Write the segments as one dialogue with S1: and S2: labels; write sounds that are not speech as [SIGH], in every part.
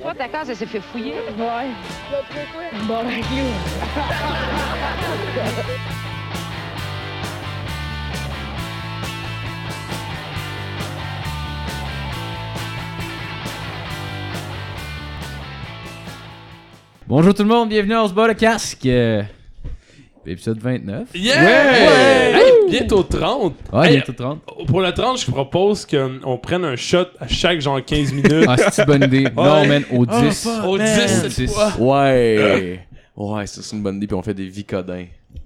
S1: Toi, ta case, elle s'est fait fouiller.
S2: Ouais. Bon, ben, you.
S3: Bonjour tout le monde, bienvenue à On se bat le casque. euh, épisode 29.
S4: Yeah!
S3: Ouais!
S4: Hey, bientôt 30.
S3: Ah,
S4: Hey,
S3: il est tout 30.
S4: Pour la 30, je propose qu'on prenne un shot à chaque genre 15 minutes.
S3: Ah, c'est une bonne idée. Non, Oh, man, au 10.
S4: Au 10
S3: Au
S4: cette
S3: 10.
S4: fois.
S5: Ouais. ouais, ça c'est une bonne idée. Puis on fait des vicodins.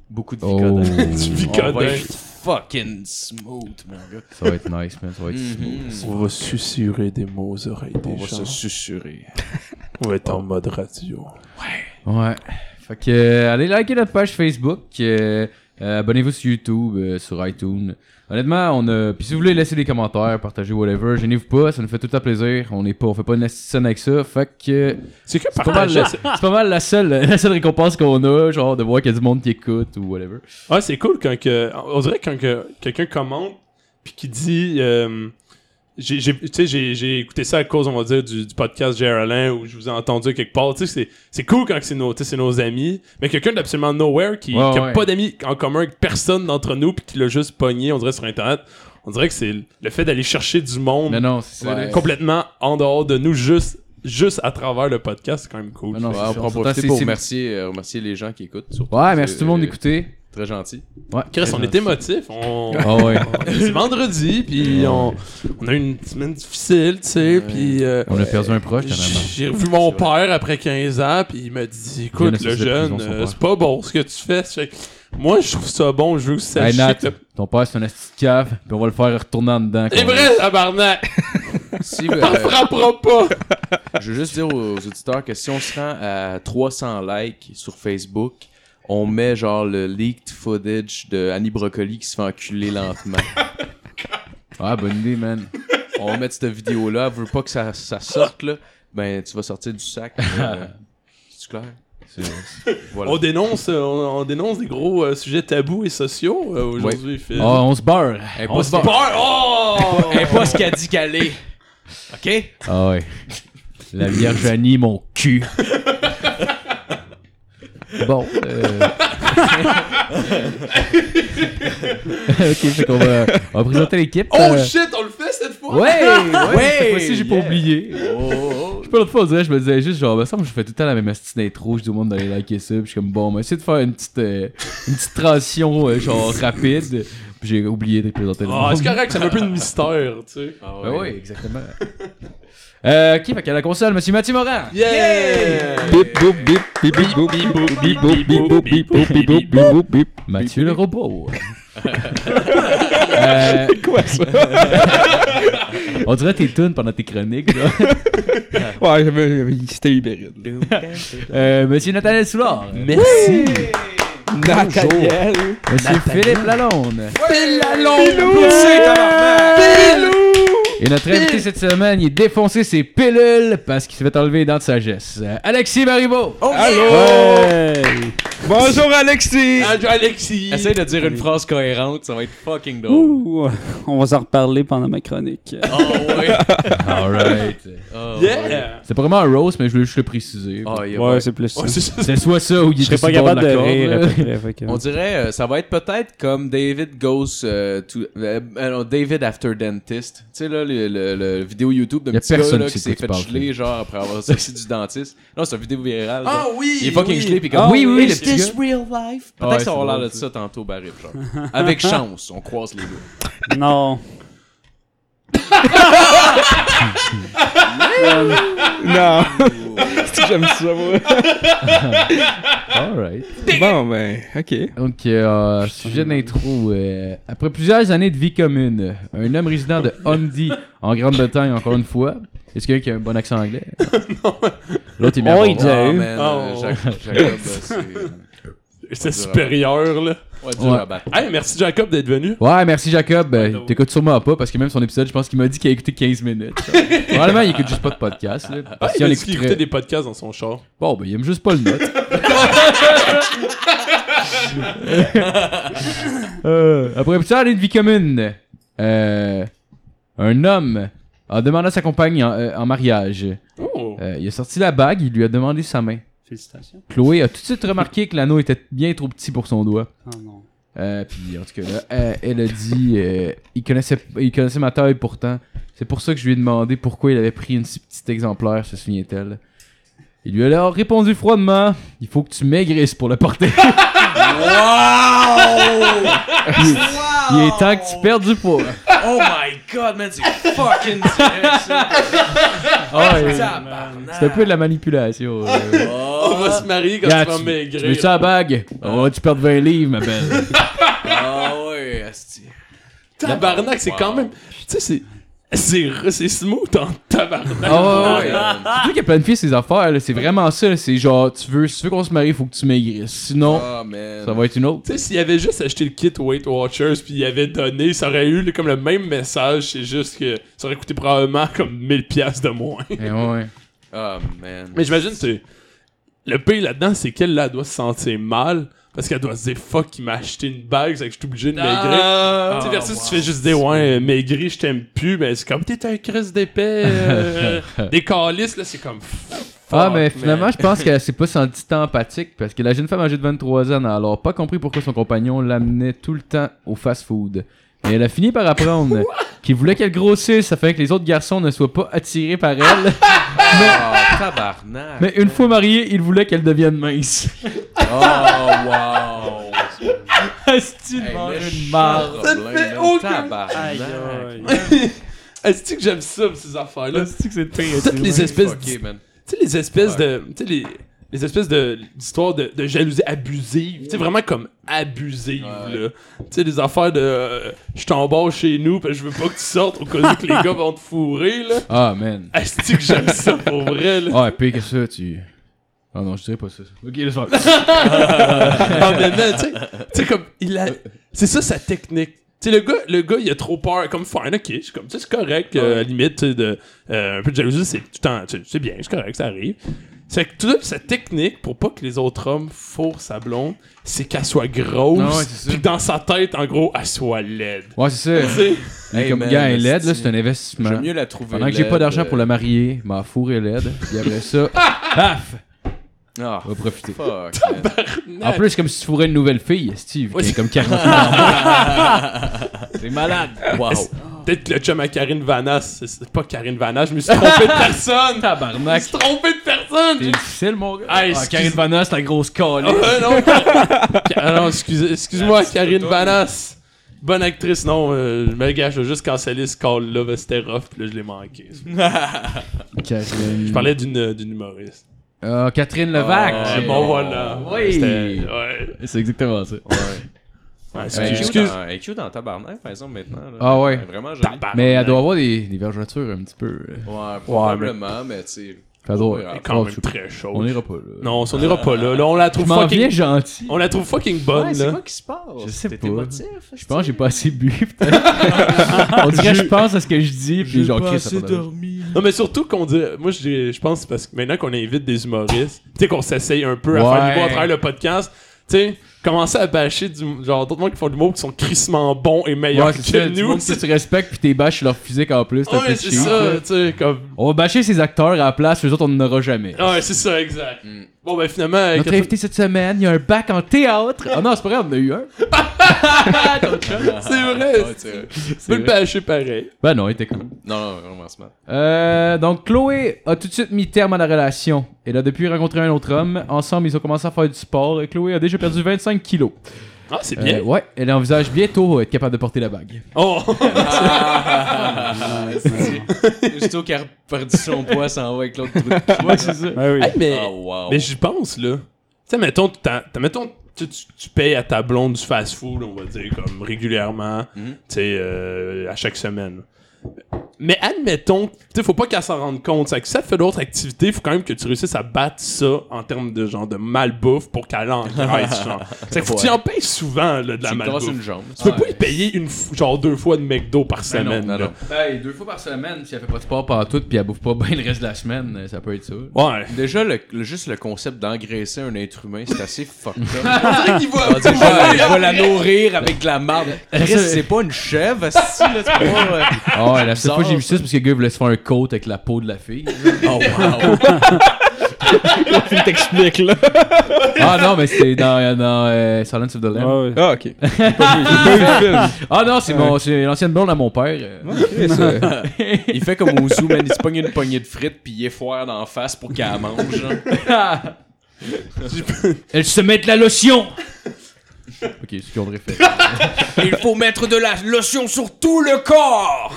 S5: Beaucoup de
S3: Oh.
S5: vicodins.
S4: Du
S5: On va
S4: vicodin.
S5: être fucking smooth, mon gars.
S3: Ça va être nice, man. Ça va être
S5: Mhm.
S3: smooth.
S4: On va susurrer des mots aux oreilles
S5: On va se susurrer.
S4: On va être en mode radio.
S3: Ouais. Fait que, euh, allez liker notre page Facebook. euh, euh, Abonnez-vous sur YouTube, euh, sur iTunes. Honnêtement, on a. Puis si vous voulez laisser des commentaires, partagez whatever, gênez-vous pas, ça nous fait tout un plaisir. On est pas, on fait pas une astuce scène avec ça. Fait que euh,
S4: C'est que hein?
S3: c'est pas mal,
S4: partager.
S3: la, c'est pas mal la seule, [LAUGHS] la seule récompense qu'on a, genre de voir qu'il y a du monde qui écoute ou whatever.
S4: Ah, c'est cool quand que, on dirait quand que quelqu'un commente puis qui dit euh, j'ai j'ai- tu sais, j'ai- j'ai écouté ça à cause on va dire du, du podcast Geraldin ou je vous ai entendu quelque part tu sais c'est c'est cool quand que c'est nos tu sais, c'est nos amis mais quelqu'un d'absolument nowhere qui,
S3: Ouais,
S4: qui a
S3: ouais.
S4: pas d'amis en commun avec personne d'entre nous puis qui l'a juste pogné on dirait sur internet on dirait que c'est le fait d'aller chercher du monde
S3: Mais non, c'est ça.
S5: Ouais.
S4: complètement en dehors de nous juste juste à travers le podcast c'est quand même cool
S3: Mais non,
S5: Ouais,
S3: c'est
S5: on
S3: ça.
S5: va en
S3: Surtout,
S5: profiter
S3: c'est-
S5: pour
S3: c'est-
S5: remercier, euh, remercier les gens qui écoutent. surtout.
S3: Ouais, merci
S5: C'est,
S3: tout le monde
S5: euh,
S3: d'écouter.
S5: Très gentil.
S3: Ouais.
S4: Chris, on est émotif. On...
S3: Ah [LAUGHS] ouais.
S4: c'est vendredi, puis on... on a eu une semaine difficile, tu sais, puis... euh,
S3: On a perdu un proche, carrément.
S4: J'ai revu mon
S5: C'est
S4: père après 15 ans, puis il m'a dit Écoute,
S3: Il vient
S4: le
S3: de sortir de
S4: jeune,
S3: prison, son
S4: euh,
S3: père.
S4: c'est pas bon ce que tu fais. Ça fait que Moi, je trouve ça bon, je veux que ça
S3: Hey Nat, ton père c'est un asti de cave, puis on va le faire retourner en dedans.
S4: C'est
S3: qu'on-
S4: vrai, tabarnak
S5: Si, euh, [LAUGHS]
S4: T'en frapperas pas
S5: je veux juste dire aux, aux auditeurs que si on se rend à 300 likes sur Facebook, on met genre le leaked footage de Annie Broccoli qui se fait enculer lentement.
S3: Ah, bonne idée, man.
S5: on va mettre cette vidéo-là. Elle veut pas que ça, ça sorte, là. Ben, tu vas sortir du sac. [LAUGHS] euh, C'est-tu clair?
S3: C'est-
S5: Voilà.
S4: On dénonce, euh, on, on dénonce des gros euh, sujets tabous et sociaux euh, aujourd'hui, Phil.
S3: Ah, on se beurre.
S5: Elle est
S3: on
S5: pas
S3: se
S4: Peur!
S3: beurre.
S4: Oh!
S5: pas ce qu'elle dit qu'elle est. OK?
S3: Ah ouais. La Vierge Annie, mon cul. Bon. Euh... [LAUGHS] ok, fait qu'on va, on va présenter l'équipe.
S4: Oh
S3: euh,
S4: shit, on le fait cette fois?
S3: Ouais, ouais,
S5: Ouais,
S3: cette fois-ci, j'ai pas
S5: yeah.
S3: oublié.
S5: Oh,
S3: Je sais pas l'autre fois, on dirait, je me disais juste genre, ben, ça, me semble que je fais tout le temps la même astuce d'intro, je dis au monde d'aller liker ça, puis je suis comme bon, on va essayer de faire une petite, euh, une petite transition euh, genre rapide, puis j'ai oublié de présenter le
S4: Ah,
S3: monde.
S4: c'est correct, c'est un peu de mystère, tu sais.
S5: Ah
S3: Ben oui, exactement. euh, ok, fait qu'à la console, monsieur Mathieu Morin.
S4: Yeah!
S6: Bip boop bip bip bip boop bip boop bip boop bip boop bip boop bip boop bip boop bip.
S3: Mathieu
S6: [LAUGHS]
S3: le robot. Euh,
S6: Quoi ça?
S3: [LAUGHS] on dirait tes tunes pendant tes chroniques. Là.
S6: [LAUGHS] Ouais, j'avais- j'avais- c'était hybride.
S3: [LAUGHS] Euh, monsieur Nathaniel Soulard.
S6: Merci. Ah, Nathaniel.
S3: Monsieur Philippe Lalonde. Et notre invité cette semaine, il a défoncé ses pilules parce qu'il s'est fait enlever les dents de sagesse. Euh, Alexis Maribo.
S6: Oh!
S4: Allô!
S6: Bonjour Alexis.
S4: Andrew Alexis!
S5: Essaye de dire une phrase cohérente, ça va être fucking drôle.
S6: Ouh, on va s'en reparler pendant ma chronique.
S5: Oh, [LAUGHS] ouais.
S3: Alright.
S5: Oh, ouais.
S4: Yeah!
S3: C'est pas vraiment un rose, mais je voulais juste le préciser.
S5: Ah, il y a-
S6: Ouais, c'est plus ça.
S4: Ouais, c'est ça.
S3: C'est soit ça ou il
S6: Je
S3: était
S6: serais pas
S3: sur le
S6: capable
S3: bord
S6: de
S3: la corde,
S6: rire.
S3: là. [LAUGHS]
S6: à peu près, fait que-
S5: On dirait, euh, ça va être peut-être comme David Goes euh, to. euh, euh, non, David After Dentist. Tu sais, là, le, le- le vidéo YouTube
S3: Y
S5: d'un
S3: a
S5: petit gars
S3: personne
S5: là,
S3: qui
S5: qui
S3: sait
S5: s'est
S3: de quoi
S5: fait
S3: tu parles,
S5: geler, genre, après avoir [LAUGHS] sorti du dentiste. Non, c'est une vidéo virale. là.
S4: Ah oui!
S5: Il est fucking
S4: oui.
S5: gelé, pis comme.
S3: oui, Ah oui, le
S5: Is
S3: petit
S5: this real life? Peut-être
S3: Ouais,
S5: que ça va
S3: c'est
S5: l'air
S3: drôle,
S5: de ça tantôt, Barry, genre. [LAUGHS] Avec chance, on croise les gars.
S6: Non. non. [LAUGHS] C'est que j'aime ça, moi.
S3: Alright.
S6: Bon, ben, ok.
S3: Donc, euh, sujet d'intro. euh, après plusieurs années de vie commune, un homme résident de Hundy, en Grande-Bretagne, encore une fois. Est-ce qu'il y en a qui a un bon
S6: [LAUGHS]
S3: accent anglais? L'autre, il met
S6: Oh,
S3: à
S6: il
S3: bord.
S6: Dieu.
S5: man, euh,
S4: Oh.
S5: Jac- Jacob, euh, c'est.
S4: C'est supérieur, là.
S5: Ouais, dur
S3: Ouais.
S5: à battre.
S4: Hey, merci Jacob d'être venu.
S3: Ouais, merci Jacob. Euh,
S4: Ouais,
S3: T'écoutes sûrement pas parce que même son épisode, je pense qu'il m'a dit qu'il a écouté 15 minutes. Probablement, il écoute juste pas de podcast. Là, parce
S4: Hey,
S3: qu'il en
S4: Ah, il a
S3: écouterait-
S4: écouté des podcasts dans son char.
S3: Bon, ben, il aime juste pas le note. Euh, après plusieurs années de vie commune, euh, un homme a demandé à sa compagne en, euh, en mariage.
S4: Oh!
S3: Euh, il a sorti la bague, il lui a demandé sa main.
S1: Félicitations.
S3: Chloé a tout de suite remarqué que l'anneau était bien trop petit pour son doigt.
S1: Ah non.
S3: Euh, puis en tout cas là, euh, elle a dit, euh, il, connaissait, il connaissait ma taille pourtant. C'est pour ça que je lui ai demandé pourquoi il avait pris une si petite exemplaire, se souvient-elle. Il lui a alors répondu froidement, il faut que tu maigrisses pour le porter. [LAUGHS] il, est- il est temps que tu perdes du poids.
S5: Oh my god, man, c'est fucking direct, ça.
S3: Ah ouais.
S5: Tabarnak.
S3: C'est un peu de la manipulation. euh.
S5: Oh,
S4: On va se marier quand
S3: Gars,
S4: tu vas
S3: tu-
S4: maigrir.
S3: tu veux ça la bague? Oh, tu perds 20 livres, ma belle.
S5: [LAUGHS] Ah ouais, asti.
S4: Tabarnak, c'est quand même. Tu sais, c'est. C'est c'est smooth en tabarnak.
S3: Ah ouais, ouais. Tu sais qu'il a planifié ses affaires, là, c'est vraiment ça. là, C'est genre, tu veux, si tu veux qu'on se marie, faut que tu maigrisses. Sinon,
S5: Ah, man.
S3: ça va être une autre.
S4: Tu sais, s'il avait juste acheté le kit Weight Watchers puis il avait donné, ça aurait eu le- comme le même message, c'est juste que ça aurait coûté probablement comme 1000 pièces de moins.
S3: Eh ouais.
S5: Ah, man.
S4: Mais j'imagine c'est le pire là-dedans, c'est qu'elle là elle doit se sentir mal parce qu'elle doit se dire fuck, il m'a acheté une bague, c'est que je suis obligé
S1: Ah,
S4: de maigrir. tu sais, versus tu fais juste dire ouais, euh, maigri, je t'aime plus, mais c'est comme t'es un crise d'épais,
S1: [LAUGHS]
S4: euh, des calices là, c'est comme
S3: Ah,
S4: Fuck,
S3: mais
S4: man.
S3: finalement, je pense qu'elle s'est pas sentie tant empathique parce que la jeune femme âgée de 23 ans n'a alors pas compris pourquoi son compagnon l'amenait tout le temps au fast-food. Mais elle a fini par apprendre qu'il voulait qu'elle grossisse afin que les autres garçons ne soient pas attirés par elle.
S5: Ah, tabarnak.
S3: Mais une fois mariée, il voulait qu'elle devienne mince.
S5: Oh, wow.
S3: [LAUGHS] Asti de
S5: Hey,
S3: manger
S5: le
S3: une marde.
S5: char
S4: Ça
S5: problème,
S4: fait
S5: man.
S4: aucun-
S1: Aïe,
S5: Tabarnak.
S1: aïe.
S4: [LAUGHS] est-ce que j'aime ça ces affaires là
S1: que c'est pire.
S4: Toutes les espèces
S5: Fucké, man.
S4: tu sais, les espèces de. Tu sais, les, les espèces de d'histoires de, de jalousie abusive. Tu sais, vraiment comme abusive,
S5: Ouais.
S4: là. Tu sais, les affaires de. euh, je t'embarque chez nous, parce que je veux pas que tu sortes au cas où que les gars vont te fourrer, là.
S3: Ah, man.
S4: Est-ce que j'aime ça pour vrai, là?
S3: Ah, pire que ça, tu. Ah non, je dirais pas ça. Ok, laisse faire.
S4: Ah, mais man, tu sais, tu sais, comme. il a C'est ça sa technique. Tu sais, le gars, le gars, il a trop peur. Comme fine, ok, je suis comme, tu sais, c'est correct, euh, à la limite, tu sais, de, euh, un peu de jalousie, c'est tout le temps- tu sais, c'est bien, c'est correct, ça arrive. C'est que toute sa technique pour pas que les autres hommes fourrent sa blonde, c'est qu'elle soit
S3: Ah ouais,
S4: grosse,
S3: c'est ça.
S4: puis dans sa tête, en gros, elle soit laide.
S3: Ouais, c'est
S4: Tu
S3: ça.
S4: sais,
S3: Mais
S5: Hey,
S3: comme
S5: man,
S3: gars, elle est laide, là,
S5: esti.
S3: c'est un investissement.
S5: J'aime mieux la trouver.
S3: Pendant que j'ai pas d'argent pour la marier, m'a fourré laide. Puis après
S4: [LAUGHS]
S3: ça, paf,
S5: Ah,
S3: on va profiter.
S5: fuck. man.
S3: En plus, c'est comme si tu fourrais une nouvelle fille, Steve, qui a
S4: [LAUGHS]
S3: comme 40 ans.
S4: Ah,
S3: C'est malade.
S5: [LAUGHS] Wow.
S3: Ah.
S4: peut-être que le chum à Karine Vanasse, c'est- c'est pas Karine Vanasse, je me suis
S3: [LAUGHS]
S4: trompé de personne! Je me
S3: Tabarnak.
S4: suis trompé de personne!
S3: T'es
S4: J'ai-
S3: difficile, mon gars.
S4: Ah,
S3: Ah,
S4: excuse-
S3: Karine Vanas, la grosse calée.
S4: Ah non, Ca- non, excusez- excuse-moi, Karine Vanas. Bonne actrice, non, euh, je me gâche, je vais juste canceller ce call-là, parce que c'était rough, puis là, je l'ai manqué.
S3: [LAUGHS] Karine.
S4: Je parlais d'une euh, d'une humoriste.
S3: Ah, Catherine Levac.
S4: Ah, bon, voilà.
S3: Oui.
S4: C'était- Ouais.
S3: C'est exactement ça.
S4: Ah,
S5: Elle
S4: excuse-
S5: est cute
S4: excuse.
S3: hein.
S5: dans- elle est cute dans tabarnak, par exemple, maintenant. là.
S3: Ah ouais.
S5: Elle est Vraiment jolie.
S3: Mais elle
S4: Ah,
S3: doit avoir des, des vergetures un petit peu. euh,
S5: Ouais, probablement, mais tu sais.
S3: Pas drôle.
S5: Elle est
S4: Quand
S3: Oh,
S4: même
S3: tu-
S4: très chaud.
S3: On ira pas là.
S4: Non, on n'ira pas là. Là, on la
S3: Je
S4: trouve
S3: m'en viens
S4: fucking... Oh,
S3: gentil.
S4: On la trouve fucking bonne,
S5: Ouais, c'est
S4: là.
S5: quoi qui se passe?
S3: Je sais
S5: T'es
S3: pas.
S5: émotif,
S3: Je pense que j'ai pas assez bu. peut-être.
S4: [LAUGHS]
S3: On dirait que je pense à ce que je dis, puis genre, Chris, ça pas d'allure.
S4: Non, mais surtout qu'on dirait... Moi, je dirais- je pense que c'est parce que maintenant qu'on invite des humoristes, tu sais, qu'on s'essaye un peu à
S3: Ouais.
S4: faire du l'humour à travers le podcast, tu sais, commencer à bâcher du... genre d'autres gens qui font du l'humour qui sont crissement bons et meilleurs
S3: Ouais, c'est ça,
S4: que
S3: du
S4: nous.
S3: monde que tu respectes, puis t'es bâches sur leur physique en plus. t'as
S4: Ouais,
S3: fait
S4: c'est
S3: chier.
S4: ça, tu sais, comme.
S3: On va bâcher ces acteurs à la place, les autres, on n'en aura jamais.
S4: Ouais, c'est ça, exact.
S5: hmm.
S4: Bon, ben finalement, euh,
S3: Notre
S4: Catherine-
S3: invité cette semaine, il y a un bac en théâtre. Ah non, c'est pas vrai, on en a eu un.
S4: c'est vrai,
S5: Ouais,
S4: c'est-
S5: c'est vrai.
S4: tu peux le bâcher pareil.
S3: Ben non, il était cool.
S5: Non, non, vraiment smart.
S3: Euh, donc, Chloé a tout de suite mis terme à la relation. Elle a depuis rencontré un autre homme. Ensemble, ils ont commencé à faire du sport et Chloé a déjà perdu 25 kilos.
S4: Ah, c'est
S3: Euh,
S4: bien.
S3: ouais, elle envisage bientôt être capable de porter la bague.
S4: Oh,
S5: [LAUGHS] Juste qu'elle a perdu son poids, s'en va avec l'autre truc. Ouais, c'est ça.
S6: Ben
S1: Ah oui.
S4: Hey, mais,
S5: Oh, wow.
S4: mais j'y pense, là. Tu sais, mettons, tu t'en- t'en- mettons tu, tu- tu payes à ta blonde du fast-food, on va dire, comme régulièrement,
S5: Mhm.
S4: tu sais, euh, à chaque semaine. Mais admettons, tu sais, faut pas qu'elle s'en rende compte. C'est que si elle fait d'autres activités, faut quand même que tu réussisses à battre ça en termes de genre de malbouffe pour qu'elle
S5: [LAUGHS]
S4: en graisse, genre. C'est que faut que tu en payes souvent, là, de la
S5: Tu me casses
S4: malbouffe.
S5: une jambe.
S4: Tu peux
S5: Ouais.
S4: pas y payer une f- genre deux fois de McDo par
S3: Ah
S4: semaine.
S5: non,
S4: là.
S3: Ben, deux fois par semaine, si elle fait pas de sport pendant tout, puis elle bouffe pas bien le reste de la semaine, euh, ça peut être ça.
S4: Ouais.
S5: Déjà, le, le- juste le concept d'engraisser un être humain, c'est assez fucked [LAUGHS] up. Ah,
S4: voit-
S5: je, vais, je vais [LAUGHS] la nourrir avec de la marde. Chris,
S3: Ça-
S5: [LAUGHS] c'est pas une chèvre, asti, là, tu peux pas, euh,
S3: Oh, la seule
S5: Bizarre.
S3: fois que j'ai vu ça, c'est parce que le gars voulait se faire un coat avec la peau de la
S5: [LAUGHS]
S3: fille.
S5: Oh, wow.
S6: Tu t'expliques, là.
S3: ah non, mais c'était dans, dans euh, Silence of the Lambs.
S1: Ouais, ouais.
S6: Ah, ok. J'ai pas vu- j'ai pas vu le film.
S3: Ah non, c'est mon, c'est l'ancienne blonde à mon père. euh.
S5: il fait comme au zoo, man. Il se pogne une poignée de frites, puis il est foire d'en face pour qu'elle mange. genre.
S3: Elle se met de la
S5: [LAUGHS]
S3: lotion! ok, c'est ce qu'on devrait faire.
S5: [LAUGHS] Il faut mettre de la lotion sur tout le
S3: [LAUGHS]
S5: corps.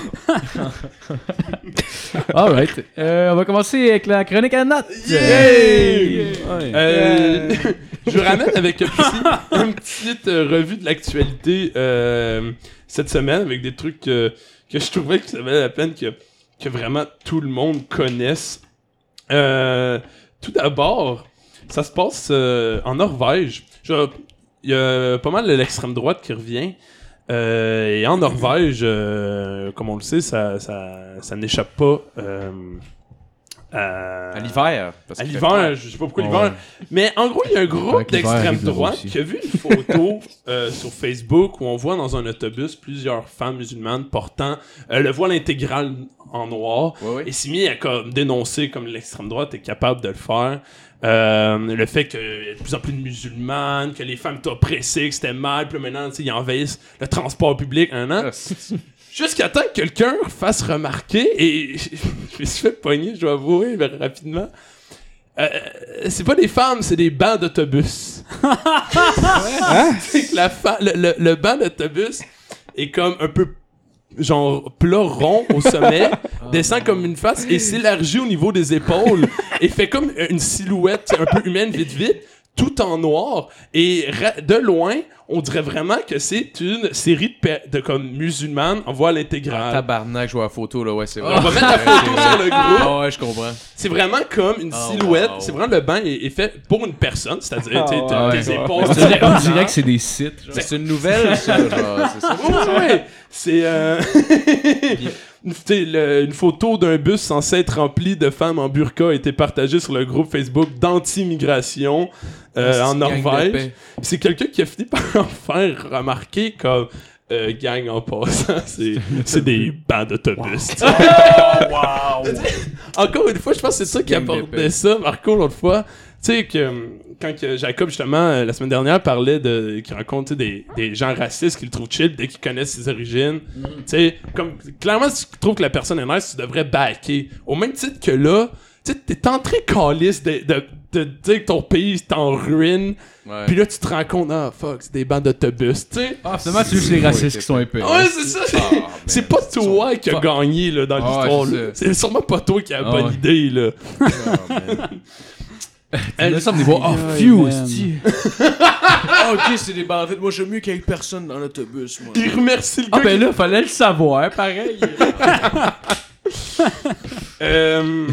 S3: Alright. Euh, on va commencer avec la chronique à Nat.
S4: Yay!
S1: Ouais.
S4: Euh, je vous ramène avec un petit- une petite euh, revue de l'actualité euh, cette semaine avec des trucs euh, que je trouvais que ça valait la peine que, que vraiment tout le monde connaisse. Euh, tout d'abord, ça se passe euh, en Norvège. Je- Il y a pas mal de l'extrême droite qui revient. Euh, et en Norvège, euh, comme on le sait, ça, ça, ça n'échappe pas euh, à,
S5: À l'hiver. parce
S4: à
S5: qu'il
S4: l'hiver, je sais pas pourquoi
S3: Ouais.
S4: l'hiver. Mais en gros, il y a un
S3: Ouais,
S4: groupe
S3: que l'hiver
S4: d'extrême
S3: arrive là-bas
S4: droite
S3: aussi.
S4: qui a vu une photo [LAUGHS] euh, sur Facebook où on voit dans un autobus plusieurs femmes musulmanes portant euh, le voile intégral en noir
S5: fait- Ouais, ouais.
S4: et s'est mis à comme, dénoncer comme l'extrême droite est capable de le faire. Euh, le fait qu'il y a de plus en plus de musulmanes, que les femmes étaient oppressées, que c'était mal, puis là, maintenant, tu sais, ils envahissent le transport public, un
S5: Ah,
S4: an. Jusqu'à temps que quelqu'un fasse remarquer, et [LAUGHS] je me suis fait pogner, je dois avouer, mais rapidement. Euh, c'est pas des femmes, c'est des bancs d'autobus. [LAUGHS] C'est que la fa- le, le- le banc d'autobus est comme un peu genre plat rond au sommet, descend comme une face et s'élargit au niveau des épaules et fait comme euh, une silhouette un peu humaine vite vite tout en noir et ra- de loin on dirait vraiment que c'est une série de, pe- de comme musulmanes en voile
S5: Ah,
S4: intégrale.
S5: Tabarnak, je vois la photo, là. Ouais, c'est vrai.
S4: On va mettre la photo sur le groupe.
S5: Ouais, ouais, je comprends.
S4: C'est vraiment comme une
S5: Oh,
S4: silhouette.
S5: wow.
S4: C'est vraiment le bain est, est fait pour une personne, c'est-à-dire t'sais,
S1: Ah,
S4: t'as
S3: Oh, ouais.
S4: tes épaules.
S3: On dirait, on dirait que c'est des sites. genre.
S5: C'est une nouvelle, ça. [LAUGHS] genre, c'est ça.
S4: Ouais, ouais, ouais. C'est euh, [LAUGHS] une- t'sais, le- une photo d'un bus censé être rempli de femmes en burqa a été partagée sur le groupe Facebook d'anti-migration euh, en
S5: Ah, Gang de
S4: Norvège.
S5: paix.
S4: Puis C'est quelqu'un qui a fini [LAUGHS] par en faire remarquer comme euh, gang en passant, [LAUGHS] c'est c'est des bancs d'autobus. [LAUGHS] tu sais. [LAUGHS] Encore une fois, je pense que c'est ça qui
S5: Gang d'épais.
S4: apportait ça, Marco, l'autre fois. Tu sais, que euh, quand que Jacob, justement, euh, la semaine dernière, parlait de qu'il rencontre tu sais, des, des gens racistes qu'il trouve chill dès qu'ils connaissent ses origines. Tu sais, comme clairement, si tu trouves que la personne est nice, tu devrais backer. Au même titre que là, tu sais, t'es entré calice de, de, de dire que ton pays est en ruine.
S5: Ouais.
S4: Puis là, tu te rends compte, ah fuck, c'est des bandes d'autobus, tu sais.
S3: Ah, finalement, c'est juste les racistes qui sont épais.
S4: Ouais, c'est ça. c'est-
S5: Ah, man.
S4: c'est pas toi qui a gagné là, dans
S3: Ah,
S4: l'histoire.
S3: ouais,
S4: là.
S3: c'est
S4: c'est sûrement pas toi qui a la
S3: Ah,
S4: bonne
S3: ouais.
S4: idée. Là.
S5: Ah, man.
S3: Elle me
S4: Elle-
S3: semble des voix. Oh,
S1: Ouais,
S3: few,
S1: man.
S3: hostie.
S5: Ah, ok, c'est des bandits. Moi, j'aime mieux qu'il y ait personne dans l'autobus, moi.
S4: Il remercie le
S3: Ah,
S4: gars
S3: ben là, fallait le savoir, pareil.
S4: Euh,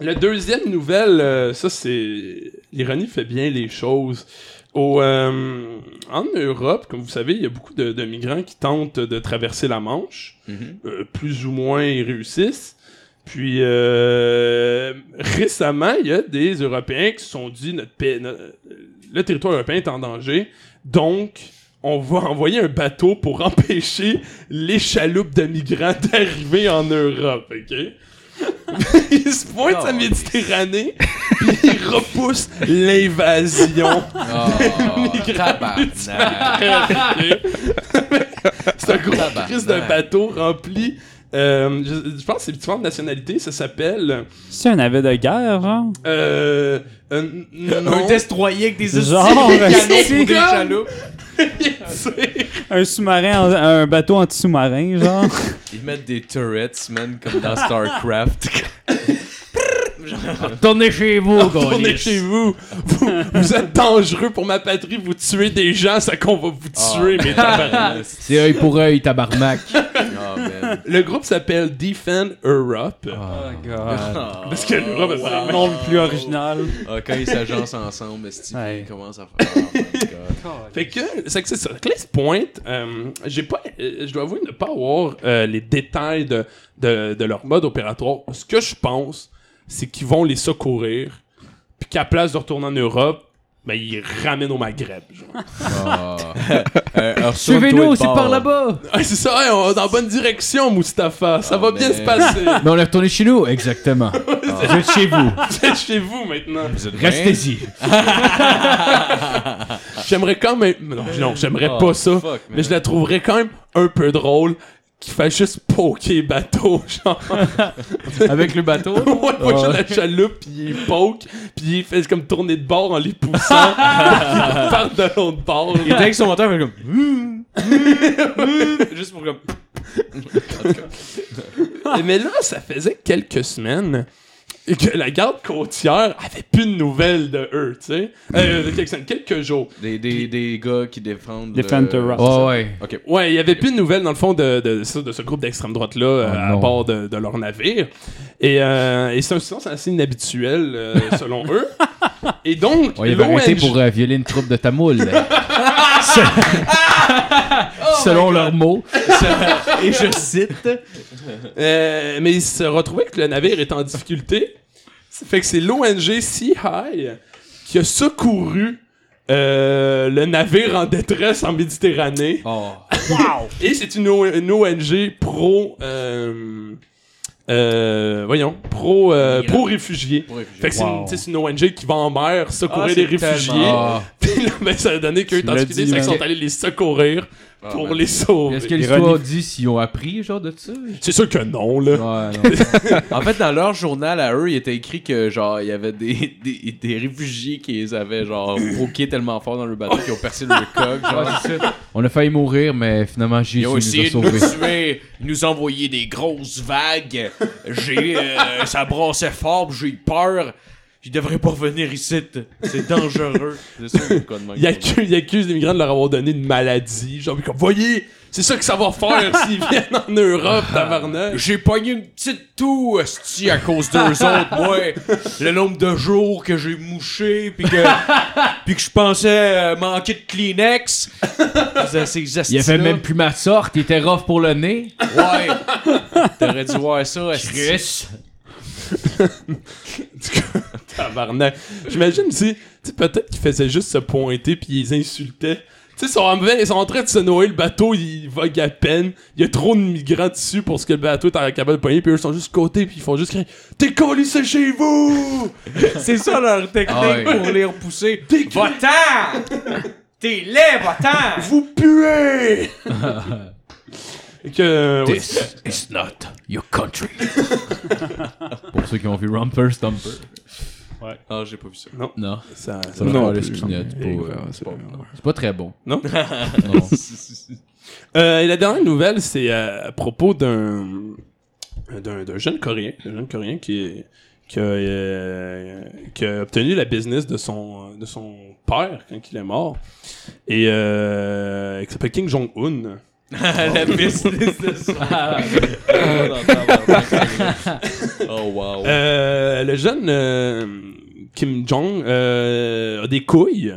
S4: le deuxième nouvelle, euh, ça c'est l'ironie fait bien les choses. Au, euh, en Europe, comme vous savez, il y a beaucoup de, de migrants qui tentent de traverser la Manche.
S5: Mhm.
S4: Euh, plus ou moins ils réussissent. Puis euh, récemment, il y a des Européens qui se sont dit notre pays- no- euh, le territoire européen est en danger, donc on va envoyer un bateau pour [LAUGHS] empêcher les chaloupes de migrants [LAUGHS] d'arriver en Europe, ok? [LAUGHS] ils se pointent à
S5: Oh.
S4: Méditerranée, puis ils repoussent l'invasion.
S5: [LAUGHS] Ah, tabarnak.
S4: [LAUGHS] C'est un gros
S5: Tabarnak.
S4: crise d'un bateau rempli. euh, je, je pense que c'est différentes nationalités. Ça s'appelle.
S1: C'est un avis de guerre, genre?
S4: Euh, euh, n- non.
S5: Un destroyer avec des
S1: Genre,
S5: canons
S1: c'est
S5: pour des
S4: comme-
S5: chaloupes.
S4: C'est-
S1: Un sous-marin, en- un bateau anti-sous-marin, genre?
S5: Ils mettent des turrets, man, comme dans StarCraft. [LAUGHS]
S3: Tournez chez vous,
S4: Retournez
S3: gars.
S4: chez vous. vous. vous êtes dangereux pour ma patrie. Vous tuez des gens, ça qu'on va vous tuer, mais tabarnak.
S3: C'est œil pour œil, tabarnak.
S5: Ah, man.
S4: Le groupe s'appelle Defend Europe.
S1: Oh, God.
S5: Ah,
S4: Parce que l'Europe, c'est
S1: Le nom le plus original.
S5: Ah, quand ils s'agencent ensemble, Steve,
S1: Ouais.
S5: ils commencent à faire. Oh my god.
S4: Fait que, c'est que c'est ça. Clay Point, euh, j'ai pas, euh, je dois avouer ne pas avoir euh, les détails de, de, de leur mode opératoire. Ce que je pense, c'est qu'ils vont les secourir, puis qu'à place de retourner en Europe, ben, il ramène au Maghreb. genre.
S5: [LAUGHS]
S3: Ah.
S5: Euh,
S3: [LAUGHS] Suivez-nous,
S5: retourne-toi de
S3: c'est
S5: bord.
S3: par là-bas!
S4: Ah, c'est ça, hey, on va dans la bonne direction, Mustapha. Ça
S5: Ah,
S4: va
S5: mais-
S4: bien se
S5: [LAUGHS]
S4: passer.
S3: Mais on est retourné chez nous, [LAUGHS] exactement. Vous êtes chez vous,
S4: Vous êtes chez vous maintenant.
S5: Vous êtes bien?
S3: restez-y.
S4: J'aimerais quand même. Non, non j'aimerais
S5: Oh,
S4: pas ça.
S5: fuck,
S4: mais
S5: man.
S4: je la trouverais quand même un peu drôle qu'il fasse juste poker bateau. [LAUGHS] Genre,
S3: Avec le bateau?
S4: [LAUGHS] ouais, moi, j'ai la chaloupe, puis il poke, puis il fait comme tourner de bord en les poussant. puis
S3: [LAUGHS]
S4: il part de l'autre bord.
S5: Il était avec son moteur, il fait comme. Juste [LAUGHS] pour comme.
S4: Mais là, ça faisait quelques semaines que la garde côtière avait plus de nouvelles de eux, tu sais.
S3: Mm.
S4: Euh, de quelques semaines, quelques jours.
S5: Des, des, des gars qui défendent.
S1: Defend the rock.
S3: Oh, ouais.
S5: Ok.
S4: Ouais, il y avait plus de nouvelles dans le fond de, de, de ce- de ce groupe d'extrême droite là à
S3: Oh non.
S4: bord de, de leur navire. Et, euh, et c'est un silence assez inhabituel euh,
S3: [LAUGHS]
S4: selon eux. Et donc,
S3: On y avait arrêté
S4: l'ONG
S3: pour euh, violer une troupe de tamoul. [LAUGHS] Selon leurs mots.
S5: Et je cite.
S4: euh, mais ils se retrouvaient que le navire est en difficulté. Ça Fait que c'est l'ONG Sea High qui a secouru euh, le navire en détresse en Méditerranée.
S5: Oh.
S4: Et c'est une, O- une ONG pro. euh, euh, voyons, pro, euh, pro réfugiés.
S5: Pour réfugiés.
S4: Fait que c'est une-
S1: Wow.
S4: tu sais, c'est une, ONG qui va en mer secourir des
S5: Ah, c'est
S4: réfugiés.
S5: tellement-
S3: Ah.
S4: [LAUGHS] Puis là, ben, ça a donné qu'eux,
S1: Tu
S4: tant
S1: l'as
S4: qu'ils
S1: dit,
S4: ils sont
S1: man.
S4: allés les secourir
S5: Ah,
S4: pour
S5: man.
S4: les sauver.
S3: Est-ce que l'histoire dit s'ils ont appris, genre, de ça?
S4: C'est sûr que non, là.
S3: Ouais, [LAUGHS] non.
S5: En fait, dans leur journal à eux, il était écrit que genre il y avait des, des, des réfugiés qui les avaient genre broqués tellement fort dans le bateau qu'ils ont percé le coq. Genre.
S3: Ouais, c'est ça. On a failli mourir, mais finalement, Jésus
S5: Ils ont
S3: nous a
S5: essayé de nous
S3: sauvés.
S5: tuer, ils nous envoyaient des grosses vagues. J'ai, euh, ça brassait fort, puis j'ai eu peur. Ils devraient pas revenir ici, c'est dangereux. [LAUGHS] C'est sûr qu'il y a de quoi de même.
S4: Ils accusent, ils accusent les migrants de leur avoir donné une maladie. Genre, mais comme, voyez, c'est ça que ça va faire s'ils viennent en Europe,
S5: [LAUGHS]
S4: tabarnak.
S5: J'ai pogné une petite toux, esti, à cause d'eux autres, moi. Le nombre de jours que j'ai mouché, puis que, [LAUGHS] puis que je pensais euh, manquer de Kleenex. C'est- c'est ces
S3: Il avait
S5: estis-là.
S3: même plus ma sorte, il était rough pour le nez.
S5: Ouais. T'aurais dû voir ça, esti.
S3: Chris.
S4: Tabarnak. J'imagine si, tu sais, peut-être qu'ils faisaient juste se pointer puis ils insultaient. Tu sais, ils sont, en- ils sont en train de se noyer, le bateau, il vogue à peine. Il y a trop de migrants dessus pour ce que le bateau est capable de pogner, puis eux sont juste côté, puis ils font juste crier T'es collissé chez vous
S5: C'est ça leur technique
S3: Ah ouais.
S5: pour les repousser.
S4: T'es
S5: Va-t'en! T'es laid, va-t'en!
S4: Vous puez Et que. ouais,
S3: This is not your country. [LAUGHS] pour ceux qui ont vu Rumper Stumper.
S5: Ah, j'ai pas vu ça.
S3: Non.
S4: ça, ça
S3: Ça va
S4: non
S3: faire le
S4: plus.
S3: skinhead,
S4: Et
S3: pas,
S4: voilà,
S3: euh,
S4: c'est
S3: pas-
S4: bien.
S3: C'est pas très bon.
S4: Non? [LAUGHS]
S3: Non.
S4: Euh, et la dernière nouvelle, c'est euh, à propos d'un d'un d'un jeune coréen, d'un jeune coréen qui est- qui a, euh, qui a obtenu la business de son de son père quand il est mort et euh, qui s'appelle Kim Jong Un.
S5: [LAUGHS] La business de ça. Oh, wow.
S4: Euh, le jeune euh, Kim Jong euh, a des couilles,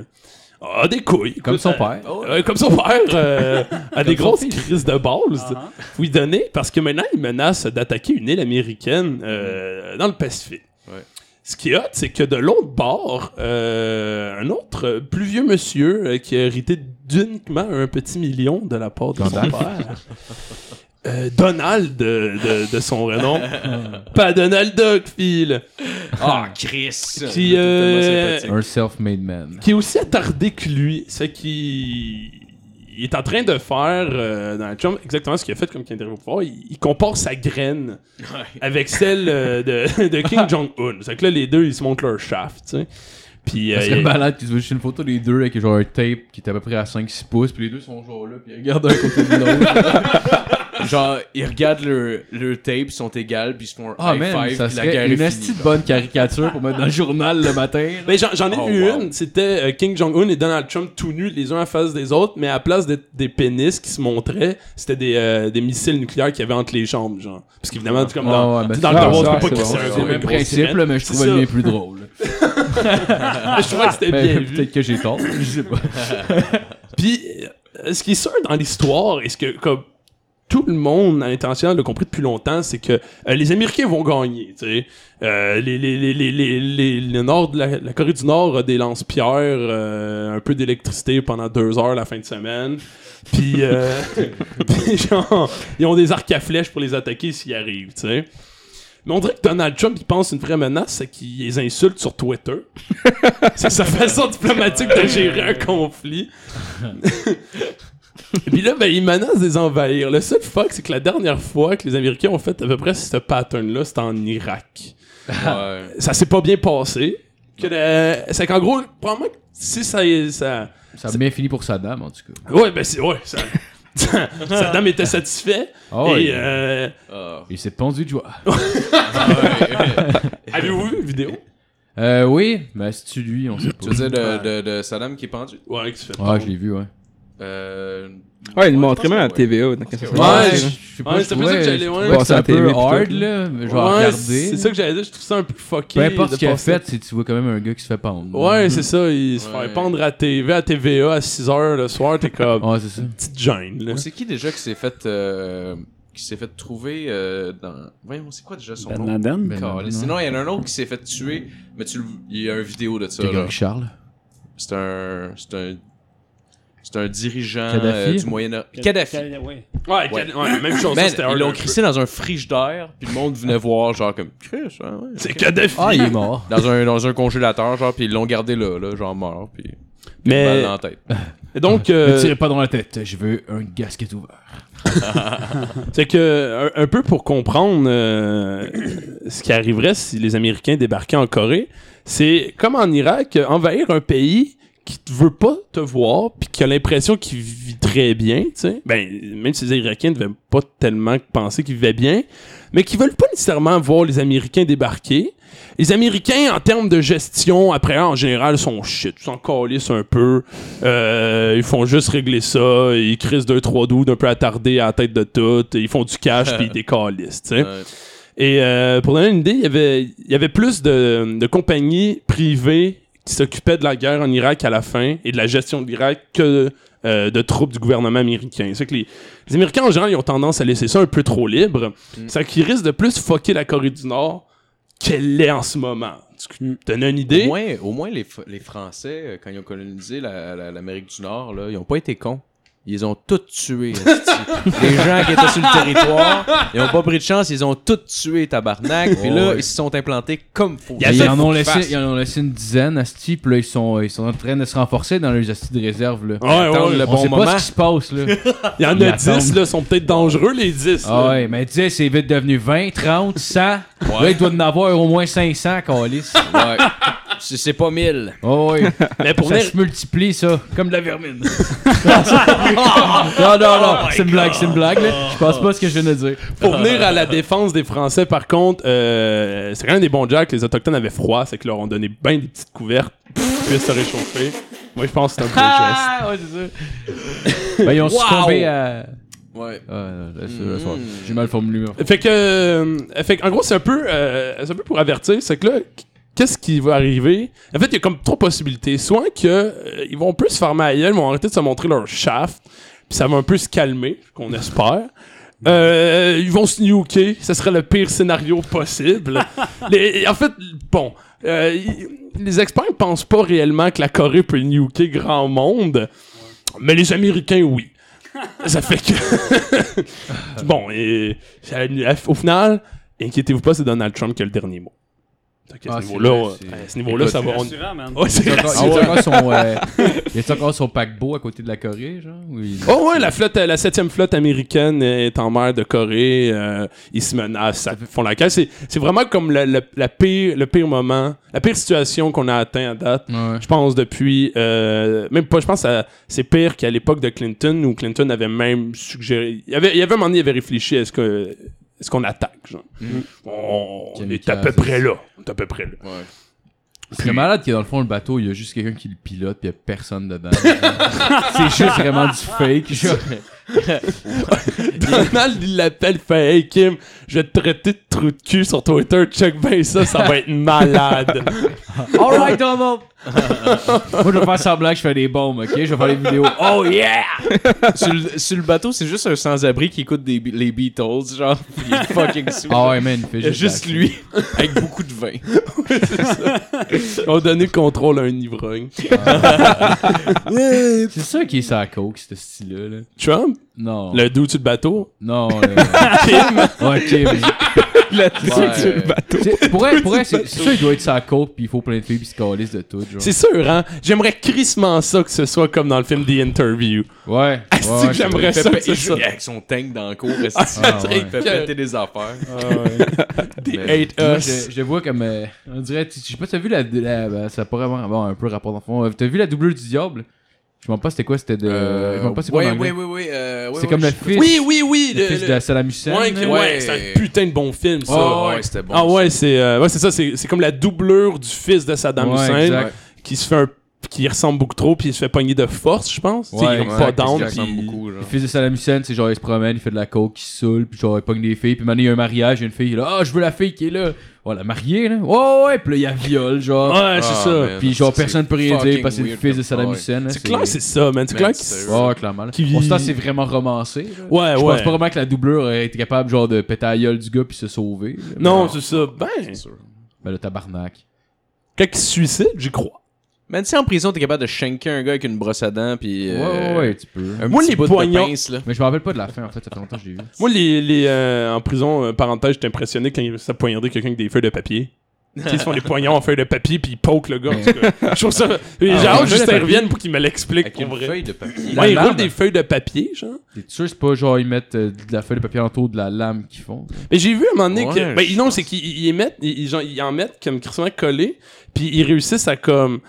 S4: a des couilles.
S3: Comme
S4: Écoute,
S3: son
S4: euh,
S3: père.
S4: Euh, comme son père euh, a des
S3: son
S4: grosses
S3: fils.
S4: crises de balles.
S1: Ah, ah.
S4: Vous lui donnez parce que maintenant il menace d'attaquer une île américaine
S1: Mm-hmm.
S4: euh, dans le Pacifique.
S5: Ouais.
S4: Ce qui est hot, c'est que de l'autre bord, euh, un autre euh, plus vieux monsieur euh, qui a hérité d'uniquement un petit million de la part de son
S3: Gandalf.
S4: père. euh, Donald de, de- de son
S1: [LAUGHS]
S4: renom. Pas Donald Duck, Phil.
S5: Ah, Chris!
S4: Qui, euh,
S3: Un self-made man.
S4: qui est aussi attardé que lui. C'est qu'il il est en train de faire euh, dans le Trump exactement ce qu'il a fait comme qu'il interview au pouvoir. Il, il compare sa graine avec celle euh, de,
S3: [LAUGHS]
S4: de Kim Jong-un. C'est que là, les deux, ils se montrent leur shaft, tu sais. Puis, euh,
S3: Parce que
S4: il-
S3: malade qu'ils se voient juste une photo des deux avec genre un tape qui est à peu près à 5-6 pouces, puis les deux sont genre là, puis ils regardent d'un côté de l'autre.
S5: Genre, ils regardent leur, leur tape, ils sont égales, puis ils se font un
S3: Ah
S5: high
S3: man,
S5: five,
S3: ça
S5: puis la guerre
S3: serait
S5: est
S3: une
S5: finie.
S3: petite bonne caricature pour mettre dans le journal le matin. là.
S4: mais Ben, j'en, j'en ai
S5: Oh,
S4: vu
S5: wow.
S4: une, c'était euh, Kim Jong-un et Donald Trump tout nus les uns en face des autres, mais à place d'être des pénis qui se montraient, c'était des, euh, des missiles nucléaires qu'il y avait entre les jambes, genre. Parce qu'évidemment, tu comme dans,
S3: Ah ouais, ben
S4: tu sais, dans
S3: ça,
S4: le
S6: ça,
S4: devoir, tu
S6: c'est
S4: peux pas
S6: bon,
S4: qu'il
S6: c'est
S3: C'est le même principe, là, mais je trouvais le mien plus drôle.
S4: Ah, Je trouvais que c'était Eh bien
S3: Mais [LAUGHS]
S4: vu.
S3: peut-être que j'ai
S4: [LAUGHS]
S3: tort, je sais pas.
S4: Puis, euh, ce qui est sûr dans l'histoire, est-ce que comme tout le monde à l'international l'a compris depuis longtemps, c'est que euh, les Américains vont gagner. tu sais. Euh, les, les, les, les, les- les- le nord de la, la Corée du Nord a des lance-pierres, euh, un peu d'électricité pendant deux heures la fin de semaine. Puis, euh, [LAUGHS] puis genre, ils ont des arcs à flèches pour les attaquer s'ils arrivent. tu sais. Mais on dirait que Donald Trump, il pense une vraie menace, c'est qu'il les insulte sur Twitter. c'est sa façon diplomatique de gérer un conflit. Puis là, ben, il menace de les envahir. Le seul fuck, c'est que la dernière fois que les Américains ont fait à peu près ce pattern-là, c'était en Irak.
S5: Ah Ouais.
S4: Ça s'est pas bien passé. Que le- C'est qu'en gros, probablement que si ça. ça...
S3: Ça a bien fini pour Saddam, en tout cas.
S4: Ouais, ben c'est. Ouais, ça. [LAUGHS] Saddam était satisfait.
S3: Ah ouais.
S4: et euh,
S5: Ah.
S3: Il s'est pendu de joie.
S5: [LAUGHS]
S4: avez-vous vu la vidéo?
S3: Euh, oui, mais c'est-tu lui, on sait pas.
S5: Tu veux dire de, de, de Saddam qui est pendu?
S4: Ouais, qui se fait
S3: Ouais, je l'ai vu, ouais.
S5: Euh...
S6: Ouais, il le
S5: je
S6: montrait
S5: pense
S6: même à
S5: que ouais.
S6: TVA. donc ça se
S5: Ouais,
S3: Ouais,
S6: passe,
S4: je-
S6: là.
S3: je sais
S4: ouais,
S3: je
S4: c'est pour ça que
S3: trouvais-
S4: j'allais-
S3: je
S4: ouais.
S3: trouvais
S6: Passer
S3: ça
S6: à la
S3: un
S6: télé,
S3: peu
S6: puis tout.
S3: hard, là. mais Je vais
S4: Ouais,
S3: regarder.
S4: c'est ça que j'allais dire, je trouve ça un peu fucké.
S3: Peu importe
S4: de
S3: ce qu'il a
S4: passer-
S3: fait, c'est que tu vois quand même un gars qui se fait pendre.
S4: Ouais, c'est ça, il se
S5: Ouais.
S4: fait pendre à TV, à TVA à 6h le soir, t'es comme
S3: Ouais, c'est ça.
S4: petite gêne, là.
S6: hein.
S5: C'est qui déjà qui s'est fait... euh, qui s'est fait trouver euh, dans... Voyons, c'est quoi déjà son
S1: Ben
S5: nom?
S1: Laden.
S3: Ben
S5: Calais.
S3: Laden,
S5: Sinon, il y en a un autre qui s'est fait tuer, mais tu le- il y a une vidéo de ça.
S3: Grégory
S5: là.
S3: Charles.
S5: C'est un... C'est un... C'est un dirigeant
S3: Kadhafi?
S5: euh, du Moyen-Orient. Kadhafi.
S1: ouais.
S4: Ouais, quel- ouais, même
S3: Ben,
S4: chose, ça,
S5: Man,
S4: c'était hard
S5: ils l'ont
S4: un peu.
S5: crissé dans un frigidaire, puis le monde
S3: [LAUGHS]
S5: venait voir, genre, comme, Chris, hein, ouais.
S4: C'est Kadhafi.
S3: Ah, il est mort.
S5: Dans un, dans un congélateur, genre, puis ils l'ont gardé là, là, genre mort, puis une balle dans la tête.
S4: Et donc,
S3: [LAUGHS]
S4: euh,
S3: Ne tirez pas dans la tête, je veux un gasket ouvert.
S4: c'est que euh, un, un peu pour comprendre euh, ce qui arriverait si les Américains débarquaient en Corée, c'est comme en Irak, euh, envahir un pays qui te veut pas te voir, puis qui a l'impression qu'il vit très bien, tu sais. Ben, même si les Irakiens ne devaient pas tellement penser qu'ils vivaient bien, mais qui veulent pas nécessairement voir les Américains débarquer. Les Américains, en termes de gestion, après, en général, sont shit. Ils s'en calissent un peu. Euh, ils font juste régler ça. Ils crissent deux, trois doudes un peu attardés à la tête de tout. Ils font du cash, puis ils décalissent, tu sais.
S5: Ouais.
S4: Et euh, pour donner une idée, il y avait, il y avait plus de, de compagnies privées qui s'occupaient de la guerre en Irak à la fin et de la gestion de l'Irak que euh, de troupes du gouvernement américain. C'est que les, les Américains, en général, ils ont tendance à laisser ça un peu trop libre.
S3: Mm.
S4: C'est qu'ils risquent de plus fucker la Corée du Nord qu'elle l'est en ce moment.
S3: Mm.
S4: Tu donnes une
S5: Au
S4: idée?
S5: moins, au moins les, F- les Français, euh, quand ils ont colonisé la- la- l'Amérique du Nord, là, ils ont pas été cons. Ils les ont tous [LAUGHS] tués. esti. les gens qui étaient sur le territoire, ils ont pas pris de chance, ils ont tous tués, tabarnak. Puis là,
S3: Ouais.
S5: ils se sont implantés comme faux.
S4: Il y a
S3: Ils
S4: fait
S3: en, ont
S4: fou
S3: laissé,
S4: face.
S3: ils en ont laissé une dizaine, Asti, puis là, ils sont, ils sont en train de se renforcer dans leurs Asti de réserve, là.
S4: Ouais, ouais, ouais.
S5: Le
S3: On
S5: bon
S3: sait
S5: moment.
S3: pas ce qui se passe, là.
S4: Il y en a
S3: Ils attendent.
S4: 10, là, sont peut-être dangereux, les 10.
S3: Ah
S4: là.
S3: ouais, mais tu sais, c'est vite devenu 20, 30, 100. Là, il doit en avoir au moins 500, Calis.
S5: Ouais. [LAUGHS] C'est c'est pas mille.
S3: Oh, ouais.
S4: Mais pour
S3: ça
S4: venir-
S3: se multiplie, ça, comme de la vermine. Oh non, non, non, c'est une blague, c'est une blague, là. Je pense pas à ce que je viens de dire.
S4: Pour venir à la défense des Français, par contre, euh, c'est quand même des bons jacks. Les Autochtones avaient froid, c'est qu'ils leur ont donné bien des petites couvertes pour qu'ils puissent se réchauffer. Moi, je pense que c'est un beau geste.
S3: Ah, ouais, c'est ça. ben, ils ont succombé à.
S5: Ouais.
S3: Ah, non, là, c'est- là, c'est-
S5: Mm.
S3: J'ai mal formulé. en fait.
S4: Fait que, euh, fait que, en gros, c'est un peu, euh, c'est un peu pour avertir, c'est que là, qu'est-ce qui va arriver En fait, il y a comme trois possibilités. Soit que euh, ils vont plus se faire mal à la gueule, ils vont arrêter de se montrer leur shaft, puis ça va un peu se calmer, qu'on espère. Euh, ils vont se nuker, ce serait le pire scénario possible. Les- en fait, bon, euh, y- les experts pensent pas réellement que la Corée peut nuker grand monde, mais les Américains, oui. Ça fait que. bon, et, au final, inquiétez-vous pas, c'est Donald Trump qui a le dernier mot. Fait qu'à
S3: Ah,
S4: ce
S3: c'est
S4: niveau-là,
S3: vrai, c'est-
S4: euh, à ce niveau-là, ça va. on- [LAUGHS] Ouais, c'est
S3: Il y a
S4: rassurant.
S3: encore- il y a encore son, euh, il y a encore son paquebot à côté de la Corée, genre? ou il-
S4: Oh ouais, la flotte, la septième flotte américaine est en mer de Corée. euh, ils se menacent, ça- font la caisse. C'est, c'est vraiment comme la, la- la pire, le pire moment, la pire situation qu'on a atteint à date.
S3: Ouais.
S4: Je pense depuis, euh, même pas. Je pense que c'est pire qu'à l'époque de Clinton où Clinton avait même suggéré. Il y avait, il y avait un moment donné, il avait réfléchi à ce que, est-ce qu'on attaque. Genre. On, on est à peu
S3: Kamikaze.
S4: près là. On est à peu près là.
S5: Ouais.
S3: C'est malade qu'il y a dans le fond le bateau, [LAUGHS] il y a juste quelqu'un qui le pilote, puis il y a personne dedans. c'est juste vraiment du fake. genre.
S4: [LAUGHS] Donald, il l'appelle, il fait Hey Kim, je vais te traiter de trou de cul sur Twitter, check bien ça, ça va
S3: [LAUGHS]
S4: être malade.
S3: Alright, Donald! Moi, je vais faire semblant que je fais des bombes, ok? Je vais faire des vidéos. Oh yeah!
S5: sur, le, sur le bateau, c'est juste un sans-abri qui écoute des, les Beatles, genre. puis Il est fucking sous.
S3: Ah ouais, man, il fait
S5: Il y a
S3: juste.
S5: juste
S3: la-
S5: lui, [LAUGHS] avec beaucoup de vin.
S4: Ils ont donné le contrôle à un ivrogne.
S3: C'est ça qui est sa coke, ce style-là. là.
S4: Trump,
S3: Non.
S4: le doux du bateau.
S3: Non. Kim! Ouais, Kim.
S5: La [LAUGHS]
S3: Ouais. C'est- Pour elle, pour elle, c'est c'est sûr, il doit être sa coke, puis il faut plein de filles, puis il se calisse de tout, genre.
S4: C'est sûr, hein? J'aimerais crissement ça que ce soit comme dans le film The Interview.
S3: Ouais.
S4: Asti
S3: ouais,
S4: que
S3: ouais,
S4: j'aimerais
S3: c'est
S4: ça.
S3: vrai.
S5: Il joue avec son tank dans
S4: [LAUGHS]
S5: le cours, est-ce que
S3: Ah,
S5: ça
S3: ouais.
S5: il fait péter des affaires.
S4: They
S5: Mais-
S4: hate
S3: Moi,
S4: us.
S3: je, je vois comme. euh, on dirait. tu- Je sais pas, t'as vu la. la- ben, ça pourrait avoir avoir un peu rapport dans le fond. Euh, T'as vu la doublure du diable Je m'en pas c'était quoi C'était de. Euh, je m'en pas c'est quoi en
S5: ouais,
S3: anglais.
S5: ouais, ouais, ouais, euh, ouais,
S3: C'est
S5: ouais,
S3: comme
S5: je-
S3: le fils.
S4: Oui, oui, oui.
S3: Le
S4: le-
S3: fils
S4: le-
S3: de Saddam Hussein.
S4: Ouais,
S3: là.
S4: ouais,
S5: Ouais.
S4: c'est un putain de bon film, ça.
S5: Ah, ouais, c'était bon.
S4: Ah ouais, c'est euh, ouais, c'est ça, c'est c'est comme la doublure du fils de Saddam
S3: Ouais,
S4: Hussein
S3: exact.
S4: qui se fait un qui ressemble beaucoup trop puis il se fait pogner de force, je pense. Tu sais,
S3: Ouais,
S4: il est
S3: exact,
S4: pas
S3: c'est ce
S4: down
S5: qui ressemble
S4: puis-
S5: beaucoup,
S3: Le
S5: genre.
S3: fils de Saddam Hussein, c'est genre il se promène, il fait de la coke, il se saoule, puis genre il pogne des filles, puis maintenant il y a un mariage, il y a une fille, il est là, ah je veux la fille qui est là, oh la mariée là, ouais ouais, puis là il y a viol, genre,
S4: Ouais, c'est
S5: Ah,
S4: ça.
S5: man.
S3: puis genre
S5: c'est
S3: personne peut rien dire
S5: fucking
S3: parce que c'est le
S5: weird
S3: fils de
S5: comme-
S3: Saddam
S5: ouais.
S3: Hussein. là,
S4: C'est clair, c'est ça, man. C'est
S5: Man,
S4: clair qu'il
S5: c'est-
S4: se-
S3: Ouais, ouais, clairement. là.
S4: Qui-
S3: On se c'est vraiment romancé. là.
S4: Ouais,
S3: Je pense
S4: ouais.
S3: pas vraiment que la doublure a été capable genre de péter la gueule du gars puis se sauver. là.
S4: Non, c'est ça. Ben,
S3: Ben le tabarnak.
S4: quand il se suicide, j'y crois.
S5: Man, si en prison, t'es capable de shanker un gars avec une brosse à dents, puis.
S3: Ouais,
S5: euh,
S3: ouais, ouais, tu peux.
S5: Un
S4: Moi,
S5: petit
S4: les
S5: bout
S4: poignons-
S5: de pince, là.
S3: Mais je me rappelle pas de la fin en fait, ça fait longtemps que je l'ai vu.
S4: Moi, les, les euh, en prison, euh, parenthèse, j'étais impressionné quand ils ça poignardait quelqu'un avec des feuilles de papier. Tu sais, ils se font des poignons en feuilles de papier puis ils poke le gars. en tout cas. Je trouve ça. J'ai hâte
S3: ouais. Feuilles
S4: juste
S3: de
S4: qu'ils
S3: papier.
S4: reviennent pour qu'ils me l'expliquent
S5: Avec
S4: pour
S5: une
S4: vrai.
S5: feuille de papier.
S4: Ouais, ils
S3: lame.
S4: roulent des feuilles de papier, genre.
S3: T'es sûr c'est pas genre ils mettent euh, de la feuille de papier autour de la lame qu'ils font
S4: Mais j'ai vu à un moment donné
S5: Ouais,
S4: que.
S5: je
S4: Ben, non, c'est qu'ils ils émettent- ils- ils- genre, ils en mettent comme crissement collé, puis ils réussissent à comme.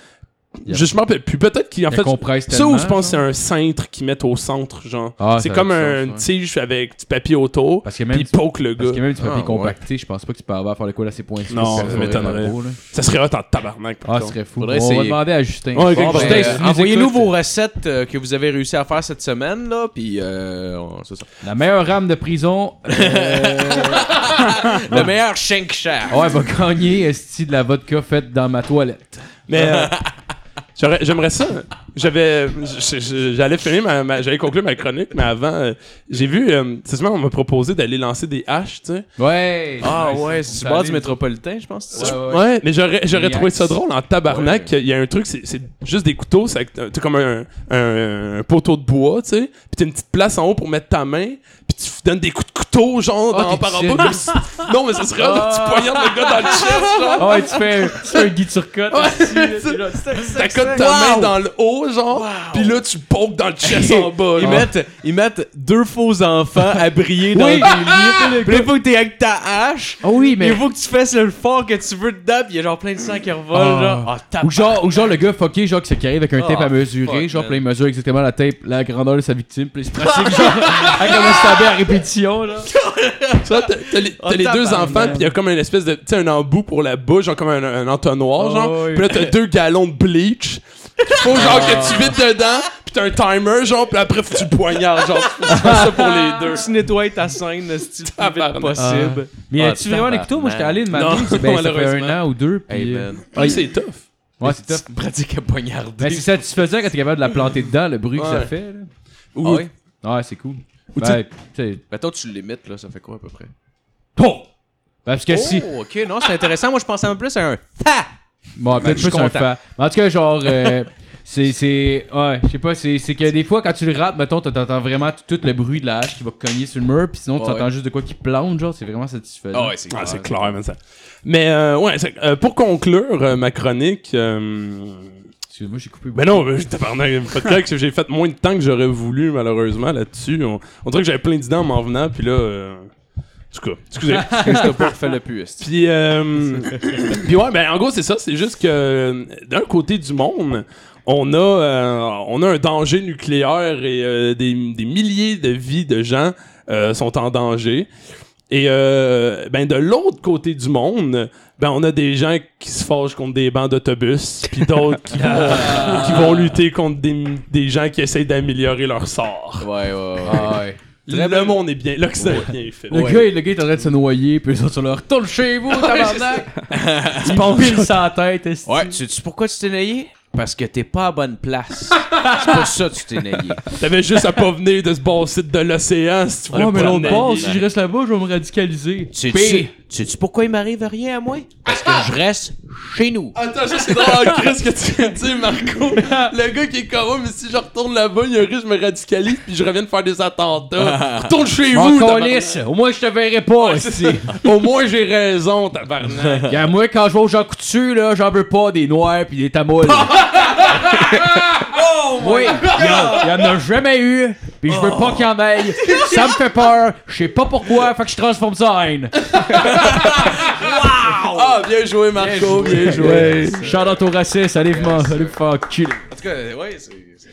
S3: Yeah.
S4: Je me rappelle plus. Peut-être qu'ils en
S3: Ils
S4: fait.
S3: compressent
S4: Ça où je
S3: tellement,
S4: pense que c'est
S3: genre.
S4: un cintre qu'ils mettent au centre, genre.
S3: Ah,
S4: c'est
S3: ça a
S4: comme
S3: du
S4: un
S3: sens, ouais.
S4: tige avec du papier autour,
S3: Parce que
S4: puis
S3: même
S4: ils
S3: tu-
S4: poke le
S3: Parce
S4: gars.
S3: qu'il y a même du papier
S5: Ah,
S3: compacté, je pense pas que tu peux avoir faire le coup là, c'est pointu.
S4: Non,
S3: C'est
S4: ça
S3: vrai,
S4: m'étonnerait.
S3: la peau, là.
S4: Ça serait hot en tabarnak, par
S3: Ah, ce
S4: contre.
S3: serait fou.
S5: Faudrait
S3: on va
S5: essayer.
S3: demander à Justin.
S4: Ouais, Bon,
S5: Bon, ben,
S4: ben,
S5: euh,
S3: si nous
S5: Envoyez-nous
S3: écoute,
S5: vos recettes euh, que vous avez réussi à faire cette semaine, là, puis. euh, on- c'est ça.
S3: La meilleure rame de prison, euh,
S5: Le meilleur shank shack.
S3: Ah. ouais, va gagner esti de la vodka faite dans ma toilette.
S4: Mais
S3: [LAUGHS]
S4: euh, j'aurais- j'aimerais ça. J'avais, je- je- j'allais finir ma, ma- j'allais conclure ma chronique, mais avant, euh, j'ai vu. Euh, cette semaine, on m'a proposé d'aller lancer des haches, tu sais.
S3: Ouais.
S5: Ah
S3: nice.
S5: ouais, c'est du
S3: Ça
S5: bord
S3: allait,
S5: du métropolitain, je pense.
S3: Ouais, ouais.
S4: Ouais, mais j'aurais, j'aurais
S3: Niax.
S4: trouvé ça drôle en tabarnak. Il y a un truc, c'est, c'est juste des couteaux, c'est, avec- t'as comme un, un- un poteau de bois, tu sais. Puis t'as une petite place en haut pour mettre ta main. Puis tu donnes des coups de couteau, genre,
S3: Ah,
S4: dans-
S3: t'es Ah.
S4: par en
S3: sérieux?
S4: bas. [LAUGHS] comme- non, mais ça serait, tu poignardes le gars dans le
S3: [LAUGHS]
S4: chest, genre.
S3: Ah ouais, tu fais, tu fais un Guy Turcotte.
S4: T'accotes ta main dans le haut, genre. Puis là, tu pokes dans le chest en bas,
S5: Ils
S4: genre.
S5: mettent, ils mettent deux faux enfants à briller dans
S3: Oui.
S5: des [LAUGHS] lits. Puis là, il faut que t'es avec ta hache.
S3: Ah oui, mais.
S5: Il faut que tu fasses le fort que tu veux dedans, pis il y a genre plein de sang qui revole,
S3: Ah.
S5: genre. Ah, tape.
S3: Ou genre, ou genre le gars fucké, genre, qui se- qui arrive avec un tape
S5: Ah,
S3: à mesurer,
S5: fuck,
S3: genre,
S5: man.
S3: pis là, il mesure exactement la tape, la grandeur de sa victime, pis là, il se pratique, genre, avec un estabé à répétition, là.
S4: Ça, t'as- t'as les, t'as
S5: Oh,
S4: les deux
S5: tabarnak.
S4: enfants, pis y a comme une espèce de. Tu sais, un embout pour la bouche, genre comme un, un entonnoir,
S3: Oh,
S4: genre.
S3: oui.
S4: Pis là, t'as deux gallons de [LAUGHS] bleach. Il faut genre que tu vides dedans, pis t'as un timer, genre, pis après, faut que tu le poignardes,
S5: [LAUGHS]
S4: genre. Tu fais ça pour les deux.
S5: Tu nettoies ta scène le style le plus vite
S4: Tabarnak.
S5: possible.
S3: Mais
S5: Ah,
S3: as-tu vraiment des couteaux? Moi, j'étais allé de ma
S4: Non,
S3: vie, ben, ça fait
S4: malheureusement.
S3: un an ou deux, pis.
S5: Hey,
S3: euh,
S5: man.
S4: Ah, c'est tough.
S3: Ouais, c'est top.
S5: Pratique à
S3: Ben,
S5: poignarder.
S3: c'est satisfaisant quand t'es capable de la planter dedans, le bruit que ça
S4: Ouais.
S3: fait. Là.
S5: Ah ouais?
S3: Ouais, c'est cool.
S4: Ou tu-
S3: ben, t'sais-
S5: Mettons, tu l'imites, là, ça fait quoi à peu près?
S3: Oh! Ben, parce que si.
S5: Oh, ok, non, c'est intéressant. Moi, je pensais un peu plus à un. [LAUGHS] Ha!
S3: Bon, peut-être
S5: Ben, je suis
S3: plus un
S5: content.
S3: fa. Mais En tout cas, genre. euh, [LAUGHS] c'est. c'est- Ouais, je sais pas, c'est c'est que des fois, quand tu le rates, mettons, t'en- t'entends vraiment tout, tout le bruit de la hache qui va cogner sur le mur, puis sinon, tu
S5: Ouais.
S3: entends juste de quoi qui plante, genre, c'est vraiment satisfaisant.
S5: Ah ouais, c'est
S4: Ah, c'est
S5: clair.
S4: clair, même ça. Mais, euh, ouais, c'est- euh, pour conclure euh, ma chronique. euh,
S3: Excuse-moi, j'ai coupé.
S4: Ben non, [LAUGHS] ben, je t'ai parlé pas de claque, j'ai fait moins de temps que j'aurais voulu, malheureusement, là-dessus. On, on dirait que j'avais plein d'idées en m'en venant, puis là... euh, En tout cas, excusez.
S5: Qu'est-ce que pas refait le plus?
S4: puis, euh, puis ouais, ben en gros, c'est ça. C'est juste que euh, d'un côté du monde, on a, euh, on a un danger nucléaire et euh, des, des milliers de vies de gens euh, sont en danger. Et euh, ben de l'autre côté du monde, ben on a des gens qui se forgent contre des bancs d'autobus, puis d'autres qui, vont,
S5: [LAUGHS]
S4: qui vont lutter contre des, des gens qui essayent d'améliorer leur sort.
S5: Ouais, ouais, ouais. ouais.
S4: le monde est bien, l'Occident est bien fait.
S3: Le,
S5: Ben, Ouais.
S3: gars, le gars est en train de se noyer, puis les autres sont là, retourne chez
S5: [LAUGHS]
S3: vous, tabarnak! tu penses sa tête, est-ce
S5: Ouais, tu sais pourquoi tu t'es naillé? Parce que t'es pas à bonne place. [LAUGHS] C'est pour ça que tu t'es naillé.
S4: T'avais juste à pas venir de ce bon site de l'océan si tu voulais
S3: Ouais, mais
S4: pas
S3: l'autre
S4: nager.
S3: part, si je reste là-bas, je vais me radicaliser.
S5: Tu
S3: Pis-
S5: sais- tu sais pourquoi il m'arrive rien à moi? Parce que je reste chez nous.
S4: Attends, ça c'est drôle, [LAUGHS] Chris, ce que tu viens de dire, Marco. Le gars qui est comme, Ouais, mais si je retourne là-bas, il y a un risque, je me radicalise, puis je reviens de faire des [LAUGHS] attentats. Retourne chez vous,
S3: Encore
S4: tabarnak.
S3: lisse! Au moins, je te verrai pas, ici.
S4: Au moins, j'ai raison, tabarnak.
S3: Y'a moi, quand je vais au Jean Coutu, là, j'en veux pas des noirs pis des [LAUGHS] tamoules. oh Oui, y'en y'en a jamais eu, pis je veux pas qu'il y en ait. Ça me fait peur, je sais pas pourquoi, fait que je transforme ça en haine.
S4: Ah, bien joué, Marco, bien joué.
S3: Ouais. Shout out aux racistes, allez vous m'en- allez vous faire enculer.
S5: En tout cas, ouais, c'est. c'est-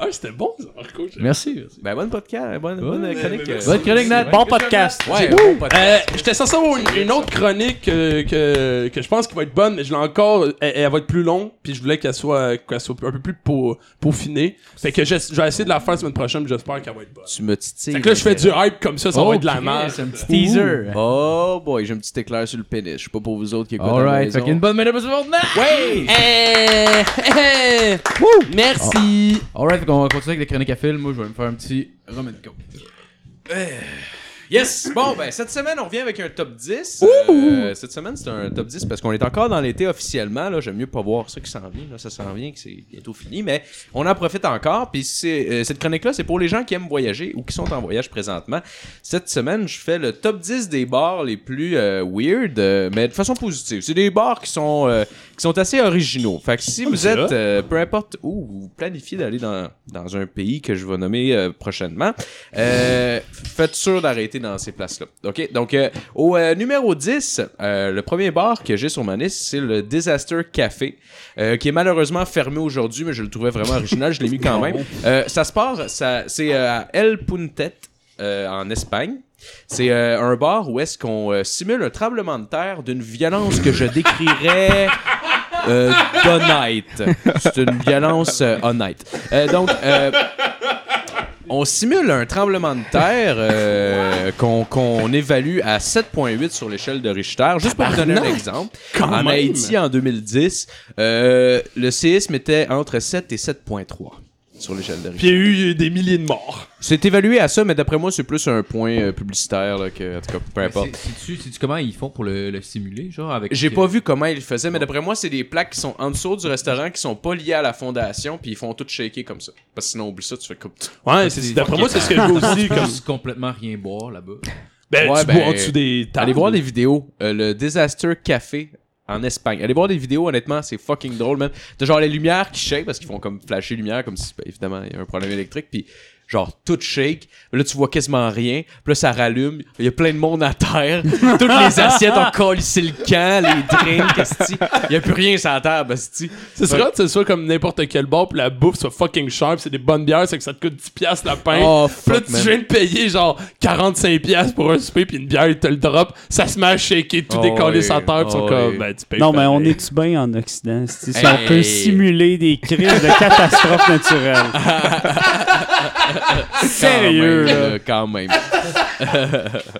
S4: Ah, c'était bon, ça, Marco.
S3: Merci.
S5: Ben, bonne podcast, bonne, bonne
S3: Ouais,
S5: chronique.
S4: mais
S5: euh,
S3: Bonne chronique, Nat.
S1: Bon podcast.
S5: Ouais, bon podcast.
S4: Euh, J'étais censé avoir une, une autre chronique euh, que, que je pense qui va être bonne, mais je l'ai encore. Elle, elle va être plus longue, puis je voulais qu'elle soit, qu'elle soit un peu plus peau- peaufinée. Fait que j'ess- je vais essayer de la faire la semaine prochaine, puis j'espère qu'elle va être bonne.
S5: Tu me titilles.
S4: Fait que là, je fais du hype comme ça, ça va être de la merde.
S3: C'est Oh, un petit teaser.
S5: Oh boy, j'ai un petit éclair sur le pénis. Je sais pas pour vous autres qui écoutent. à la
S3: Alright,
S5: maison.
S3: fait qu'une bonne minute pour ce monde.
S5: Ouais!
S4: Merci.
S3: Alright, Ah. fait qu'on va continuer avec les chroniques à film. Moi, je vais me faire un petit Roman Go.
S5: Yes! Bon, ben, cette semaine, on revient avec un top 10. Euh, cette semaine, c'est un top 10 parce qu'on est encore dans l'été officiellement. Là, j'aime mieux pas voir ça qui s'en vient. Là, ça s'en vient, que c'est bientôt fini. Mais on en profite encore. Puis c'est, euh, cette chronique-là, c'est pour les gens qui aiment voyager ou qui sont en voyage présentement. Cette semaine, je fais le top 10 des bars les plus euh, weird, euh, mais de façon positive. C'est des bars qui sont, euh, qui sont assez originaux. Fait que si vous
S4: c'est
S5: êtes,
S4: hot.
S5: euh, peu importe où, vous planifiez d'aller dans, dans un pays que je vais nommer euh, prochainement, euh, faites sûr d'arrêter dans ces places-là. OK? Donc, euh, au euh, numéro 10, euh, le premier bar que j'ai sur ma liste, c'est le Disaster Café, euh, qui est malheureusement fermé aujourd'hui, mais je le trouvais vraiment original, je l'ai mis quand même. Euh, ça se part, ça, c'est euh, à El Puntet, euh, en Espagne. C'est euh, un bar où est-ce qu'on euh, simule un tremblement de terre d'une violence que je décrirais euh, d'honnête. C'est une violence euh, honnête. Euh, donc, euh, on simule un tremblement de terre euh, qu'on qu'on évalue à 7,8 sur l'échelle de Richter. Juste pour vous donner un exemple,
S4: Quand
S5: en
S4: même.
S5: Haïti, en 2010, euh, le séisme était entre 7 et 7,3 sur l'échelle de Richter.
S4: Puis il y a eu des milliers de morts.
S5: C'est évalué à ça, mais d'après moi, c'est plus un point euh, publicitaire là, que, en tout cas, peu importe.
S3: Sais-tu sais-tu comment ils font pour le, le simuler, genre avec
S5: J'ai pas vu comment ils le faisaient, mais d'après moi, c'est des plaques qui sont en dessous du restaurant qui sont pas liées à la fondation, puis ils font tout shaker comme ça. Parce que sinon, oublie ça, tu fais coupe.
S4: Ouais, c'est- d'après moi, c'est ce que je vois aussi. Comme... [LAUGHS]
S3: Juste complètement rien boire là-bas.
S4: Ben,
S5: Ouais,
S4: tu
S5: ben,
S4: bois en dessous des tables.
S5: Allez voir des vidéos. euh, le Disaster Café en Espagne. Allez voir des vidéos, honnêtement, c'est fucking drôle, même. T'as genre les lumières qui shake parce qu'ils font comme flasher lumière, comme si, ben, évidemment, il y a un problème électrique, puis genre tout shake. Là, tu vois quasiment rien. Puis là, ça rallume. Il y a plein de monde
S1: [LAUGHS]
S5: à terre. Toutes les assiettes ont collissé le camp, les drinks, esti. Il y a plus rien sur la table, esti.
S4: [LAUGHS] C'est sûr que ce soit comme n'importe quel bar, puis la bouffe soit fucking sharp, c'est des bonnes bières, c'est que ça te coûte 10$ piastres la pinte.
S5: Oh,
S4: Puis là,
S5: fuck,
S4: tu
S5: man.
S4: viens de payer genre 45$ piastres pour un souper, puis une bière, ils te le drop, ça se met à shaker, tout
S5: Oh,
S4: décollé
S5: oui.
S4: sur la terre, puis ils sont
S5: Oh,
S4: comme,
S5: oui.
S4: ben, tu payes.
S1: Non, mais
S4: pareil.
S1: on est-tu bien en Occident? c'est-tu? Si on
S5: Hey.
S1: peut simuler des crises de catastrophes naturelles. Sérieux,
S5: Quand même,
S1: là.
S5: là, quand même.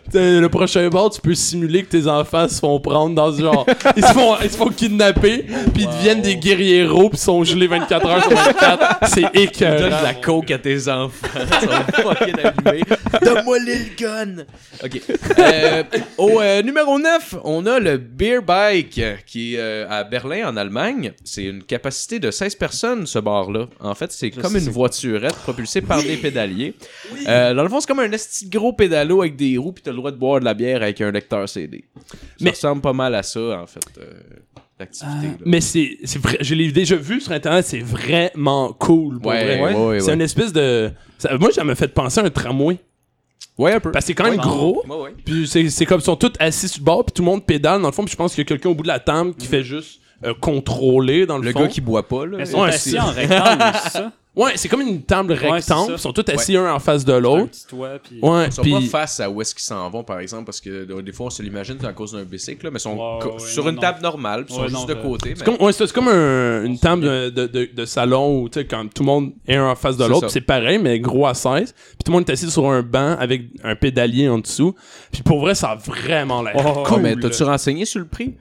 S4: T'sais, le prochain bar, tu peux simuler que tes enfants se font prendre dans ce genre. ils, se font, ils se font kidnapper, puis ils deviennent des guerrieros, puis ils sont gelés 24 heures sur 24. C'est
S5: Donne
S4: écœurant.
S5: de la coke à tes enfants. Ils sont fucking allumés. Donne-moi l'île gun. OK. Euh, au euh, numéro 9, on a le Beer Bike euh, qui est euh, à Berlin, en Allemagne. C'est une capacité de 16 personnes, ce bar-là. En fait, c'est comme une voiturette propulsée par des pédaliers. Euh, dans le fond, c'est comme un esti de gros pédalo avec des roues, puis t'as le droit de boire de la bière avec un lecteur CD. Ça
S4: Mais- Euh,
S5: ressemble pas mal à ça, en fait, euh, l'activité. là.
S4: Mais c'est c'est vrai, je l'ai déjà vu sur internet, c'est vraiment cool. pour
S5: Ouais,
S4: vrai.
S5: ouais, ouais,
S4: c'est
S5: ouais.
S4: une espèce de. ça- moi, ça me fait penser à un tramway.
S5: Ouais, un peu.
S4: Parce que c'est quand même
S5: Ouais.
S4: gros.
S5: Ouais, ouais.
S4: Puis c'est c'est comme ils sont tous assis sur le bord, puis tout le monde pédale dans le fond. Puis je pense qu'il y a quelqu'un au bout de la table qui fait juste euh, contrôler dans le,
S5: Le
S4: fond.
S5: gars qui boit pas, là.
S4: sont Ouais, assis c'est- en
S1: rectangle, c'est ça?
S4: Ouais, c'est comme une table
S1: c'est
S4: rectangle.
S1: ça.
S4: Ils sont tous assis un en face de
S1: Un
S4: l'autre.
S1: petit toit, puis...
S4: Ouais,
S5: Ils sont
S4: puis
S5: pas face à où est-ce qu'ils s'en vont, par exemple, parce que euh, des fois, on se l'imagine à cause d'un bicycle, là, mais ils sont
S1: Ouais,
S5: co-
S1: ouais,
S5: sur
S1: non,
S5: une
S1: non.
S5: table normale, puis ils sont
S1: Ouais,
S5: juste
S1: non,
S5: de
S1: je-
S5: côté.
S4: c'est
S5: mais-
S4: comme, ouais, c'est c'est comme un- une table de, de- de- de salon où tu sais, quand tout le monde est un en face de
S5: C'est
S4: l'autre,
S5: ça.
S4: puis c'est pareil, mais gros à 16. Puis tout le monde est assis sur un banc avec un pédalier en dessous. Puis pour vrai, ça a vraiment l'air.
S1: Oh,
S5: Ah,
S1: cool.
S5: mais t'as-tu renseigné sur le prix?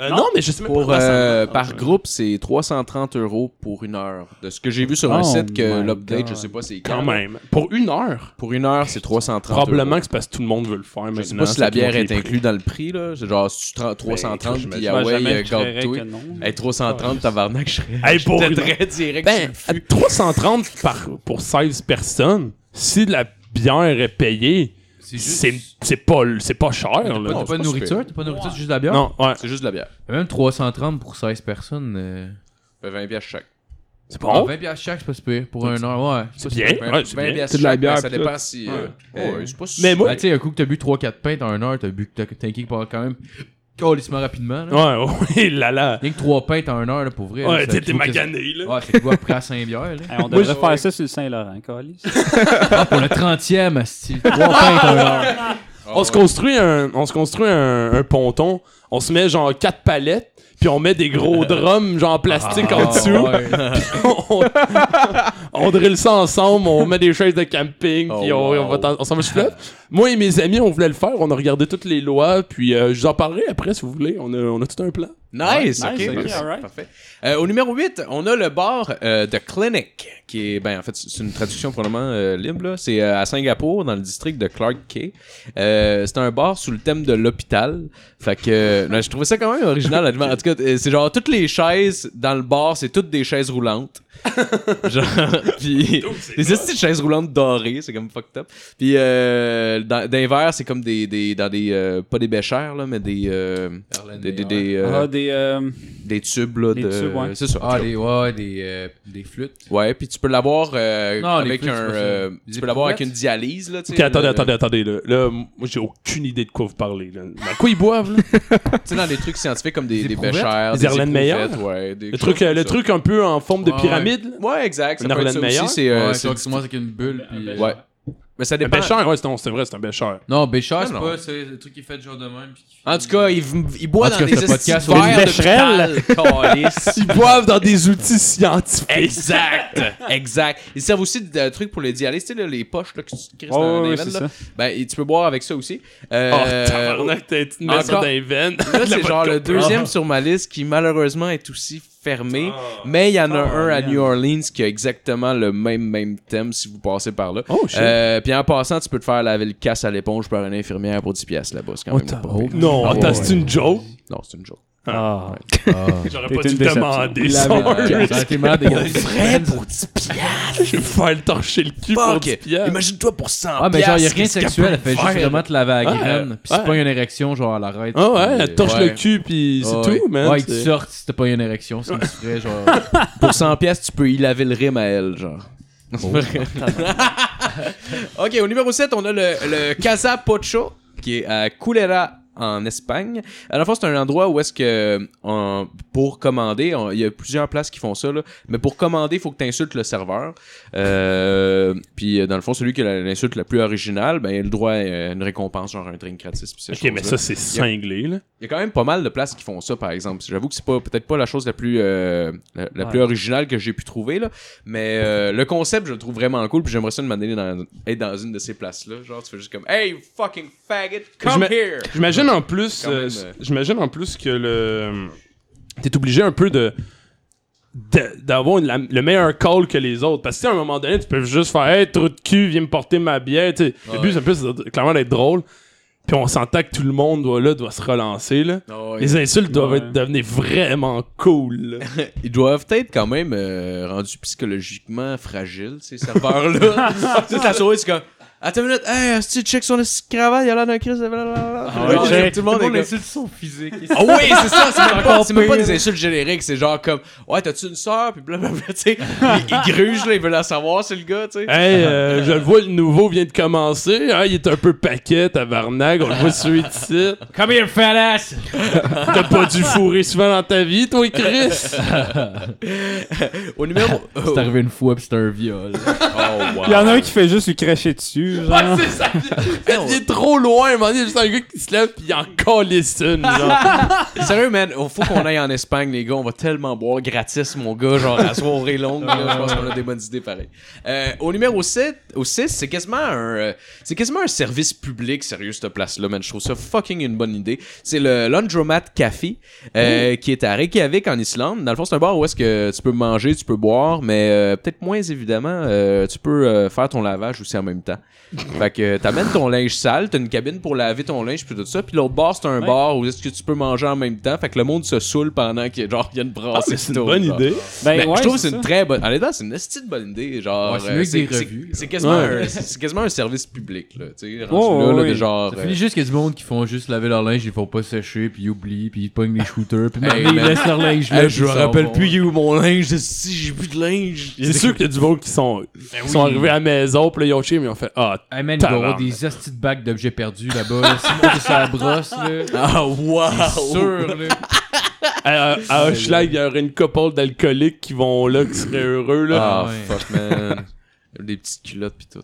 S4: Euh, non, mais je sais même pas.
S5: Pour,
S4: comment ça-
S5: euh,
S4: Ah,
S5: par
S4: ouais.
S5: groupe, c'est 330 euros pour une heure. De ce que j'ai vu sur un
S1: Oh
S5: site, que
S1: my
S5: l'update,
S1: God.
S5: je sais pas c'est
S4: Quand
S5: quand.
S4: même. Pour une heure.
S5: Pour une heure, c'est 330
S4: Probablement
S5: euros.
S4: que c'est parce que tout le monde veut le faire.
S5: Je sais pas si la bière est incluse dans le prix, là. C'est genre si tu tra-
S4: Ben,
S5: 330
S4: écoute,
S5: puis
S4: j'imagine.
S5: ah
S1: Moi,
S5: ouais,
S1: jamais
S5: euh,
S1: je dirais
S5: garde-toi.
S1: que non.
S5: Hey, 330, tabarnak, je serais
S4: Hey, pour
S5: j'étais
S4: une heure.
S5: [LAUGHS] très direct.
S4: Ben,
S5: sur
S4: à
S5: le fût.
S4: 330 par, pour 16 personnes, si de la bière est payée,
S3: C'est
S4: c'est c'est pas, c'est pas cher.
S5: t'as
S4: là.
S5: Non,
S3: T'as
S5: c'est
S3: pas
S5: pas
S3: de nourriture,
S5: super.
S3: t'as pas de nourriture, c'est juste de la bière.
S4: Non, ouais.
S5: C'est juste de la bière.
S3: Même 330 pour 16 personnes. euh,
S5: Fait 20 pièces chaque.
S4: C'est
S3: ah,
S4: bon.
S3: 20 piastres chaque, c'est pas si pire. Pour un heure, ouais.
S4: C'est bien.
S5: Ben,
S4: Ouais, c'est bien.
S5: pièces
S6: C'est de la
S5: chaque,
S6: bière,
S5: mais Ça
S6: puis
S5: dépend
S6: tout.
S5: si. euh,
S4: Ouais.
S5: ouais, c'est pas si-
S4: Mais moi-
S3: Ah, tu sais, un coup que t'as bu 3-4 pintes en 1 heure, t'as bu t'as t'as un kick par quand même calissement rapidement. Là.
S4: Ouais, ouais, [LAUGHS] là, là.
S3: Rien que 3 pintes en 1 heure, là, pour vrai.
S4: Ouais,
S3: là,
S4: t'es
S3: ça-
S4: t'es
S3: faut que-
S4: magané, là.
S3: Ouais, c'est quoi après à 5 bières, là.
S1: Hey, on devrait faire ça sur le Saint-Laurent, Calis.
S3: Ah, pour le 30e,
S5: [LAUGHS]
S3: asti. 3 pintes en 1 heure.
S5: Ah,
S4: On se
S5: ouais.
S4: construit un, on se construit un, un ponton, on se met genre quatre palettes, puis on met des [LAUGHS] gros drums genre en plastique en
S3: Ah,
S4: dessous,
S3: ouais.
S4: [LAUGHS] on, on drille ça ensemble, on met des chaises de camping, puis
S5: Oh,
S4: on,
S5: wow.
S4: on va t'en- on s'en va sur le fleuve. Moi et mes amis, on voulait le faire, on a regardé toutes les lois, puis euh, je vous en parlerai après si vous voulez, on a, on a tout un plan.
S5: Nice,
S1: Ouais,
S5: ok.
S1: nice, ok,
S5: parfait,
S1: alright.
S5: parfait. Euh, au numéro 8, on a le bar euh, de Clinic, qui est, ben, en fait, c'est une traduction probablement euh, libre, là. C'est euh, à Singapour, dans le district de Clark Cay. Euh, c'est un bar sous le thème de l'hôpital. Fait que, euh, non, je trouvais ça quand même original, honnêtement. En tout cas, euh, c'est genre toutes les chaises dans le bar, c'est toutes des chaises
S1: [LAUGHS]
S5: roulantes. genre, puis des astuces de chaises roulantes dorées, c'est comme fucked up. Puis, euh, dans, dans les verres, c'est comme des, des, dans des, euh, pas des béchères, là, mais des, euh, des, des, des, euh,
S1: Ah, des. [LAUGHS] euh,
S5: des tubes là
S1: Des
S5: de
S1: tubes, ouais.
S5: c'est ça
S3: Ah, des, ouais, des, euh, des flûtes.
S5: ouais puis tu peux l'avoir euh,
S3: Non, les
S5: avec
S3: flûtes,
S5: un
S3: c'est pas ça.
S5: euh,
S3: Des
S5: tu peux l'avoir avec
S3: éprouvettes?
S5: une dialyse là tu
S4: Ok,
S5: sais,
S4: attendez,
S5: le-
S4: attendez, attendez, là, là moi j'ai aucune idée de quoi vous parlez, là. À quoi ils boivent, là?
S5: tu sais dans des trucs scientifiques comme des
S3: Des
S5: des
S3: éprouvettes?
S5: béchères
S4: Des
S5: des
S4: Erlenmeyer?
S5: éprouvettes, ouais des
S4: Le truc,
S5: choses
S4: euh, le
S5: comme
S4: truc un peu en forme de
S3: Ouais, ouais.
S4: pyramide, là?
S5: ça. ouais exact ça
S4: Une
S5: peut être ça
S4: Erlenmeyer?
S5: aussi c'est euh,
S3: ouais,
S5: c'est- Ah, ben,
S3: donc, tu commences avec une bulle, puis. euh,
S5: ouais mais ça
S4: Un
S5: dépend Ah,
S4: bécheur, ouais, c'est- non, c'est vrai, c'est un bécheur.
S3: Non, Béchard, c'est
S5: Non,
S3: pas c'est le truc qui est fait genre de même. Puis qui
S5: en tout cas, ils il boivent
S3: En tout
S5: dans
S3: cas,
S5: des
S3: ce podcast,
S5: estis
S3: on est
S5: verres
S1: une
S5: de
S4: [LAUGHS]
S5: métal, calice.
S4: Ils boivent dans des outils scientifiques.
S5: Exact! [LAUGHS] Exact. Ils servent aussi de, de trucs pour les dialyses, tu sais, là, les poches là, que tu te
S1: ouais,
S5: crisses dans
S1: ouais,
S5: les
S1: ouais,
S5: veines.
S1: c'est
S5: là.
S1: ça.
S5: Ben, et tu peux boire avec ça aussi. Euh,
S4: Oh, tabarnak, t'as- tu te mets ça
S5: encore-
S4: dans les veines.
S5: Là, c'est genre le deuxième
S3: Ah.
S5: sur ma liste qui malheureusement est aussi fermé.
S4: Ah.
S5: Mais il y en a
S3: Ah,
S1: Oh,
S5: un à
S1: man.
S5: New Orleans qui a exactement le même même thème si vous passez par là.
S4: Oh, shit.
S5: Euh, Puis en passant, tu peux te faire laver le casse à l'éponge par une infirmière pour 10 pièces là-bas.
S3: Oh,
S5: C'est quand même pas pire.
S4: Non,
S5: Ah,
S4: attends,
S5: ouais,
S4: c'est une joke.
S5: Non, c'est une joke.
S1: Ah.
S4: J'aurais
S1: T'es
S4: pas dû
S1: une déception.
S4: demander
S1: La
S4: ça.
S1: vérité.
S4: Je
S3: fait-
S4: [LAUGHS]
S3: Ça a été mal des
S5: pour 10 pièces.
S4: vais me faire le torcher le cul pour 10 piastres.
S5: Imagine-toi pour 100
S3: Ah, mais genre, y a rien
S5: piastres,
S3: de
S5: qu'est-ce qu'elle
S3: sexuel, elle
S5: peut
S3: fait juste
S5: faire?
S3: vraiment te laver à la
S4: Ouais,
S3: graine. Puis si
S4: ouais.
S3: t'as pas une érection, genre, elle arrête.
S4: Ah ouais,
S3: puis,
S4: elle
S3: euh,
S4: te torche
S5: ouais.
S4: le cul, puis c'est
S3: ah ouais.
S4: tout, man.
S3: Ouais, ils te
S4: C'est-
S3: sortent si t'as pas une érection, c'est comme si tu ferais,
S5: [LAUGHS]
S3: genre.
S5: Pour 100 pièces, tu peux y laver le rime à elle, [LAUGHS] genre. Oh. ok, au numéro 7, on a le, le Casa Pocho, qui est à Culera en Espagne. À la fois, c'est un endroit où est-ce que on- pour commander, on- il y a plusieurs places qui font ça, là, mais pour commander, il faut que tu insultes le serveur. Euh, puis, euh, dans le fond, celui qui a la- l'insulte la plus originale, ben, il a le droit à une récompense, genre un drink gratis. puis ces
S4: Ok, mais ça,
S5: choses-là.
S4: c'est cinglé, là.
S5: Il y a quand même pas mal de places qui font ça, par exemple. J'avoue que c'est pas peut-être pas la chose la plus euh, la, la
S1: Ouais.
S5: plus originale que j'ai pu trouver là, mais euh, le concept je le trouve vraiment cool. Puis j'aimerais ça de m'en aller dans, être dans une de ces places là. Genre tu fais juste comme hey you fucking faggot
S4: Je
S5: come
S4: me-
S5: here.
S4: J'imagine en plus,
S5: Quand même,
S4: euh,
S5: euh,
S4: j'imagine en plus que le, t'es obligé un peu de de- d'avoir une- la- le meilleur call que les autres parce que tu sais, à un moment donné tu peux juste faire hey trou de cul viens me porter ma bière tu sais. le but c'est un peu c'est clairement d'être drôle puis on s'entend que tout le monde doit, là, doit se relancer là.
S5: Oh,
S4: les insultes doivent
S1: Ouais.
S4: être- devenir vraiment cool
S5: [LAUGHS]
S4: là.
S5: Ils doivent être quand même euh, rendus psychologiquement fragiles, ces serveurs-là. Toute la soirée, c'est comme Attends une minute, hey, tu check son esti de cravate, il a l'air d'un Christ. blablabla.
S1: Ah
S5: Tout le
S1: ouais,
S5: monde-
S1: check.
S5: Tout le monde est comme-
S3: insulte son physique.
S5: Ah oui, c'est ça, c'est même, pas,
S1: Encore
S5: c'est même pas
S1: pire.
S5: des insultes génériques, c'est genre comme Ouais, t'as-tu une sœur? Puis blablabla, tu sais. Il, il gruge, là, il veut la savoir, c'est le gars, tu sais.
S4: Hey, euh, je le vois, le nouveau vient de commencer. Hein, il est un peu paquet, tabarnak. On le voit sur les titres.
S3: Come here, fat ass!
S4: T'as pas dû fourrer souvent dans ta vie, toi, Chris.
S5: Au numéro. Oh,
S3: C'est arrivé une fois pis c'était un viol.
S1: Il y en a un qui fait juste lui cracher dessus, genre.
S4: c'est ça. Il est trop loin, à un moment donné, il y a juste un gars qui se lève pis il en calisse une, genre.
S5: Sérieux, man, faut qu'on aille en Espagne, les gars. On va tellement boire gratis, mon gars. Genre, à soirée longue, là, je pense qu'on a des bonnes idées pareil. Euh, au numéro 7, au 6, c'est quasiment un, euh, c'est quasiment un service public, sérieux, cette place-là, man. Je trouve ça fucking une bonne idée. C'est le Laundromat Café, euh, qui est à Reykjavik, en Islande. Dans le fond, c'est un bar où est-ce que tu peux manger, tu peux boire, mais euh, peut-être moins évidemment, euh, tu peux euh, faire ton lavage aussi en même temps. Fait que euh, t'amènes ton linge sale, t'as une cabine pour laver ton linge puis tout ça, puis l'autre bar c'est un bar où est-ce que tu peux manger en même temps, fait que le monde se saoule pendant qu'il y a- genre il y a Ah, une brassée. autour, genre.
S1: Ben,
S5: Ben,
S1: ouais,
S5: je trouve que c'est
S1: ça.
S5: une très bonne. En même temps, c'est une esti de bonne idée. Genre,
S3: Ouais, c'est
S5: euh,
S3: mieux que des
S5: c'est-
S3: revues,
S5: c'est quasiment,
S4: Ouais.
S5: un- c'est quasiment un service public. Là, tu sais, rendu
S1: Oh,
S5: là, là,
S1: oui.
S5: de genre.
S3: Ça
S5: euh,
S3: finit juste qu'il y a du monde qui font juste laver leur linge, ils font pas sécher, puis ils oublient, puis ils pognent les shooters, puis
S5: Hey,
S3: maintenant, ils
S5: man.
S3: laissent leur linge là.
S5: Hey,
S3: puis
S5: je
S3: ils
S5: me
S3: s'en
S5: rappelle
S3: vont.
S5: plus il est où mon linge, si j'ai plus de linge.
S4: C'est sûr qu'il y a du monde qui sont, qui sont arrivés à la maison, pis là, ils ont chié, mais ils ont fait Ah,
S3: Hey man, il doit y avoir
S4: Tabarnak.
S3: des astis de bacs d'objets perdus là-bas. là. Si moi, c'est la brosse, là.
S5: Ah, wow!
S3: Sûr, là.
S4: à,
S5: Ah,
S4: à Hochelag, il y aurait une couple d'alcooliques qui vont là, qui seraient heureux, là.
S5: Ah,
S3: Ah, ouais.
S5: fuck, man. Des petites culottes pis tout.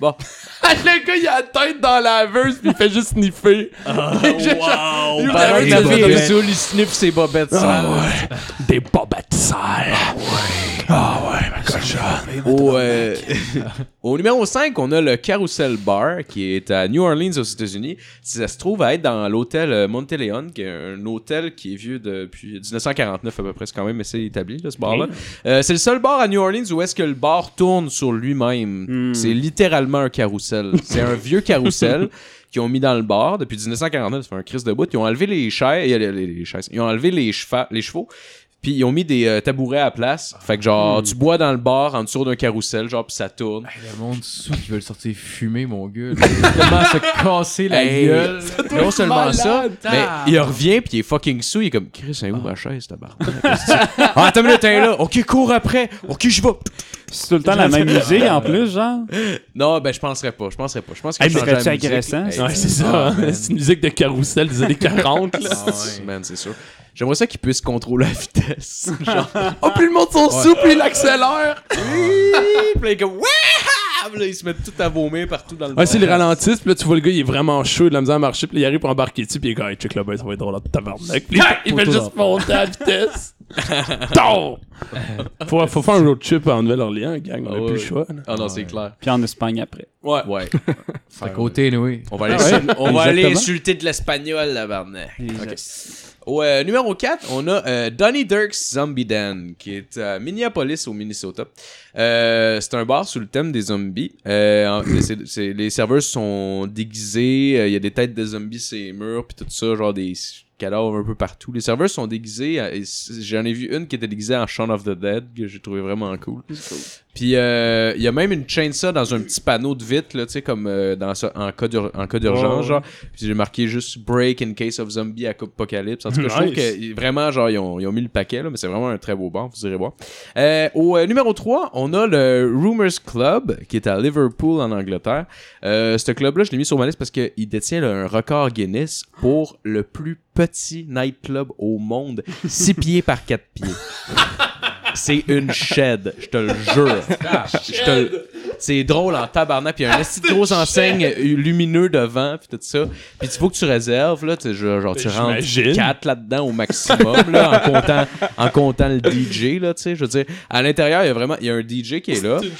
S4: le gars, il a la tête dans la laveuse pis il fait juste sniffer.
S5: Wow!
S4: Il
S5: Pendant
S4: avait
S5: que
S4: des
S5: la fille est
S1: bobettes.
S5: saoule, il sniffe ses bobettes sales.
S4: Des bobettes sales.
S5: Au, euh, au numéro 5, on a le Carousel Bar qui est à New Orleans aux États-Unis. Ça se trouve à être dans l'hôtel euh, Monteleone, qui est un hôtel qui est vieux depuis 1949 à peu près, c'est quand même assez établi là, ce bar-là. Euh, c'est le seul bar à New Orleans où est-ce que le bar tourne sur lui-même. C'est littéralement un carrousel. c'est un vieux carrousel qu'ils ont mis dans le bar depuis 1949, ça fait un crise de bout. Ils ont enlevé les chaises, les, les- les chaises. Ils ont enlevé les, cheva- les chevaux puis ils ont mis des euh, tabourets à la place. Fait que genre, tu bois dans le bar en dessous d'un carrousel, genre, puis ça tourne.
S3: Hey, le monde sous qui veulent sortir fumer, mon gars. là. [LAUGHS] Comment se casser la
S5: Hey,
S3: gueule.
S5: non seulement ça, mais
S3: Ah.
S5: il revient puis il est fucking sous, il est comme Chris, c'est où ma chaise, [LAUGHS] tabarnak? ah, attends une minute, t'es là. Ok, cours après. Ok, je vais.
S1: C'est tout le temps la même musique en plus, genre.
S5: Non, ben je penserais pas, je penserais pas. Je pense que
S1: Hey,
S5: je
S1: mais
S5: changerais la
S1: serais-tu
S5: musique.
S1: agressant,
S5: Hey,
S1: ça?
S4: Ouais, c'est ça. hein.
S5: Ah, man.
S4: c'est une musique de carousel des années 40, là.
S5: [LAUGHS] Ah, [LAUGHS] ouais. Man, c'est sûr. J'aimerais ça qu'il puisse contrôler la [LAUGHS] vitesse. Genre, oh, plus le monde sont sous, plus il accélère. [LAUGHS] Puis là, il est comme, Wouah! Puis là, ils se mettent tout à vomir partout dans le
S4: Ouais, c'est
S5: bar. Ah
S4: les ralentistes, pis là, tu vois le gars, il est vraiment chaud, il a de la misère à marcher, pis là, il arrive pour embarquer dessus, pis il est comme, hey, check là ben, ça va être drôle, là, tabarnak. Pis là, il fait
S3: Poteau
S4: juste monter à la [LAUGHS] vitesse. Tom! Faut, faut faire un road trip en Nouvelle-Orléans, gang, on
S5: Ah
S4: a
S5: ouais.
S4: plus le choix. là.
S5: Ah non, c'est clair.
S1: Puis en Espagne après.
S5: Ouais.
S1: [LAUGHS]
S5: Ouais.
S3: À côté, oui.
S5: On va aller,
S1: Ah ouais?
S5: insul- on va aller
S1: Exactement.
S5: insulter de l'espagnol, la barnaque.
S1: Exact.
S5: Au euh, numéro 4, on a euh, Donny Dirk's Zombie Dan, qui est à Minneapolis, au Minnesota. Euh, c'est un bar sous le thème des zombies. Euh, en- c'est- c'est- les serveurs sont déguisés, euh, il y a des têtes de zombies sur les murs, puis tout ça, genre des cadavres un peu partout. Les serveurs sont déguisés, euh, et c- j'en ai vu une qui était déguisée en Shaun of the Dead, que j'ai trouvé vraiment cool. Puis euh, il y a même une chainsaw dans un petit panneau de vitre, là, tu sais, comme euh, dans ça, en cas d'ur- en cas d'urgence, genre. Puis j'ai marqué juste Break in case of zombie apocalypse. En tout cas, je trouve
S4: Nice.
S5: que i- vraiment, genre, ils ont, ils ont mis le paquet, là, mais c'est vraiment un très beau bar, vous irez voir. Euh, au euh, numéro 3, on a le Rumors Club, qui est à Liverpool, en Angleterre. Euh, ce club-là, je l'ai mis sur ma liste parce qu'il détient là, un record Guinness pour le plus petit nightclub au monde, 6 pieds par 4 pieds. C'est une shed, je te le jure. Je te le- C'est drôle en tabarnak, puis il y a un esti de gros enseigne lumineux devant, puis tout ça. Puis tu faut que tu réserves, là, tu, genre, genre, tu rentres
S4: J'imagine.
S5: 4 là-dedans au maximum, là, en comptant, en comptant le DJ, là, tu sais, je veux dire. À l'intérieur, il y a vraiment, il y a un DJ qui est là. Puis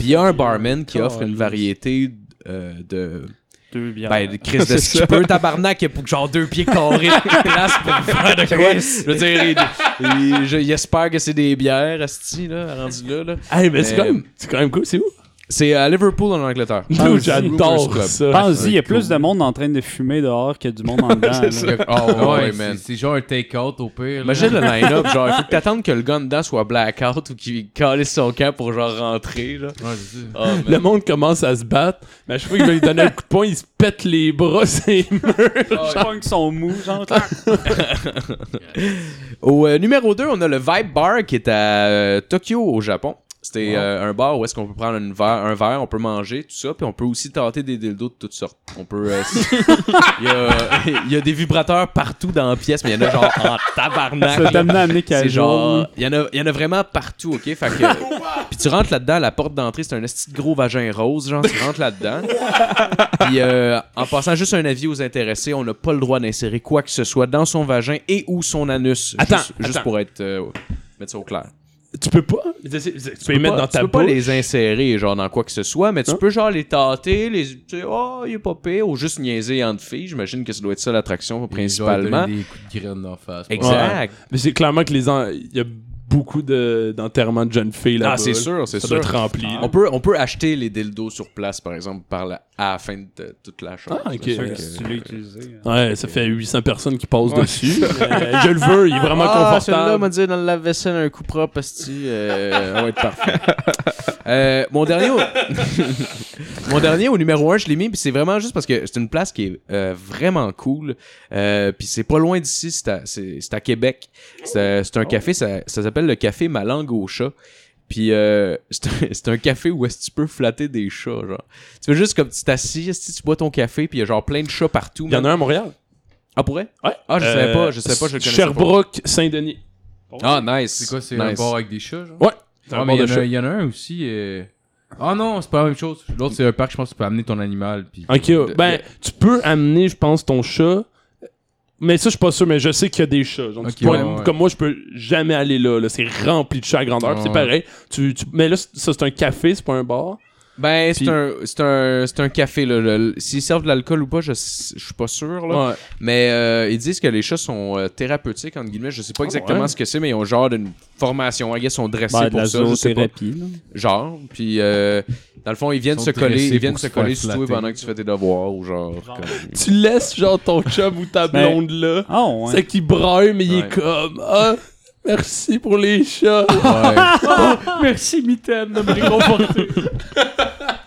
S5: il y a un barman qui offre une variété euh, de.
S1: Deux bières.
S5: Ben, de [LAUGHS] Chris de skipper, tabarnak, il y a pour genre deux pieds carrés de place pour [LAUGHS] faire de quoi. Je veux dire, il, il- je- il espère que c'est des bières, Asti, là, rendu là. là.
S4: Hey, mais c'est
S5: Mais-
S4: quand, même- c'est quand même cool, c'est où?
S5: C'est à Liverpool en [LAUGHS] Angleterre.
S4: Dude,
S5: Rumors
S4: j'adore
S5: Club.
S4: ça.
S1: Pense-y, il y a plus
S3: cool.
S1: de monde en train de fumer dehors que du monde en dedans. là.
S5: Oh, ouais,
S3: c'est-
S5: man.
S3: C'est genre un take-out au pire. là.
S5: Imagine le line-up, genre, il faut que t'attendes que le gars dedans soit blackout ou qu'il calisse son camp pour genre rentrer, là.
S3: Ouais, c'est ça.
S5: Oh, man.
S4: Le monde commence à se battre, mais à chaque fois qu'il va lui donner un coup de poing, il se pète les bras, [LAUGHS] c'est
S1: Je pense qu'ils sont mous, genre.
S5: Au euh, numéro 2, on a le Vibe Bar qui est à euh, Tokyo, au Japon. C'était euh, un bar où est-ce qu'on peut prendre une verre- un verre, on peut manger, tout ça, puis on peut aussi tenter des dildos de toutes sortes. On peut... euh,
S1: [LAUGHS]
S5: s- il, y a, [LAUGHS] il y a des vibrateurs partout dans la pièce, mais il y en a genre
S1: [LAUGHS]
S5: en tabarnak.
S1: Ça
S5: là.
S1: t'amène à amener
S5: C'est
S1: qu'à
S5: genre. Il y, en a, il y en a vraiment partout, ok? Fait que. puis tu rentres là-dedans, la porte d'entrée, c'est un esti de gros vagin rose, genre, tu rentres là-dedans. puis euh, en passant juste un avis aux intéressés, on n'a pas le droit d'insérer quoi que ce soit dans son vagin et ou son anus.
S4: Attends,
S5: Juste, juste
S4: attends.
S5: pour être. euh, mettre ça au clair.
S4: Tu peux pas. Tu peux, les mettre
S5: pas-
S4: dans ta
S5: tu peux
S4: bouche.
S5: pas les insérer, genre, dans quoi que ce soit, mais tu
S4: Hein?
S5: peux, genre, les tâter, les. Tu sais, oh, il est pas pire, ou juste niaiser entre filles. J'imagine que ça doit être ça l'attraction principalement.
S3: Des coups de graines d'en face.
S5: Exact.
S4: Mais c'est clairement que les. en- Il y a beaucoup de- d'enterrements de jeunes filles là-bas.
S5: Ah, c'est sûr, c'est
S4: Ça
S5: sûr.
S4: doit être rempli. là.
S5: On peut, on peut acheter les dildos sur place, par exemple, par la, à la fin de t- toute la chose.
S4: Ah, ok.
S5: Bien sûr
S4: Ok.
S5: que-
S1: tu l'as utilisé. hein.
S4: Ouais, ça fait 800 personnes qui passent dessus. Euh, je le veux, il est vraiment
S5: Ah, celui-là
S4: confortable.
S5: m'a dit dans le lave-vaisselle un coup propre, asti, euh, on va être
S4: [LAUGHS]
S5: parfait. Euh, mon dernier, au... [LAUGHS] mon dernier au numéro 1, je l'ai mis, puis c'est vraiment juste parce que c'est une place qui est euh, vraiment cool, euh, puis c'est pas loin d'ici, c'est à, c'est- c'est à Québec. C'est euh,
S4: Oh.
S5: c'est un café, ça, ça s'appelle le café Ma langue au chat. Puis euh, c'est un- c'est un café où est-ce que tu peux flatter des chats, genre. Tu fais juste comme tu t'assis, si tu bois ton café, puis il y a genre plein de chats partout.
S4: Il y en
S5: man.
S4: a un à Montréal.
S5: Ah, pour vrai?
S4: Ouais. Euh,
S5: Ah, je savais pas, je savais pas, je le connaissais pas.
S4: Sherbrooke, Saint-Denis.
S5: Ah, nice.
S3: C'est quoi, c'est un
S5: nice.
S3: bar avec des chats, genre?
S4: Ouais. C'est
S3: Ah,
S4: un
S3: mais
S4: bar
S3: il y, en
S4: de
S3: a-
S4: chat.
S3: il y en a un aussi. euh, Ah non, c'est pas la même chose. L'autre, c'est un parc, je pense, que tu peux amener ton animal. Puis...
S4: Ok, ouais. ben, tu peux amener, je pense, ton chat. Mais ça, je suis pas sûr, mais je sais qu'il y a des chats. Genre, tu
S3: Ok,
S4: te pointes-
S3: ouais, ouais.
S4: Comme moi, je peux jamais aller là. là. C'est rempli de chats à grandeur. puis c'est
S3: Ouais.
S4: pareil. Tu, tu- Mais là, c- ça, c'est un café, c'est pas un bar.
S5: Ben, c'est
S4: Puis-
S5: un, c'est un, c'est un café, là. Le- S'ils servent de l'alcool ou pas, je, s- je suis pas sûr, là.
S4: Ouais.
S5: Mais euh, ils disent que les chats sont euh, thérapeutiques, entre guillemets. Je sais pas exactement
S4: ouais.
S5: ce que c'est, mais ils ont genre une formation. Ils sont dressés
S1: Ben, de
S5: pour
S1: la
S5: ça, je sais pas.
S1: zoothérapie. là.
S5: Genre, puis euh, dans le fond, ils viennent
S3: Ils sont
S5: se coller,
S3: dressés
S5: ils viennent
S3: pour
S5: se
S3: se faire
S5: coller sur toi
S3: flatter.
S5: pendant que tu fais tes devoirs, ou genre... comme-
S3: [LAUGHS]
S4: Tu laisses, genre, ton chum ou ta
S1: Ben,
S4: blonde là.
S1: Ah, ouais.
S4: C'est qu'il braille, mais il
S5: Ouais.
S4: est comme. Ah, merci pour les chats.
S1: Ah! Merci, Mitaine, de me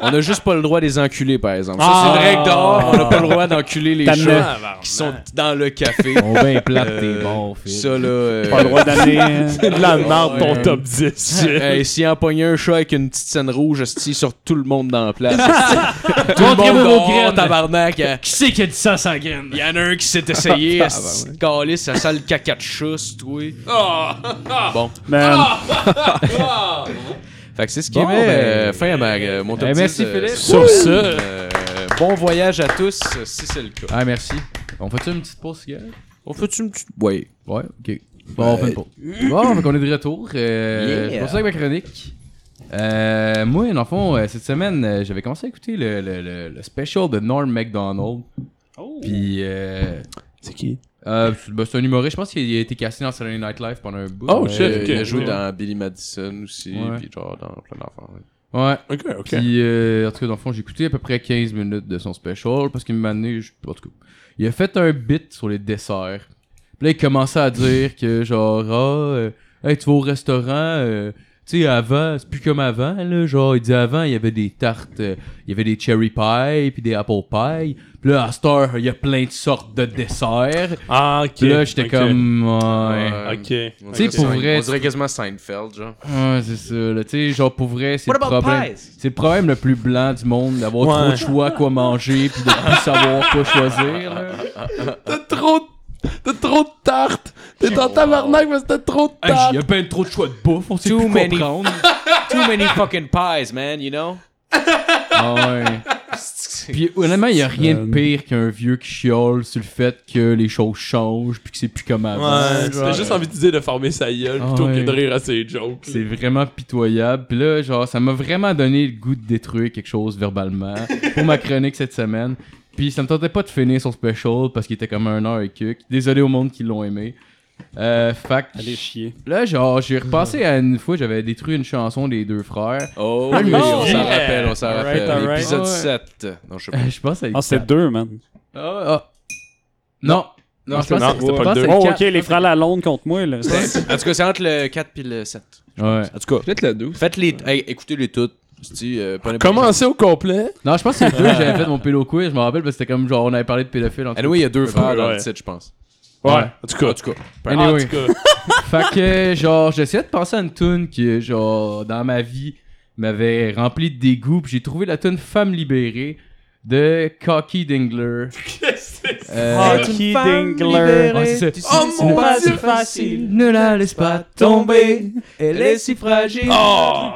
S5: On a juste pas le droit de les enculer, par exemple. Ça,
S1: Ah.
S5: c'est une règle dehors. On a pas le droit d'enculer les
S1: T'amenais-
S5: chats qui sont dans
S3: [LAUGHS]
S5: le café.
S3: On va plate
S5: Euh,
S3: tes bons,
S5: ça, là... euh,
S1: Pas le droit d'amener.
S4: C'est de la merde, ton
S5: Ouais.
S4: top
S1: [LAUGHS]
S4: 10.
S5: Hey, si en pognait un chat avec une petite scène rouge, esti, sur tout le monde dans la place. esti. tout le
S3: Montrez-moi
S5: monde
S3: vos
S5: dehors,
S3: graines.
S5: tabarnak. hein.
S7: Qui c'est qui a dit ça sans graine?
S5: Il y en a un qui s'est essayé, esti, de caler sa sale caca de chat, sur toi. Bon.
S1: Man,
S5: Fait que c'est ce qui
S3: Bon,
S5: est
S3: ben,
S5: fin à ma, euh, mon top
S3: eh, merci,
S5: 10, euh,
S3: Philippe.
S4: Sur ce,
S5: euh, bon voyage à tous, euh, si c'est le cas.
S3: Ah, merci. On fait-tu une petite pause, gars?
S5: On fait une petite... Ouais.
S3: Ouais, ok. Bon, on fait
S4: Euh.
S3: une pause. Bon, donc on est de retour. Euh,
S5: Yeah.
S3: Je continue avec ma chronique. Euh, moi, dans le fond, euh, cette semaine, euh, j'avais commencé à écouter le, le, le, le special de Norm MacDonald. Puis, euh,
S4: c'est qui
S3: euh, c'est bah, c'est un humoriste. Je pense qu'il a été cassé dans Saturday Night Live pendant un bout.
S4: Oh,
S3: Ouais.
S4: shit,
S5: Euh,
S4: ok.
S5: il a joué
S4: Ouais.
S5: dans Billy Madison aussi,
S3: Ouais.
S5: puis genre dans plein d'affaires. ouais.
S3: Ouais.
S4: Ok, ok.
S3: Puis, euh, en tout cas, dans le fond, j'ai écouté à peu près 15 minutes de son special parce qu'il m'a amené. je- En tout cas, il a fait un bit sur les desserts. Puis là, il commençait à dire que, genre, ah, euh, hey, tu vas au restaurant, euh, tu sais, avant, c'est plus comme avant, là. Genre, il dit avant, il y avait des tartes, euh, il y avait des cherry pie, puis des apple pie. Puis là, à cette heure, il y a plein de sortes de desserts.
S4: Ah, ok.
S3: Puis là, j'étais
S4: ok.
S3: comme, ouais.
S5: Ouais.
S4: Ok. Tu
S5: On
S3: Tu sais,
S5: dirait
S3: pour
S5: Sein-
S3: vrai,
S5: On dirait quasiment Seinfeld, genre.
S3: Ouais, c'est ça, là. Tu sais, genre, pour vrai, c'est
S5: What
S3: le
S5: about
S3: problème.
S5: pies?
S3: C'est le problème le plus blanc du monde, d'avoir
S4: Ouais.
S3: trop de choix quoi manger, puis de plus savoir quoi choisir. là.
S4: T'as trop de... T'as trop de tartes! T'es dans ta tabarnak parce que t'as trop de
S3: Hey, Il
S4: tartes!
S3: y a ben trop de choix de bouffe, on sait
S5: Too
S3: plus quoi
S5: many.
S3: prendre.
S5: Too many fucking pies, man, you [LAUGHS] know?
S3: Ah ouais. Puis honnêtement, il y a rien de pire qu'un vieux qui chiole sur le fait que les choses changent, puis que c'est plus comme avant.
S4: Ouais,
S3: genre.
S4: t'as juste envie de dire de former sa gueule
S3: Ah,
S4: plutôt
S3: ouais.
S4: que de rire à ses jokes.
S3: C'est vraiment pitoyable. Puis là, genre, ça m'a vraiment donné le goût de détruire quelque chose verbalement pour ma chronique cette semaine. Puis ça me tentait pas de finir son special parce qu'il était comme un heure et quelques. Désolé au monde qui l'ont aimé. Euh, fac.
S1: Allez chier.
S3: Là, genre, j'ai repassé à une fois, j'avais détruit une chanson des deux frères. [LAUGHS]
S5: Oh,
S3: Ah,
S5: oui,
S3: mais
S5: on
S3: oui.
S5: s'en rappelle, on s'en
S4: Alright,
S5: rappelle.
S4: alright.
S5: Épisode
S3: Ouais.
S5: 7. Non, je sais pas.
S3: Je pense à.
S1: Ah, c'est deux, man.
S3: Ah, ah. Non. Non, je pense
S4: non,
S3: que-
S4: c'était
S3: je
S4: pas
S3: pense
S4: le
S3: que
S4: deux.
S3: c'est
S1: Oh,
S3: quatre.
S1: ok, les frères Lalonde contre moi, là.
S5: C'est- En tout cas, c'est entre le 4 et le 7.
S4: Oh,
S3: Ouais.
S5: En tout cas,
S6: Peut-être le 12.
S5: faites les. hey, écoutez-les toutes. C'est-tu, euh, prenez pas-
S4: Commencez au complet.
S3: Non, je pense que c'est
S4: [LAUGHS]
S3: le deux, j'avais fait mon pélo quiz, je me rappelle, parce que c'était comme genre, on avait parlé de pédophile. En tout
S5: Anyway, il y a deux frères dans
S4: Ouais.
S5: le titre, je pense.
S4: Ouais.
S3: Ouais.
S4: En tout
S5: En
S4: cas.
S5: tout cas.
S3: cas.
S4: En
S3: Anyway.
S4: tout cas.
S3: Fait que, [LAUGHS] genre, j'essayais de penser à une tune qui, genre, dans ma vie, m'avait rempli de dégoût. Puis j'ai trouvé la tune Femme libérée de Cocky Dingler. Euh,
S1: Rocky Dingler.
S3: ouais, c'est ça.
S5: Oh mon
S3: pas
S5: Dieu!
S3: si facile, ne la laisse pas tomber. Elle est si fragile.
S5: Oh,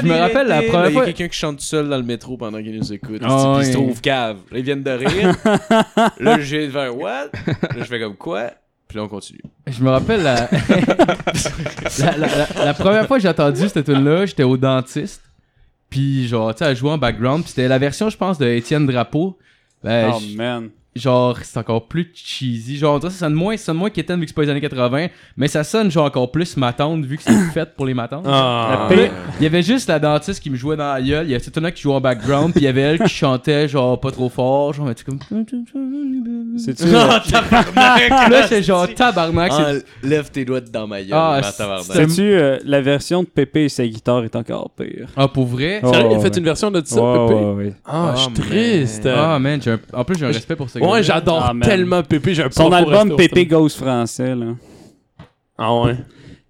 S3: Je me rappelle la
S5: Là,
S3: première
S5: Il y a
S3: fois.
S5: quelqu'un qui chante seul dans le métro pendant qu'il nous écoute.
S3: Ah,
S5: Puis il
S3: ouais.
S5: se trouve cave. Là, ils viennent
S3: [LAUGHS]
S5: de rire. là, j'ai fait what? Là, je fais comme quoi? Puis là, on continue.
S3: Je me rappelle la, [LAUGHS] la, la- la- la première fois que j'ai entendu cette tune-là, j'étais au dentiste. Puis genre, tu sais, elle jouait en background. Puis c'était la version, je pense, de Étienne Drapeau. Ben,
S1: Oh,
S3: j-
S1: man.
S3: genre, c'est encore plus cheesy. Genre, on dirait que ça sonne moins, ça sonne moins qu'Étienne vu que c'est pas les années 80. Mais ça sonne genre encore plus matante vu que c'est [COUGHS] fait pour les matantes.
S4: Ah.
S3: Puis là, il y avait juste la dentiste qui me jouait dans la gueule, il y avait cette tune-là qui jouait en background, puis il y avait elle qui chantait genre pas trop fort, genre mais tu comme
S1: C'est-tu.
S3: [LAUGHS] Ah,
S1: euh,
S3: Puis là c'est genre tabarnak, c'est
S5: Ah, Lève tes doigts dans ma gueule.
S3: Ah,
S5: ma tabarnak.
S3: c'est-
S1: sais-tu, euh, la version de Pépé et sa guitare est encore pire.
S3: ah pour vrai.
S1: Oh,
S4: Sérieux, il a fait
S1: ouais.
S4: une version de ça,
S1: Ouais,
S4: Pépé?
S1: ouais, ouais.
S4: Ah, je suis
S5: Oh,
S4: triste.
S3: Ah man, j'ai un- en plus j'ai un
S4: Je-
S3: respect pour ce gars.
S4: Ouais, j'adore
S1: Ah, man.
S4: tellement Pépé. J'ai un
S1: Son
S4: parcours restaurant.
S1: album Pépé Goes Français, là.
S4: Ah ouais.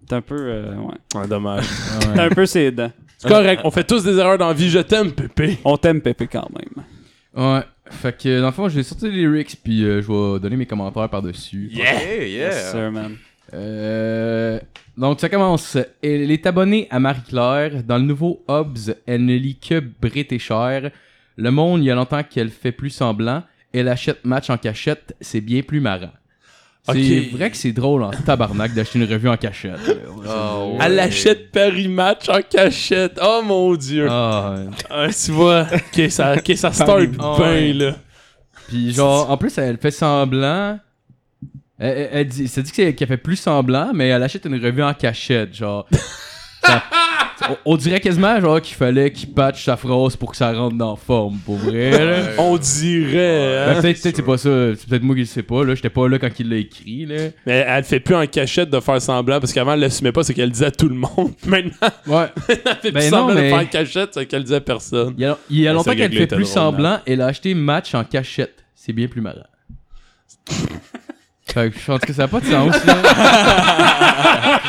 S1: C'est un peu. euh, ouais.
S4: Ah, dommage.
S1: C'est un peu ses dents.
S4: [LAUGHS] C'est correct. On fait tous des erreurs dans la vie. Je t'aime, Pépé.
S1: On t'aime Pépé quand même.
S3: Ouais, fait que dans le fond, je vais sortir les lyrics puis euh, je vais donner mes commentaires par-dessus.
S5: Yeah,
S1: Yes,
S5: yeah.
S1: sir, man.
S3: Euh, donc ça commence. Elle est abonnée à Marie-Claire. Dans le nouveau Hobbes, elle ne lit que Bret et Cher. Le monde, il y a longtemps qu'elle fait plus semblant. Elle achète match en cachette. C'est bien plus marrant.
S4: Ok.
S3: C'est vrai que c'est drôle en tabarnak d'acheter une revue en cachette.
S5: Oh,
S4: Elle
S5: ouais.
S4: achète Paris Match en cachette. Oh mon dieu.
S3: Ah, ouais.
S4: Ah, tu vois, ok, ça, ok, ça start
S1: Paris
S4: bien
S3: Match. Ouais.
S4: là.
S3: Puis genre, en plus, elle fait semblant. Elle, elle- elle dit, ça dit que c'est- qu'elle fait plus semblant, mais elle achète une revue en cachette, genre. Ça- on, on dirait quasiment genre qu'il fallait qu'il patche sa phrase pour que ça rentre dans forme, pour vrai. là.
S4: [LAUGHS]
S5: Ouais.
S4: On dirait. hein.
S3: Ben, peut-être peut-être c'est pas ça, c'est peut-être moi qui le sais pas, là, j'étais pas là quand il l'a écrit, là.
S4: Mais elle fait plus en cachette de faire semblant parce qu'avant elle l'assumait pas, c'est qu'elle disait à tout le monde. [LAUGHS] Maintenant,
S3: Ouais.
S4: elle fait
S3: Ben
S4: plus
S3: non,
S4: semblant
S3: mais-
S4: de faire en cachette, c'est qu'elle disait à personne.
S3: Il y a, il y a
S4: Ouais,
S3: longtemps qu'elle
S4: ce gag-là
S3: fait
S4: était
S3: plus
S4: drôle,
S3: semblant, elle a acheté match en cachette. C'est bien plus marrant. Fait que je pense que ça n'a pas de sens, là.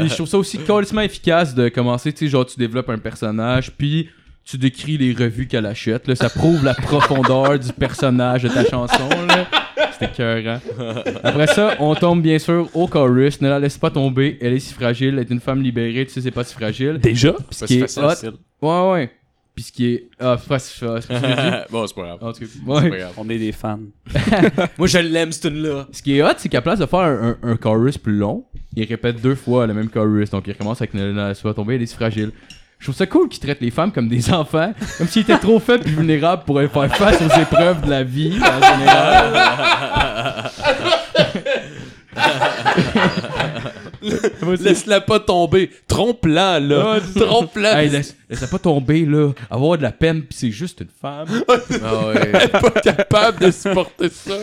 S3: puis je trouve ça aussi complètement efficace de commencer, tu sais, genre tu développes un personnage, puis tu décris les revues qu'elle achète, là. Ça prouve la profondeur du personnage de ta chanson, là. C'était écœurant. Après ça, on tombe bien sûr au chorus. Ne la laisse pas tomber, elle est si fragile, elle est une femme libérée, tu sais, c'est pas si fragile.
S4: Déjà?
S3: Puis ce qui est hot,
S1: Facile.
S3: Ouais, ouais. Puis ce qui est. Ah, c'est pas c'est pas- c'est pas ce que j'ai dit.
S5: [LAUGHS] bon, c'est pas grave.
S3: En tout cas,
S5: C'est
S3: ouais.
S5: pas grave.
S1: On est des fans.
S5: Moi, je l'aime, cette tune-là.
S3: Ce qui est hot, c'est qu'à place de faire un, un- un chorus plus long, il répète deux fois le même chorus. Donc il recommence avec Ne ne laisse pas tomber, elle est si fragile. Je trouve ça cool qu'il traite les femmes comme des [LAUGHS] enfants, comme s'ils étaient trop faibles et vulnérables pour faire face aux épreuves de la vie en
S5: [LAUGHS]
S3: général.
S4: Laisse-la pas tomber. Trompe-la, là. Trompe-la.
S3: Hey, [LAUGHS] laisse, laisse pas tomber, là. Avoir de la peine, pis c'est juste une femme.
S5: Ah, ouais.
S4: pas [LAUGHS] capable de supporter [LAUGHS] ça.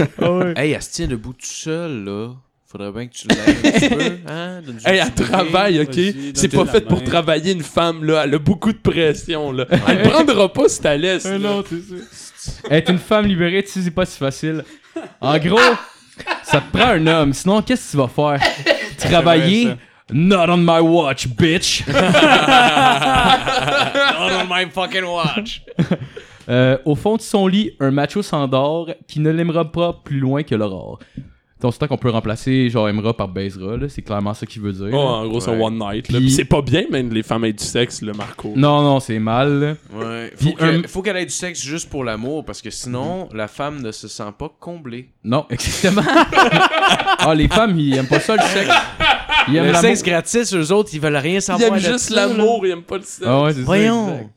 S5: hey, elle se tient debout tout seul, là. Faudrait bien que tu l'aides un petit peu. Hein? Donne-lui
S4: Hey,
S5: un
S4: elle
S5: petit coup de
S4: travaille,
S5: main.
S4: ok?
S5: Vas-y,
S4: C'est
S5: donne-lui
S4: pas
S5: la
S4: fait pour
S5: main.
S4: travailler une femme, là. Elle a beaucoup de pression, là. Elle le prendra pas si t'as laisse. là.
S3: c'est Être une femme libérée, tu sais, c'est pas si facile. En gros, ça te prend un homme. Sinon, qu'est-ce que tu vas
S4: [LAUGHS]
S3: faire? Travailler? Not on my watch,
S4: [LAUGHS]
S3: bitch!
S5: Not on my fucking watch.
S3: Euh, au fond de son lit, un macho s'endort qui ne l'aimera pas plus loin que l'aurore. Donc, c'est tant qu'on peut remplacer genre aimera par baisera, là. C'est clairement ça qu'il veut dire.
S4: Oh, en gros, c'est
S5: Ouais.
S4: one night.
S3: Puis-
S4: là. Puis c'est pas bien, même, les femmes aient du sexe, le Marco.
S3: Non, non, c'est mal. là.
S5: Ouais.
S3: Puis
S5: Faut que-
S3: un-
S5: faut qu'elle ait du sexe juste pour l'amour, parce que sinon, la femme ne se sent pas comblée.
S3: Non, exactement. [LAUGHS] ah, les femmes, ils aiment pas ça, le sexe. Ils aiment
S5: Le
S3: l'amour.
S5: sexe gratis, eux autres, ils veulent rien
S4: Il
S5: savoir.
S4: aime
S5: de
S4: juste
S5: ça, là.
S4: l'amour, il aime pas le sexe.
S3: Ah ouais, c'est ça,
S5: Voyons.
S3: exact.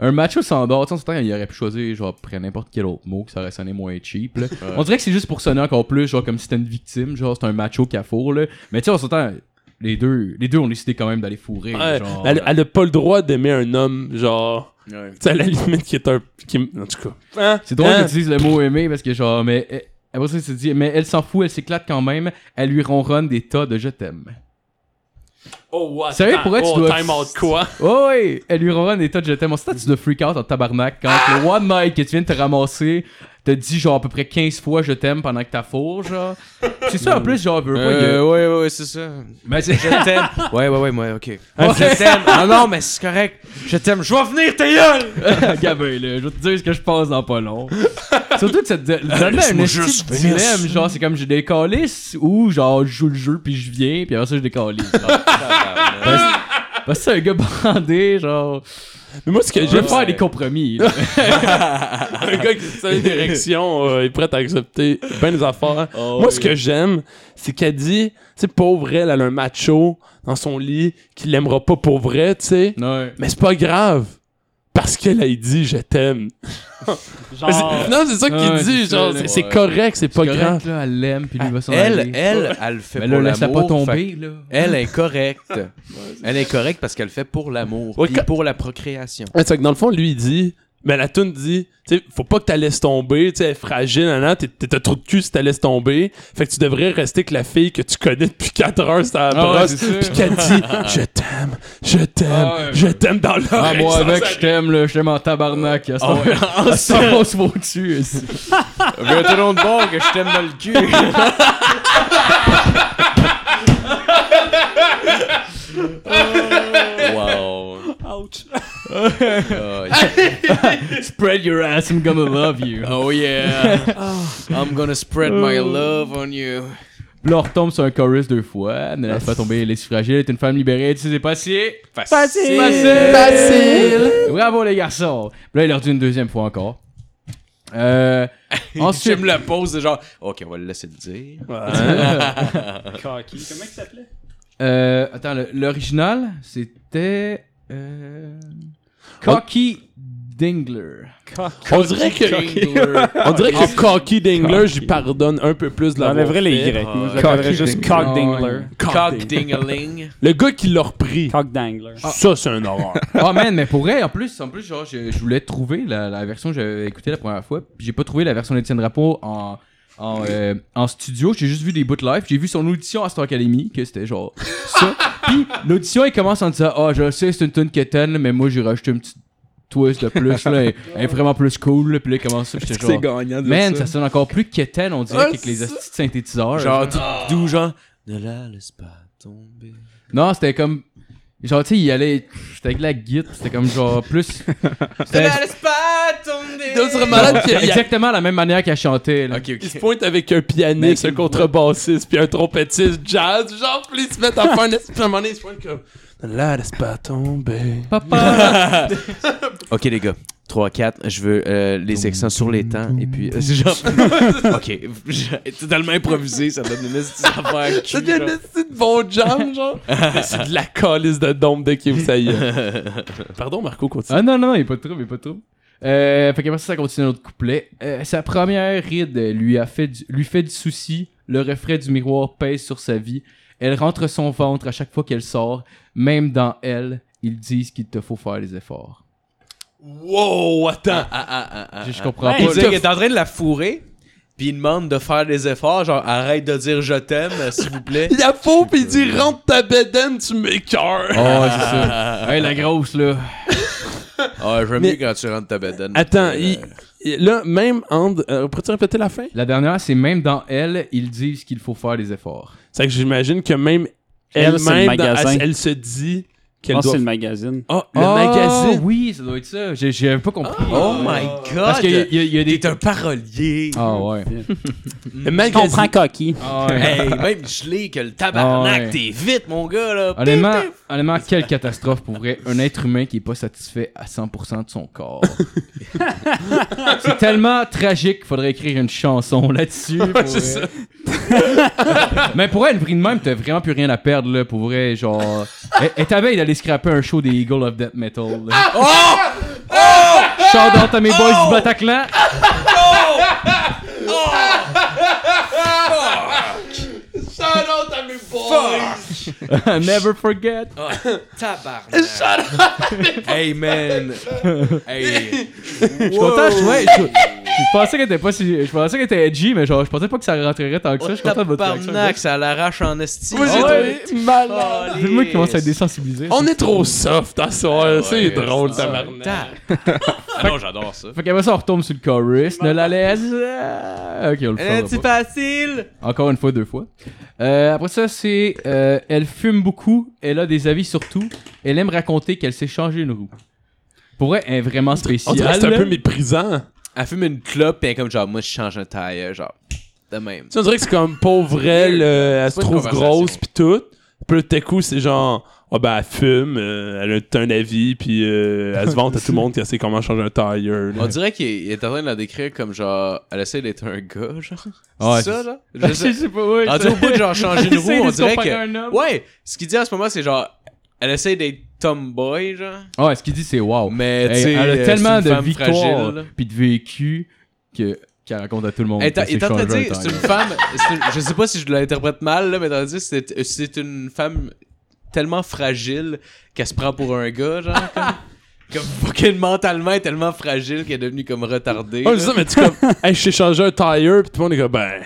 S3: un match au standard, tu sais, en ce temps, il aurait pu choisir, genre, prendre n'importe quel autre mot, que ça aurait sonné moins cheap, là. On dirait que c'est juste pour sonner encore plus, genre, comme si c'était une victime, genre, c'est un macho cafour, là. Mais tu sais, en ce temps, les deux, les deux ont décidé quand même d'aller fourrer,
S4: Ouais,
S3: genre. euh,
S4: elle, elle a pas le droit d'aimer un homme, genre.
S5: Ouais.
S4: Tu sais, à la limite, qui est un. Qui... En tout cas.
S3: C'est drôle
S4: Hein?
S3: que tu dises le mot aimer parce que genre, mais eh, après ça, tu te dis, mais elle s'en fout, elle s'éclate quand même, elle lui ronronne des tas de je t'aime.
S4: Oh, what?
S3: Sérieux, pour elle, tu
S4: oh,
S3: dois-
S4: time out quoi?
S3: Oh oui, elle lui ronronne des tas de je t'aime. En ce temps, tu dois freak out en tabarnak quand le one night que tu viens de te ramasser te dit genre à peu près 15 fois je t'aime pendant que t'as four, genre. C'est ça en plus, genre, veux pas, il y a-
S5: Euh, ouais, ouais, ouais, c'est ça.
S3: Mais ben, c'est- [LAUGHS]
S5: Je t'aime. Ouais, ouais, ouais, moi, ok.
S3: Ouais.
S5: Je t'aime. Ah non, mais c'est correct. Je t'aime. Je vais venir, ta gueule!
S3: Gabin, là, je vais te dire ce que je pense dans pas long. Surtout que ça te donne un
S5: Laisse-moi
S3: esti
S5: juste
S3: de
S5: finir.
S3: dilemme, genre, c'est comme j'ai des calices ou genre je joue le jeu puis je viens puis après ça je décalisse. [LAUGHS] genre. Parce parce que c'est un gars bandé, genre.
S4: Mais moi, ce que
S3: Je
S4: j'aime,
S3: vais faire des compromis. là.
S4: un gars qui se tient une direction euh, est prêt à accepter ben des affaires.
S3: Oh,
S4: Moi, ce que j'aime, c'est qu'elle dit, tu sais, pauvre elle, elle a un macho dans son lit qui l'aimera pas pour vrai, tu sais.
S3: Ouais.
S4: Mais c'est pas grave. Parce qu'elle a dit je t'aime. Mais c'est- Non, c'est ça qu'il
S3: Oh. Ouais,
S4: dit,
S3: c'est ça,
S4: genre,
S3: là.
S4: c'est c'est
S3: Ouais.
S4: correct, c'est pas
S3: C'est correct,
S4: grave.
S3: là, Ah, elle l'aime puis lui va s'en aller.
S5: Elle, elle, elle le fait
S3: mais
S5: pour
S3: là, laisse-la pas
S5: l'amour, fait
S3: tomber, là.
S5: Elle est correcte. Elle est correcte parce qu'elle fait pour l'amour
S4: Ouais,
S5: puis
S4: quand-
S5: pour la procréation.
S4: Ouais, c'est que dans le fond, lui, il dit, mais la toune dit, tu sais, faut pas que tu laisses tomber, tu sais, elle est fragile, nan, nan, t'es- t'es t'as trop de cul si tu laisses tomber. Fait que tu devrais rester avec la fille que tu connais depuis 4 heures, c'est la
S3: Ah ouais,
S4: brosse.
S3: c'est sûr.
S4: Puis
S3: [LAUGHS]
S4: qu'elle dit, je t'aime, je t'aime,
S3: Ah ouais.
S4: je t'aime dans l'oreille.
S3: Ah, moi
S4: sans
S3: avec,
S4: arrêt.
S3: je t'aime, là, je t'aime en tabarnak. à ce moment- à ce moment, on se voit dessus. esti.
S5: Viens tout le monde bord que je t'aime dans le cul. wow. Ouch.
S3: [LAUGHS] Spread your ass, I'm gonna love you.
S5: oh yeah. I'm gonna spread my love on you.
S3: Puis là, on retombe sur un chorus deux fois. Ne laisse pas tomber, les suffragiles est une femme libérée, tu sais, c'est passé.
S5: Facile.
S3: Facile. Bravo, les garçons. Puis là, il leur dit une deuxième fois encore. [LAUGHS] Euh, ensuite,
S5: J'aime la pause de genre, ok, on va le laisser le dire.
S1: euh, Cocky. Comment il s'appelait?
S3: euh, attends, le- l'original, c'était euh, Cocky Dingler.
S4: On dirait que,
S5: Jingler.
S4: on dirait que Ah, Cocky Dingler, j'y pardonne un peu plus de la
S1: J'enlèverais les Y.
S5: Ah,
S1: Moi, je
S5: ouais.
S1: l'appellerais
S3: Cocky
S1: juste
S3: Dingler.
S1: Cock Dingler.
S5: Cock ding-a-ling.
S4: Le gars qui l'a repris,
S1: Cock Dangler.
S4: ça, c'est un [LAUGHS] horreur.
S3: oh man, mais pour vrai, en plus, en plus, genre, je, je voulais trouver la, la version que j'avais écoutée la première fois. puis J'ai pas trouvé la version d'Étienne Drapeau en, en, euh, en studio. J'ai juste vu des bouts de live. J'ai vu son audition à Star Academy, que c'était genre ça. Puis l'audition, il commence en disant Ah, je sais, c'est une tune quétaine, mais moi, j'ai rajouté une petite twist de plus. Là, elle, elle est vraiment plus cool. là. Puis là, il commence ça. Puis j'étais genre
S6: gagnant
S3: Man, ça sonne encore plus quétaine, on dirait,
S4: Ah,
S3: qu'avec les
S4: ça-
S3: astuces synthétiseurs.
S5: Genre, tout doux, genre, ne la laisse pas tomber.
S3: Non, c'était comme. Genre, tu sais, il allait. C'était avec la guitare, c'était comme genre plus. C'était
S5: laisse pas tomber.
S4: D'autres malades qui il-
S3: exactement la même manière qu'elle chantait. Là.
S5: Ok,
S4: Il se
S5: ok.
S4: pointe avec un pianiste, un contrebassiste, puis un trompettiste jazz, genre, puis ils se mettent à faire une espèce, à un moment donné, ils se pointent comme Là, laisse pas tomber.
S3: Papa!
S5: Ok, les gars. 3, 4, je veux euh, les accents sur les temps. Et puis, euh,
S4: [LAUGHS]
S5: c'est genre. ok, j'ai totalement improvisé, ça donne une liste d'affaires.
S4: C'est de de bon jam,
S5: [LAUGHS]
S4: genre. Mais c'est de la calice de dôme de Kim, ça [LAUGHS] y est. Pardon, Marco, continue.
S3: ah non, non, il est pas de trouble, il est pas de trouble. Euh, fait qu'après ça, ça continue notre couplet. Euh, sa première ride lui, a fait du, lui fait du souci. Le reflet du miroir pèse sur sa vie. Elle rentre son ventre à chaque fois qu'elle sort. Même dans elle, ils disent qu'il te faut faire les efforts.
S4: Wow, attends.
S5: Ah, ah, ah, ah,
S3: Je, je
S5: ah.
S3: comprends
S1: Ouais,
S5: Il
S3: pas.
S5: dit qu'il est en train de la fourrer, puis il demande de faire des efforts, genre arrête de dire je t'aime, euh, s'il vous
S4: [LAUGHS]
S5: plaît.
S4: Il a faux, puis il dit Rentre ta bedaine, tu m'écœures.
S3: Oh, c'est
S4: [LAUGHS] Ah.
S3: ça. Ouais, la grosse, là.
S5: Ah, j'aime
S4: Mais-
S5: mieux quand tu rentres ta bedaine.
S4: Attends,
S5: Euh,
S4: il- il- là, même Ande, peux-tu répéter la fin
S3: La dernière, c'est même dans elle, ils disent qu'il faut faire les efforts.
S4: C'est que j'imagine que même
S1: Elle, c'est le
S4: elle-même, dans-
S1: magasin.
S4: elle, elle se dit
S1: Je
S4: qu'elle
S1: pense que
S4: doit.
S1: c'est le magazine.
S4: Oh, le
S3: Ah,
S4: magazine.
S3: Oui, ça doit être ça. J'ai- J'avais pas compris.
S5: Oh my god!
S3: Parce qu'il y, a- il y a- il y a des.
S5: T'es un parolier.
S3: Ah ouais.
S4: Le
S1: Je comprends
S4: magazine.
S1: Cocky.
S3: Ah ouais. [LAUGHS]
S5: Hey, même gelé que le tabarnak,
S3: Ah ouais.
S5: t'es vite, mon gars, là. Pif,
S3: Honnêtement,
S5: pif.
S3: honnêtement, quelle catastrophe pour vrai. Un être humain qui est pas satisfait à 100% de son corps. c'est tellement tragique qu'il faudrait écrire une chanson là-dessus. pour vrai. [LAUGHS] Mais pour elle, une prix de même, t'as vraiment plus rien à perdre, là, pour Eh, vrai. Genre. Elle, elle t'avait d'aller scraper un show des Eagles of Death Metal. là.
S5: Oh! Oh!
S3: Shout out à mes boys du Bataclan. [LAUGHS] Never forget.
S5: Tabarnak. [LAUGHS] hey, man. Hey.
S3: Je suis content, je, ouais, je, je pensais qu'elle était pas si. Je pensais qu'elle était edgy, mais genre, je pensais pas que ça rentrerait tant que ça. Je suis content de votre réaction.
S5: Tabarnak, ça l'arrache en estime.
S3: Oh,
S4: Moi, j'ai
S5: Ah ouais.
S3: malade. C'est moi qui commence à être désensibilisé.
S4: On est trop soft à soir, c'est drôle,
S5: ça.
S4: tabarnak.
S5: Ah non, j'adore ça.
S3: Fait qu'après ça, on retombe sur le chorus. Ne la laisse. euh, Ok, on le fera pas.
S5: facile.
S3: Encore une fois, deux fois. Euh, après ça, c'est. euh, elle fume beaucoup. Elle a des avis sur tout. Elle aime raconter qu'elle s'est changée une roue. Pour vrai, elle est vraiment
S4: On dirait que
S3: spéciale.
S4: c'est un
S3: là. [LAUGHS]
S4: peu méprisant.
S5: Elle fume une clope, pis elle est comme genre, moi, je change un tailleur, genre, de même.
S4: Tu sais, on dirait que c'est comme pauvre elle, euh, elle se
S5: pas une
S4: trouve
S5: conversation.
S4: grosse pis tout. Puis là, tout à coup, c'est genre, ah ben, elle fume, euh, elle a un avis, puis euh, elle se vante
S5: [LAUGHS]
S4: à tout le monde qu'elle sait comment changer un tailleur. là.
S5: On dirait qu'il il est en train de la décrire comme genre, elle essaie d'être un gars, genre.
S3: Ouais,
S5: c'est ça, là?
S3: [LAUGHS] Je sais pas, ouais.
S5: Rendu au bout de
S3: [LAUGHS]
S5: genre changer une roue,
S3: Essayer
S5: on
S3: de se
S5: dirait
S3: comparer à
S5: que.
S3: un homme.
S5: Ouais, ce qu'il dit à ce moment, c'est genre, elle essaie d'être tomboy, genre.
S3: Ouais, ce qu'il dit, c'est wow.
S5: Mais tu
S3: Hey,
S5: sais,
S3: elle
S5: euh,
S3: a
S5: c'est
S3: tellement
S5: une
S3: de
S5: femme
S3: victoires
S5: fragile, là.
S3: puis de vécu que qu'elle raconte à tout le monde.
S5: Elle est en-
S3: qu'elle
S5: il est en train de
S3: s'est
S5: dire,
S3: changée
S5: c'est
S3: un
S5: une femme, c'est une- je sais pas si je l'interprète mal, là, mais t'as dit, c'est euh, c'est une femme tellement fragile qu'elle se prend pour un gars, genre, comme, comme fucking mentalement, elle est tellement fragile qu'elle est devenue comme retardée.
S4: Ouais,
S5: là.
S4: c'est Oh, ça, mais tu comme, [LAUGHS] hey, je t'ai changé un tailleur, pis tout le monde est comme, ben,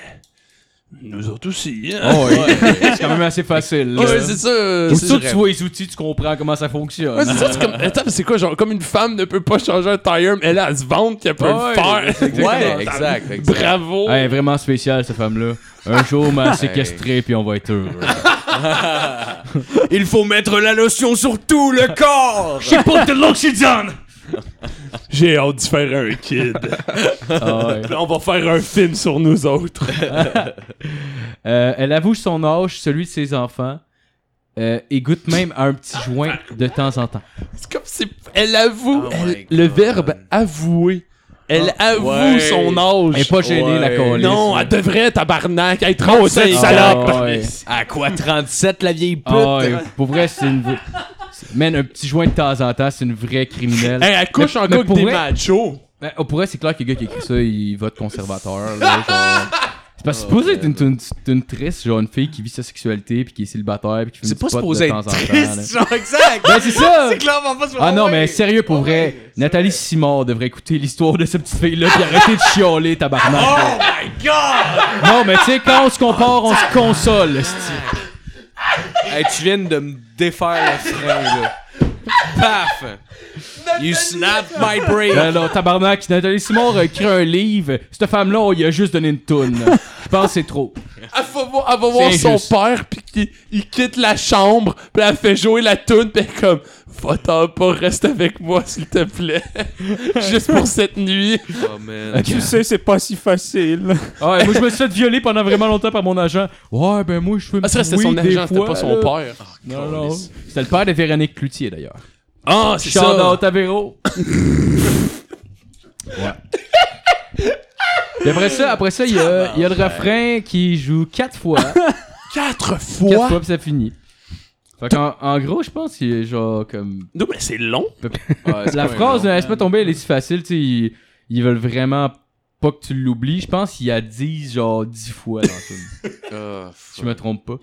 S4: nous autres aussi.
S5: Ah
S4: hein.
S3: temps. Oh, ouais. c'est quand même assez facile.
S4: Ouais,
S3: là.
S4: c'est ça. euh,
S3: Ou
S4: c'est
S3: surtout,
S4: vrai.
S3: tu vois les outils, tu comprends comment ça fonctionne.
S4: Ouais, c'est ça, c'est comme, attends, mais c'est quoi, genre, comme une femme ne peut pas changer un tailleur, mais elle, elle se vante qu'elle peut
S3: Ouais,
S4: le faire.
S5: Ouais, exact, exact.
S4: [LAUGHS] Bravo.
S3: Elle est vraiment spéciale, cette femme-là. Un jour, on
S4: [LAUGHS]
S3: m'a séquestré puis on va être heureux.
S5: Il faut mettre la lotion sur tout le corps!
S4: [LAUGHS] J'ai hâte de faire un kid.
S3: Ah, ouais.
S4: Là, on va faire un film sur nous autres.
S3: Euh, elle avoue son âge, celui de ses enfants, euh, et goûte même à un petit joint de temps en temps.
S4: C'est comme si elle avoue,
S5: Oh
S4: elle-
S5: my
S4: le
S5: God.
S4: verbe avouer. Elle avoue
S5: ouais.
S4: son
S3: Elle
S4: âge.
S3: est pas gênée,
S5: Ouais.
S3: la colline.
S4: non, elle devrait, tabarnak, elle est trop Oh, c'est une
S5: Ah,
S4: salope.
S3: ouais.
S5: À quoi 37, la vieille pute?
S3: Ah, ouais, pour vrai, c'est une. c'est- Man, un petit joint de temps en temps, c'est une vraie criminelle.
S4: Hey, elle couche
S3: Mais-
S4: encore
S3: mais
S4: avec
S3: pour
S4: des
S3: vrai-
S4: [LAUGHS] machos.
S3: Ben, on pourrait, c'est clair que le gars qui écrit ça, il vote conservateur. là, genre. C'est pas supposé être une, une, une triste, genre une fille qui vit sa sexualité puis qui est célibataire puis qui fait
S5: C'est pas supposé être triste,
S3: là.
S5: genre, exact!
S3: Ben c'est ça!
S5: C'est clairement pas supposé-
S3: Ah non,
S5: ouais.
S3: mais sérieux, pour vrai, Nathalie Simard devrait écouter l'histoire de cette petite fille-là puis arrêter de chialer, tabarnak.
S4: Ah!
S5: Oh my god!
S3: Non, mais tu sais, quand on se compare, on se console,
S4: Ah,
S3: esti.
S5: hey, tu viens de me défaire le frein, là. Paf! You snapped my brain!
S3: Ben non, tabarnak, Nathalie Simard a écrit un livre. Cette femme-là, on lui a juste donné une toune. Je pense que c'est trop.
S4: Elle va, voir- elle va voir son
S3: injuste.
S4: père, puis qu'il- il quitte la chambre, puis elle fait jouer la toune, puis elle est comme Va-t'en pas, reste avec moi, s'il te plaît. [LAUGHS] Juste pour cette nuit.
S5: Oh man.
S7: sais, c'est pas si facile.
S3: Ah ouais, moi, je me suis fait violer pendant vraiment longtemps par mon agent. Ouais, ben moi, je fais une
S4: Ah, ça, c'était son
S3: oui, des
S4: agent, c'était
S3: fois,
S4: pas
S3: là.
S4: son père.
S3: Non, non. C'était le père de Véronique Cloutier, d'ailleurs.
S4: Ah, c'est ça.
S3: Shout-out à [LAUGHS] Véro. ouais. Et après ça, après ça, il y a, il y a le refrain qui joue quatre fois.
S4: Quatre
S3: quatre
S4: fois.
S3: fois, puis ça finit. Fait qu'en en gros, je pense qu'il est genre comme...
S4: Non, mais c'est long.
S3: La phrase ne laisse pas tomber, elle est si facile, tu sais. Ils, ils veulent vraiment pas que tu l'oublies. Je pense qu'il y a 10, genre 10 fois dans le film.
S5: Ah,
S3: Si je me trompe pas.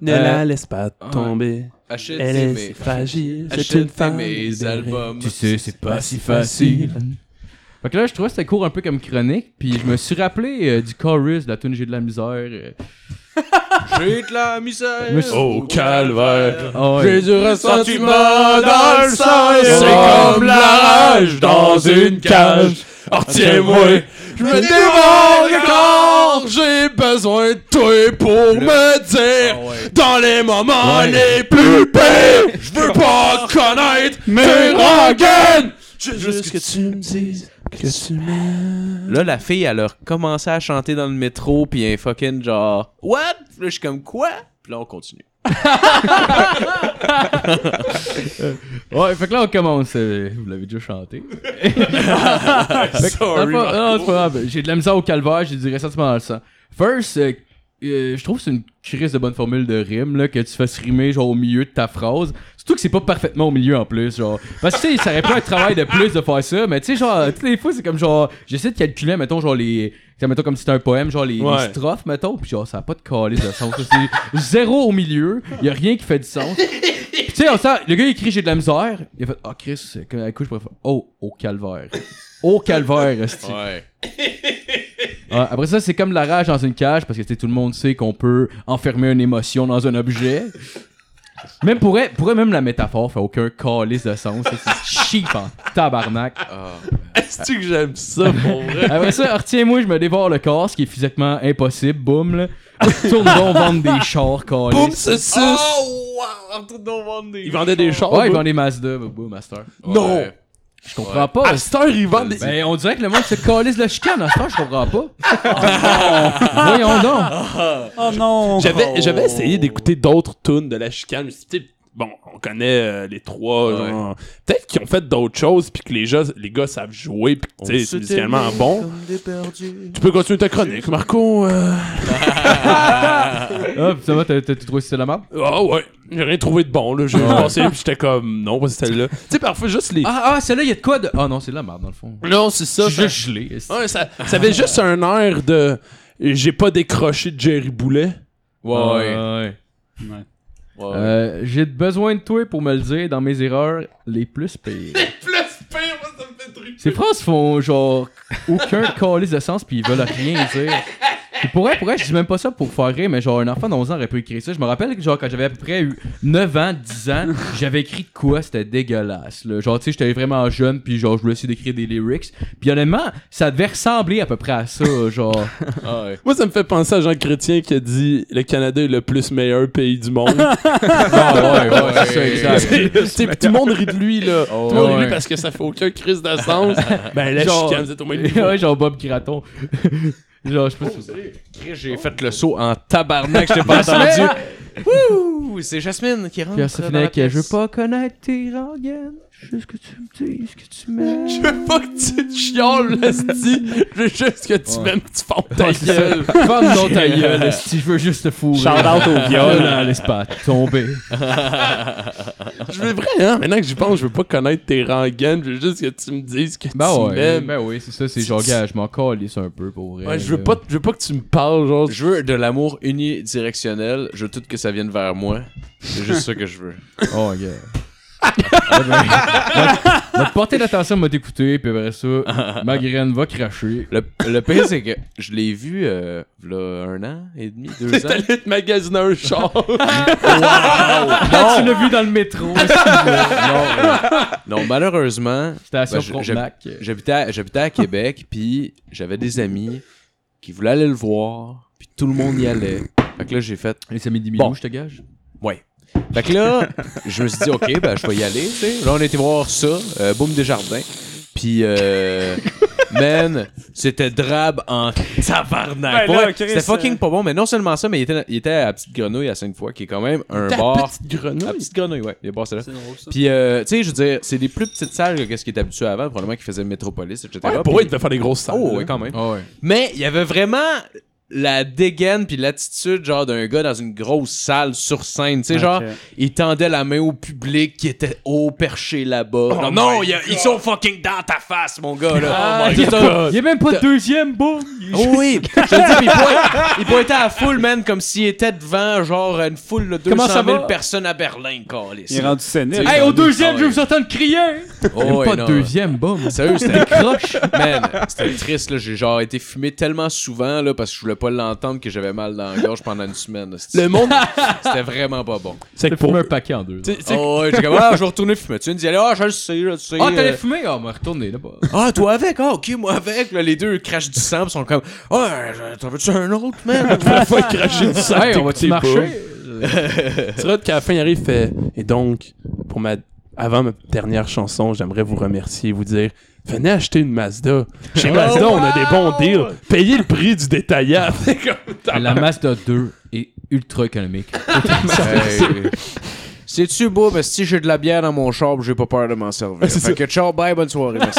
S7: Ne
S4: Euh,
S7: la laisse pas
S4: ah.
S7: tomber.
S5: Achète
S7: Elle
S5: tes
S7: est
S5: mes...
S7: fragile. C'est une
S5: Achète tes
S7: femme.
S5: mes
S7: libérée.
S5: albums.
S3: Bah, c'est pas si facile. Fait que là, je trouvais que c'était court un peu comme chronique, puis je me suis rappelé euh, du chorus de la tune J'ai de la misère. euh.
S5: J'ai de la misère.
S3: Je me suis-
S4: Au calvaire.
S3: Ah ouais.
S4: J'ai du ressentiment dans le sang,
S3: Ouais.
S4: c'est comme la rage dans une cage. Oh, tiens-moi, je me dévore le corps, j'ai besoin de toi pour me dire, dans les moments
S3: Ouais.
S4: les plus pires, je veux pas connaître mes rengaines.
S7: Juste que tu me dises que tu m'aimes.
S5: Là, la fille, elle a commencé à chanter dans le métro, pis un fucking genre, What? Puis là, je suis comme, Quoi? Puis là, on continue.
S3: Ouais, fait que là, on commence. euh, vous l'avez déjà chanté. Fait que-
S4: Sorry,
S3: Ah, pas- ah, c'est pas grave. J'ai de la misère au calvaire, j'ai du ressentiment dans le sang. First, euh, euh, je trouve que c'est une crise de bonne formule de rime, là, que tu fasses rimer, genre, au milieu de ta phrase. Surtout que c'est pas parfaitement au milieu, en plus, genre. Parce que, tu sais, ça aurait pas un travail de plus de faire ça, mais, tu sais, genre, toutes les fois, c'est comme, genre, j'essaie de calculer, mettons, genre, les... tu sais, mettons, comme si c'était un poème, genre, les, les
S4: Ouais.
S3: strophes, mettons, puis genre, ça a pas de calice de sens. là. C'est zéro au milieu, y a rien qui fait du sens. Puis, tu sais, on sent- le gars, il écrit, j'ai de la misère. Il a fait, ah, Chris, c'est comme, écoute, je pourrais faire, oh, au
S5: [LAUGHS]
S3: calvaire. Au calvaire, esti.
S5: Ouais.
S3: Ouais, après ça, c'est comme la rage dans une cage parce que tu sais, tout le monde sait qu'on peut enfermer une émotion dans un objet. Même pourrait, pourrait même la métaphore fait aucun calice de sens. ça, C'est cheap en tabarnak.
S4: Est-ce que j'aime ça pour vrai?
S3: Après ça, retiens-moi, je me dévore le corps, ce qui est physiquement impossible. Boum, là. Tourne donc vendre des chars, calice.
S4: [LAUGHS] Boum, ce sus!
S5: Oh, wow! Entre nos ventes
S4: Ils vendaient des chars.
S3: Ouais, ils
S4: boum.
S3: vendent des Mazda, bah, boum, Master.
S4: Non!
S5: Ouais.
S3: Je comprends pas.
S4: À cette heure, ils vendent des.
S3: Ben, on dirait que le monde se calisse le chicane, à ce temps, je comprends [LAUGHS] pas. Voyons donc. Ah,
S1: Oh non!
S4: J'avais, j'avais essayé d'écouter d'autres tunes de la chicane. mais c'était- Bon, on connaît euh, les trois. genre. Peut-être qu'ils ont fait d'autres choses, puis que les gars, les gars savent jouer, puis que tu sais, c'est musicalement bon. Tu peux continuer ta chronique, Marco. euh.
S3: Ah, putain, moi, t'as t'as- t'as trouvé que c'était la merde?
S4: Ah ouais, j'ai rien trouvé de bon. Là. J'ai pensé, puis j'étais comme, non, pas celle-là. tu sais, parfois, juste les.
S3: Ah, ah, celle-là, il y a de quoi de. Ah non, c'est de la merde, dans le fond.
S4: Non, c'est ça.
S3: Je suis
S4: ça-
S3: juste gelé. esti.
S4: Ouais, ça, ça avait juste un air de. J'ai pas décroché de Jerry Boulet.
S5: Ouais.
S3: ouais.
S1: Ouais.
S5: ouais.
S3: Euh, J'ai besoin de toi pour me le dire dans mes erreurs les plus
S5: [LAUGHS]
S3: pires. Ces phrases font genre aucun [LAUGHS] calice de sens puis ils veulent rien dire. Puis pour vrai, pour vrai, je dis même pas ça pour faire rire, mais genre un enfant de 11 ans aurait pu écrire ça. Je me rappelle que genre quand j'avais à peu près eu 9 ans, 10 ans, j'avais écrit de quoi, c'était dégueulasse. là. Genre tu sais, j'étais vraiment jeune puis genre je voulais essayer d'écrire des lyrics. Puis honnêtement, ça devait ressembler à peu près à ça, genre.
S5: Ah, ouais.
S4: Moi, ça me fait penser à Jean Chrétien qui a dit Le Canada est le plus meilleur pays du monde.
S3: Ah ouais,
S4: [LAUGHS]
S3: ouais, c'est ça,
S5: Ouais.
S3: exact.
S4: Tu sais, puis tout le monde rit de lui, là.
S5: Oh,
S4: tout le monde rit de
S3: ouais.
S4: lui parce que ça fait aucun crise de sens. ben, là,
S3: Genre-
S4: je suis au même niveau.
S3: ouais, genre Bob Graton. genre, je sais pas si vous
S5: Chris, j'ai fait le saut en tabarnak, je t'ai [LAUGHS] pas entendu. Wouh! C'est Jasmine qui rentre.
S3: Puis ça
S5: dans
S3: finit
S5: la
S3: avec euh, Je veux
S5: pièce.
S3: pas connaître tes rengaines. Je veux ce que tu me dis, ce que tu m'aimes.
S4: [LAUGHS] Je veux pas que tu te chioles, Esti. Je veux juste que tu
S3: Ouais.
S4: m'aimes, tu fonds ta
S3: Ouais, c'est ça.
S4: gueule.
S3: Ferme donc ta gueule, si je veux juste te fourrer.
S1: Shout-out au viol.
S3: Non, laisse pas tomber.
S4: Je veux vraiment, maintenant que j'y pense, je veux pas connaître tes rengaines. Je veux juste que tu me dises que
S3: Ben
S4: tu
S3: ouais,
S4: m'aimes.
S3: ben oui, c'est ça, c'est genre, gars, je m'en calisse un peu pour vrai.
S4: Ouais, euh, je veux
S3: là.
S4: pas, je veux pas que tu me parles, genre.
S5: Je veux de l'amour unidirectionnel. Je veux tout que ça vienne vers moi. C'est juste ça que je
S4: [LAUGHS]
S5: veux.
S3: Oh, gars. Ouais, ben, Va te porter l'attention, m'a t'écouter, puis après ça, ma graine va cracher.
S5: Le, le pire, c'est que je l'ai vu, euh, là, un an et demi, deux
S4: T'es
S5: ans.
S4: allé te magasiner un char.
S3: Ah, tu l'as vu dans le métro, excuse-moi.
S5: euh, Non, malheureusement,
S3: Station
S5: Ben, je- je-
S3: Frontenac.
S5: j'habitais à, j'habitais à Québec, puis j'avais des amis qui voulaient aller le voir, puis tout le monde y allait. Fait que là, j'ai fait...
S3: Et ça m'est dit
S5: Bon.
S3: je te gage.
S5: Ouais. Fait que là, je me suis dit, OK, ben, je vais y aller, tu sais. Là, on était voir ça, euh, Boom des Jardins. Puis, euh, man, c'était drabe en tabarnak.
S1: Ben là,
S5: Ouais,
S1: Chris,
S5: c'était fucking
S1: euh,
S5: pas bon, mais non seulement ça, mais il était, il était à Petite Grenouille à Sainte-Foy, qui est quand même un bar.
S4: petite grenouille.
S5: À Petite Grenouille, ouais. Il y a bar, c'est là.
S1: drôle, ça.
S5: Puis, euh, tu sais, je veux dire, c'est des plus petites salles que ce qui était habitué avant, probablement qu'ils faisaient le Métropolis, etc.
S4: Ouais, pour eux, il devait faire des grosses salles.
S5: Oh,
S4: là.
S5: ouais, quand même.
S3: Ah ouais.
S5: Mais il y avait vraiment la dégaine puis l'attitude genre d'un gars dans une grosse salle sur scène, tu sais genre il tendait la main au public qui était haut perché là-bas. Oh,
S4: Oh,
S5: non, Oh non, il y a- ils sont fucking dans ta face mon gars [LAUGHS] là.
S3: il, y a
S5: Ah, C'est un-
S3: pas, il y a même pas de deuxième, boum!
S5: Oh oui, je te le dis, puis il pointait, il pointait à la foule, man, comme s'il était devant, genre, une foule de
S3: Comment
S5: 200
S3: ça
S5: 000
S3: va?
S5: personnes à Berlin, câlisse.
S1: Il est rendu sénile.
S3: Hey, au deuxième,
S5: Ah
S3: je vais
S5: ouais.
S3: vous entendre crier!
S5: Oh,
S3: Même
S5: ouais,
S3: pas de
S5: non.
S3: deuxième, boum!
S5: Sérieux, c'était croche. Man, c'était triste, là. J'ai genre été fumé tellement souvent, là, parce que je voulais pas l'entendre que j'avais mal dans la gorge pendant une semaine. là. C'était-
S3: [LAUGHS]
S4: Le monde.
S5: C'était vraiment pas bon.
S4: C'est
S3: T'as
S4: que pour.
S3: fumé un paquet en deux.
S4: Tu sais- tu sais,
S5: Oh, ouais, j'ai comme, ah, je vais retourner fumer. Tu viens d'y aller, ah, je le sais, je le sais.
S3: Ah, t'allais
S5: euh.
S3: fumer? Ah, on m'a retourné là-bas.
S5: Ah, toi avec, ah, ok, moi avec. Là, les deux crachent du sang, pis sont comme, ah, euh, t'en veux-tu un autre, man?
S4: [LAUGHS] la fois qu'il crachait du sang.
S3: Hey, on va-tu
S4: t'écoutais
S3: marcher?
S4: pas. Euh, Tu regardes qu'à la fin, il arrive il fait. Et donc, pour ma. Avant ma dernière chanson, j'aimerais vous remercier et vous dire venez acheter une Mazda. Chez Mazda, on a des bons deals. Payez le prix du détaillant. [LAUGHS] C'est comme ta-
S3: La Mazda 2 est ultra économique.
S5: Hey. C'est-tu beau, mais si j'ai de la bière dans mon char, pis j'ai pas peur de m'en servir.
S4: c'est
S5: Fait que ciao, bye, bonne soirée, merci.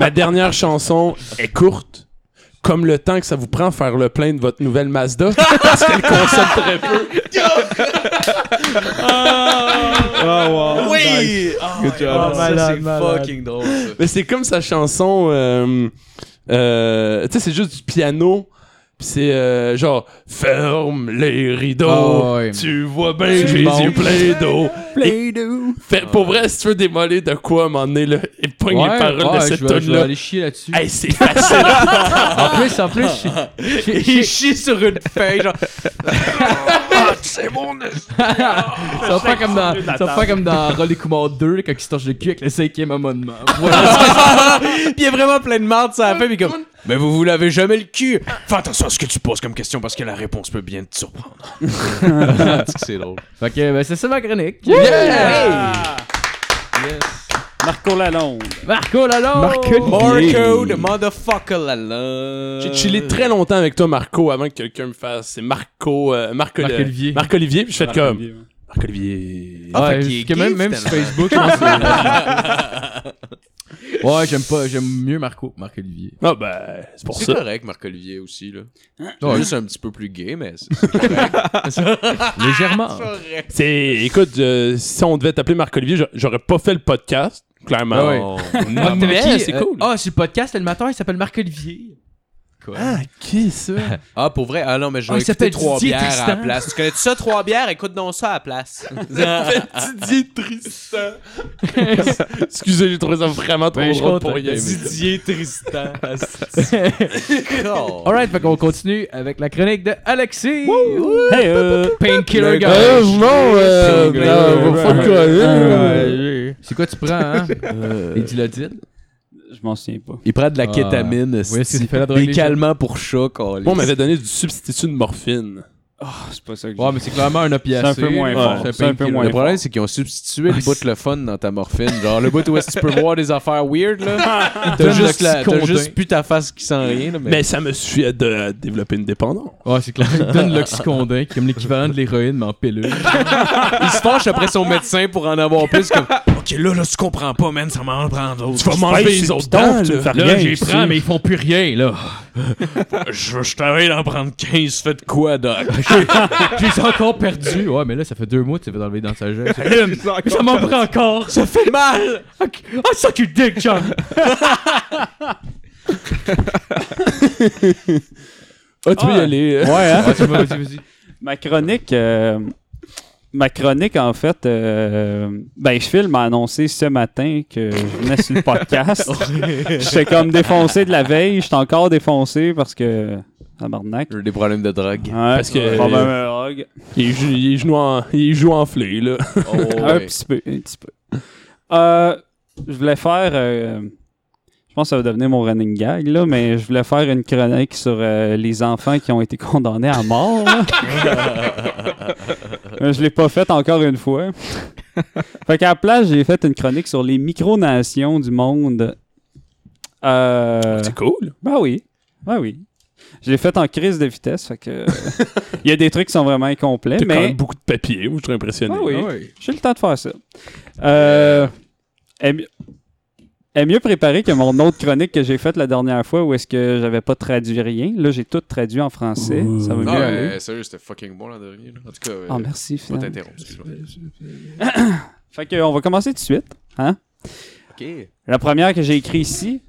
S4: Ma dernière chanson est courte, comme le temps que ça vous prend faire le plein de votre nouvelle Mazda, parce qu'elle consomme très peu.
S1: wow.
S5: Oui! Ah,
S1: Good job.
S5: ouais, ça,
S1: Malade,
S5: c'est
S1: malade.
S5: fucking drôle, ça.
S4: Mais c'est comme sa chanson. euh, euh, tu sais, c'est juste du piano. Pis c'est euh, genre ferme les rideaux,
S3: Ah ouais.
S4: tu vois bien que
S3: Tu
S4: j'ai les
S3: montes.
S4: yeux pleins
S3: [LAUGHS]
S4: d'eau. Et- Fait- Pour vrai, si tu veux démolir de quoi, à un moment donné, là, et pogne les paroles de cette
S3: je vais, je vais
S4: tonne-là.
S3: aller chier là-dessus.
S4: Hey, c'est facile. [LAUGHS]
S3: en plus, en plus, je- je- je-
S5: Ah! Il chie sur une feuille,
S3: [LAUGHS]
S5: genre. Ah,
S3: ça va faire comme dans, ça va faire comme dans Rolly Command 2 là, quand il se torche le cul avec le cinquième amendement.
S5: [LAUGHS] Puis il est vraiment plein de marde, ça a fait, puis comme. Mais vous vous lavez jamais le cul! Fais attention à ce que tu poses comme question parce que la réponse peut bien te surprendre. Est-ce que c'est drôle.
S3: fait que ben, c'est ça ma chronique.
S1: Marco Lalonde.
S3: Marco Lalonde!
S5: More code, motherfucker la la.
S4: J'ai chillé très longtemps avec toi, Marco, avant que quelqu'un me fasse. C'est Marco. euh, Marco
S3: Marc-Olivier.
S4: Marc-Olivier, puis je fais
S1: Marco
S4: comme.
S1: Olivier, ouais.
S4: Marc-Olivier.
S5: Ah, fait
S3: Ouais,
S5: qu'il est
S3: parce que même,
S5: gay,
S3: même sur Facebook, je pense que- [LAUGHS] Ouais, j'aime pas, j'aime mieux Marco, Marc Olivier.
S4: Ah, ben, c'est pour
S5: C'est
S4: ça.
S5: correct, Marc-Olivier aussi, là.
S3: Ouais.
S5: Juste un petit peu plus gay, mais. c'est-
S3: Légèrement.
S4: C'est, écoute, euh, si on devait t'appeler Marc-Olivier, j'a- j'aurais pas fait le podcast, clairement.
S3: Ah ouais.
S5: Oh.
S3: Ah,
S4: mais qui,
S3: c'est
S4: c'est
S3: cool.
S4: cool.
S3: Ah, sur le podcast, l'animateur, il s'appelle Marc Olivier. Quoi?
S4: Ah, qui ça? [LAUGHS]
S5: Ah, pour vrai? Ah non, mais je
S3: Ah,
S5: vais
S3: il
S5: écouter
S3: s'appelle
S5: trois
S3: Didier
S5: bières à la
S3: Tristan.
S5: place. Tu connais-tu ça, trois bières? Écoute donc ça à
S3: [LAUGHS]
S5: la place.
S4: Didier Tristan. [LAUGHS] Excusez, j'ai trouvé ça vraiment trop
S3: Ben, je
S4: drôle
S3: comprends.
S4: pour rien.
S5: [LAUGHS] Didier Tristan.
S3: [LAUGHS] Ah,
S5: [LAUGHS] Cool.
S3: Alright, fait qu'on continue avec la chronique de Alexis.
S4: Hey, euh...
S3: Painkiller Guy.
S4: Euh, non, euh,
S3: Painkiller
S4: euh,
S3: Guy.
S4: faut que- euh,
S3: C'est quoi tu prends, hein? Les dilodines?
S1: Je m'en souviens pas.
S5: Il prend de la
S3: Ah. kétamine, Oui, c'est- c'est fait la drogue des légère.
S5: pour chat, qu'on
S4: Moi, on m'avait donné du substitut de morphine.
S1: Ah, c'est pas ça que
S3: Ouais, mais c'est clairement un opiacé.
S1: C'est un peu moins
S3: Ouais,
S1: fort.
S3: c'est un
S1: C'est un peu
S3: painkiller.
S1: moins
S5: Le problème, c'est qu'ils ont substitué le bout le fun dans ta morphine. Genre, le bout où est-ce que tu peux voir des affaires weird, [LAUGHS] là. T'as
S3: Donne
S5: juste, la- t'as
S3: l'oxycontin.
S5: juste plus ta face qui sent rien, là,
S4: Mais
S5: mais... [LAUGHS]
S4: Ben, ça me suffit à, de- à développer une dépendance.
S3: Ouais, c'est clair. Il donne l'oxycondin, qui est comme l'équivalent de l'héroïne, mais en pilule.
S5: il se fâche après son médecin pour en avoir plus. Comme... Ok, là, là, tu comprends pas, man, ça m'en prend d'autres.
S4: Tu vas m'enlever les autres dents, tu me fais rien. ici.
S3: Ah, mais ils font plus rien, là.
S5: [LAUGHS] Je, je t'avais d'en prendre 15, fais
S4: Ah,
S5: de quoi, doc?
S3: Je les ai encore perdus. Ouais, mais là, ça fait deux mois que tu vas enlever dans sa gêne. ça m'en prend encore.
S5: Ça fait [LAUGHS] mal!
S3: Ah, ça, tu dick, John.
S4: Ah, tu veux y aller. euh.
S1: Ouais, hein?
S3: vas-y, vas-y, vas-y.
S1: Ma chronique, euh, ma chronique en fait, euh, ben Phil m'a annoncé ce matin que je venais [LAUGHS] sur le podcast. J'étais comme défoncé de la veille, j'étais encore défoncé parce que tabarnak.
S5: J'ai des problèmes de drogue.
S1: Ouais,
S4: Parce que-
S1: problème de drogue.
S4: Il joue, il joue en, il joue enflé, là.
S5: [LAUGHS] Oh,
S1: Ah un
S5: ouais.
S1: petit peu, un petit peu. Euh, je voulais faire, euh, je pense que ça va devenir mon running gag là, mais je voulais faire une chronique sur euh, les enfants qui ont été condamnés à mort. là. Euh, je l'ai pas faite encore une fois. fait qu'à la place, j'ai fait une chronique sur les micronations du monde. Euh,
S4: C'est cool.
S1: ben oui. Ben oui. Je l'ai faite en crise de vitesse, fait que euh, il y a des trucs qui sont vraiment incomplets,
S4: T'as quand
S1: mais
S4: même beaucoup de papier, moi, je suis impressionné.
S1: Ah oui.
S3: Ah ouais.
S1: j'ai le temps de faire ça. Euh, est, mi- est mieux préparé que mon autre chronique que j'ai faite la dernière fois où est-ce que j'avais pas traduit rien. Là, j'ai tout traduit en français. Ça va mieux
S5: Non,
S1: aller.
S5: mais euh, sérieux, c'était fucking bon l'an dernier. là. En tout cas, euh,
S1: Ah, merci,
S5: je vais
S1: finalement.
S5: t'interrompre. excuse-moi.
S1: Fait que, on va commencer tout de suite.
S5: Ok.
S1: La première que j'ai écrite ici,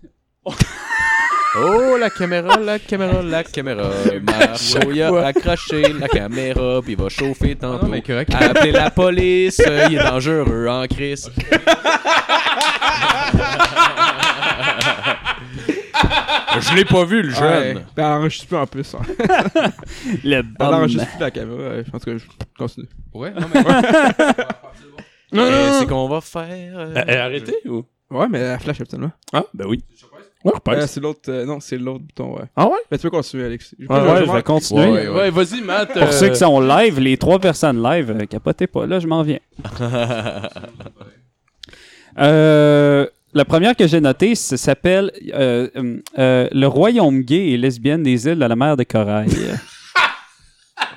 S5: Oh, la caméra, la caméra, la [LAUGHS] caméra. Mario, il a accroché la caméra, puis il va chauffer tantôt.
S3: Non, mais correct.
S5: Appelez la police, euh, il est dangereux en crise.
S4: Ah.
S5: Je l'ai pas vu, le
S8: Ouais. Ben, enregistre plus en plus. Hein.
S1: le
S8: Ben,
S1: bum.
S8: enregistre plus la caméra. euh, Je pense que je continue.
S3: Ouais, non, mais.
S5: Non, non, c'est qu'on va faire. euh,
S4: Euh, euh, arrêtez ou?
S8: Ouais, mais la flash, absolument.
S4: Ah, ben oui. Ouais, repasse.
S8: Euh, c'est l'autre. euh, non, c'est l'autre bouton, ouais.
S4: Ah ouais?
S8: Mais tu peux continuer, Alex. Je-
S1: Ouais,
S8: je- je-
S1: je vais continuer.
S5: Ouais,
S4: Ouais, vas-y, Matt.
S1: Pour ceux qui sont live, les trois personnes live, euh, capotez pas, là, je m'en viens. Euh, la première que j'ai notée ça s'appelle euh, hum, euh, Le royaume gay et lesbienne des îles de la mer de corail.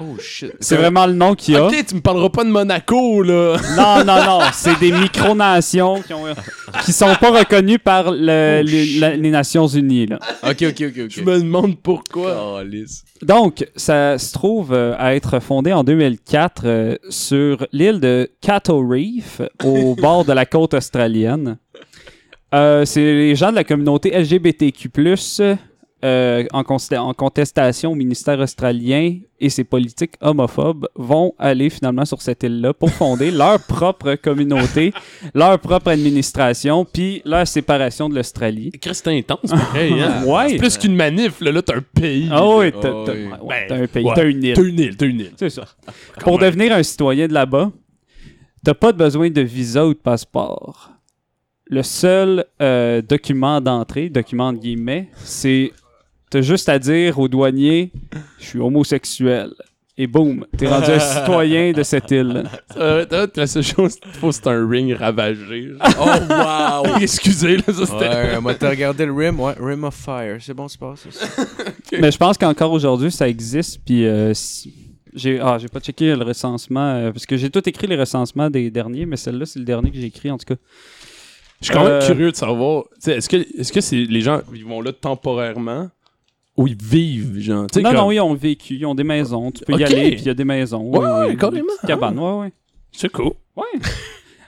S5: Oh shit.
S1: C'est vraiment le nom qu'il y a.
S4: Ok, tu me parleras pas de Monaco, là.
S1: Non, non, non, c'est des micronations qui ont, qui sont pas reconnus par le- les, la- les Nations Unies. là.
S5: Ok, ok, ok, ok.
S7: Je me demande pourquoi.
S5: Oh, lisse.
S1: Donc, ça se trouve euh, à être fondé en 2004 euh, sur l'île de Cato Reef,
S7: [LAUGHS]
S1: au bord de la côte australienne. Euh, c'est les gens de la communauté LGBTQ+, euh, en, considé- en contestation au ministère australien et ses politiques homophobes, vont aller finalement sur cette île-là pour fonder
S7: [LAUGHS]
S1: leur propre communauté, leur propre administration, puis leur séparation de l'Australie.
S7: Christ, c'est
S4: [LAUGHS]
S7: intense, pareil, hein?
S1: Ouais!
S7: C'est [LAUGHS] plus qu'une manif, là. Là, t'as un pays.
S1: Ah oui, t'as
S3: Ah
S1: t'as-
S3: oui.
S1: ouais, t'as un pays,
S7: Ben, ouais.
S1: t'as une île.
S7: T'as une île, t'as une île.
S1: C'est ça. Pour devenir un citoyen de là-bas, t'as pas de besoin de visa ou de passeport. Le seul euh, document d'entrée, document de guillemets, c'est t'as juste à dire au douanier je suis homosexuel. Et boum, t'es rendu un citoyen de cette île.
S7: Euh, t'as la seule chose qu'il faut, c'est un ring ravagé.
S5: Oh, wow!
S7: [LAUGHS] Excusez, là, ça c'était.
S5: Ouais, moi, t'as regardé le Rim, ouais, Rim of Fire. C'est bon, c'est pas ça.
S1: Mais je pense qu'encore aujourd'hui, ça existe. Puis euh, si- j'ai ah, j'ai pas checké le recensement euh, parce que j'ai tout écrit les recensements des derniers, mais celle-là c'est le dernier que j'ai écrit en tout cas.
S7: Je suis quand même
S1: Euh,
S7: curieux de savoir, tu sais, est-ce que, est-ce que c'est, les gens, ils vont là temporairement ou ils vivent, genre? tu sais,
S1: Non,
S7: comme-
S1: non, ils ont vécu, ils ont des maisons. Tu peux
S7: Ok.
S1: y aller, puis il y a des maisons.
S7: Ouais, ouais,
S1: Des
S7: carrément,
S1: petites cabanes, ouais, ouais.
S7: C'est cool.
S1: Ouais.
S7: [LAUGHS]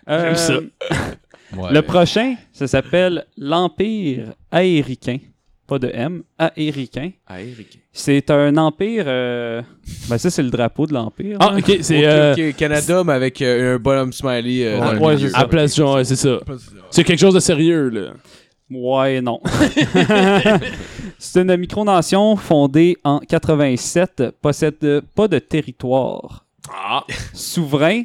S7: J'aime ça.
S3: Ouais.
S1: Le prochain, ça s'appelle l'Empire aéricain. Pas de M, aéricain.
S5: Ah, Eric.
S1: C'est un empire. euh, Ben, ça, c'est le drapeau de l'Empire. hein.
S7: Ah, ok, c'est,
S5: Ok,
S7: euh,
S5: ok, Canada, mais avec euh, un bonhomme smiley. euh, dans
S7: ah,
S5: le
S7: ouais,
S5: milieu.
S7: à place, genre, ouais, c'est ça. C'est quelque chose de sérieux, là.
S1: Ouais, non. [LAUGHS] c'est une micronation fondée en 87, possède euh, pas de territoire.
S7: Ah.
S1: Souverain,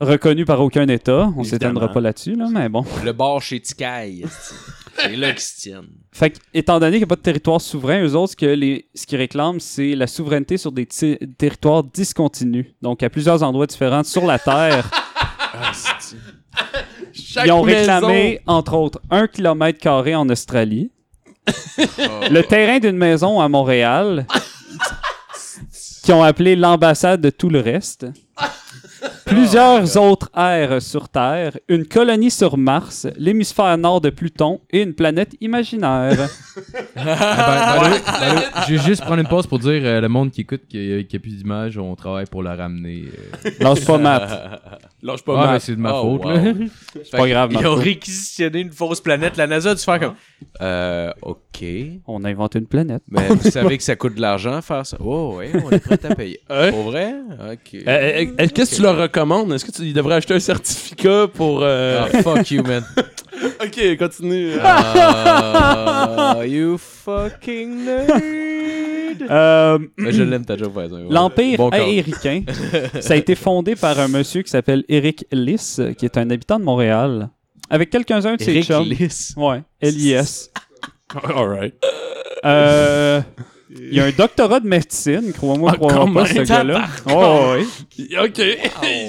S1: reconnu par aucun État. On s'étendra pas là-dessus, là, mais bon.
S5: Le bar chez Tikai. esti. C'est là qu'ils se tiennent.
S1: Fait que, étant donné qu'il n'y a pas de territoire souverain, eux autres, ce que les, ce qu'ils réclament, c'est la souveraineté sur des ti- territoires discontinus. Donc, à plusieurs endroits différents sur la Terre. Ils ont réclamé, entre autres, un kilomètre carré en Australie, le terrain d'une maison à Montréal, qui ont appelé l'ambassade de tout le reste, plusieurs autres aires sur Terre, une colonie sur Mars, l'hémisphère nord de Pluton et une planète imaginaire.
S3: Ah, ben, ben, ben, ben, ben, je vais juste prendre une pause pour dire euh, le monde qui écoute, qui a, qui a plus d'image, on travaille pour la ramener. euh.
S1: Lance pas Matt.
S7: Lâche
S3: Ah,
S7: pas mal.
S3: ben, c'est de ma
S5: Oh,
S3: faute.
S5: wow.
S3: là.
S5: C'est
S1: pas grave,
S5: Ils
S1: Marco.
S5: ont réquisitionné une fausse planète. La NASA a dû faire comme. Euh, ok.
S1: [LAUGHS] On a inventé une planète.
S5: Mais vous savez que ça coûte de l'argent faire ça. Oh, ouais, on est prêt à payer.
S7: Ouais.
S5: Pour vrai? Ok.
S7: Euh, euh, euh, Qu'est-ce que tu leur recommandes? Est-ce que tu ils devraient acheter un certificat pour. euh,
S5: Ah, fuck you, man.
S7: [LAUGHS] ok, continue.
S5: Ah, you fucking nerd.
S1: Euh,
S5: Mais je l'aime ta joke, par exemple.
S1: L'Empire
S5: Bon
S1: [LAUGHS]
S5: call.
S1: aéricain, ça a été fondé par un monsieur qui s'appelle Eric Liss, euh, qui est un habitant de Montréal, avec quelqu'un-un de ses
S5: Eric
S1: chums. [LAUGHS]
S5: Lisse.
S1: Ouais, L-I-S.
S7: Alright.
S1: Euh, il a un doctorat de médecine, crois-moi,
S7: Ah,
S1: crois-moi pas,
S7: quand
S1: ce
S7: même,
S1: gars-là. Ouais, ouais, ouais.
S7: Ok.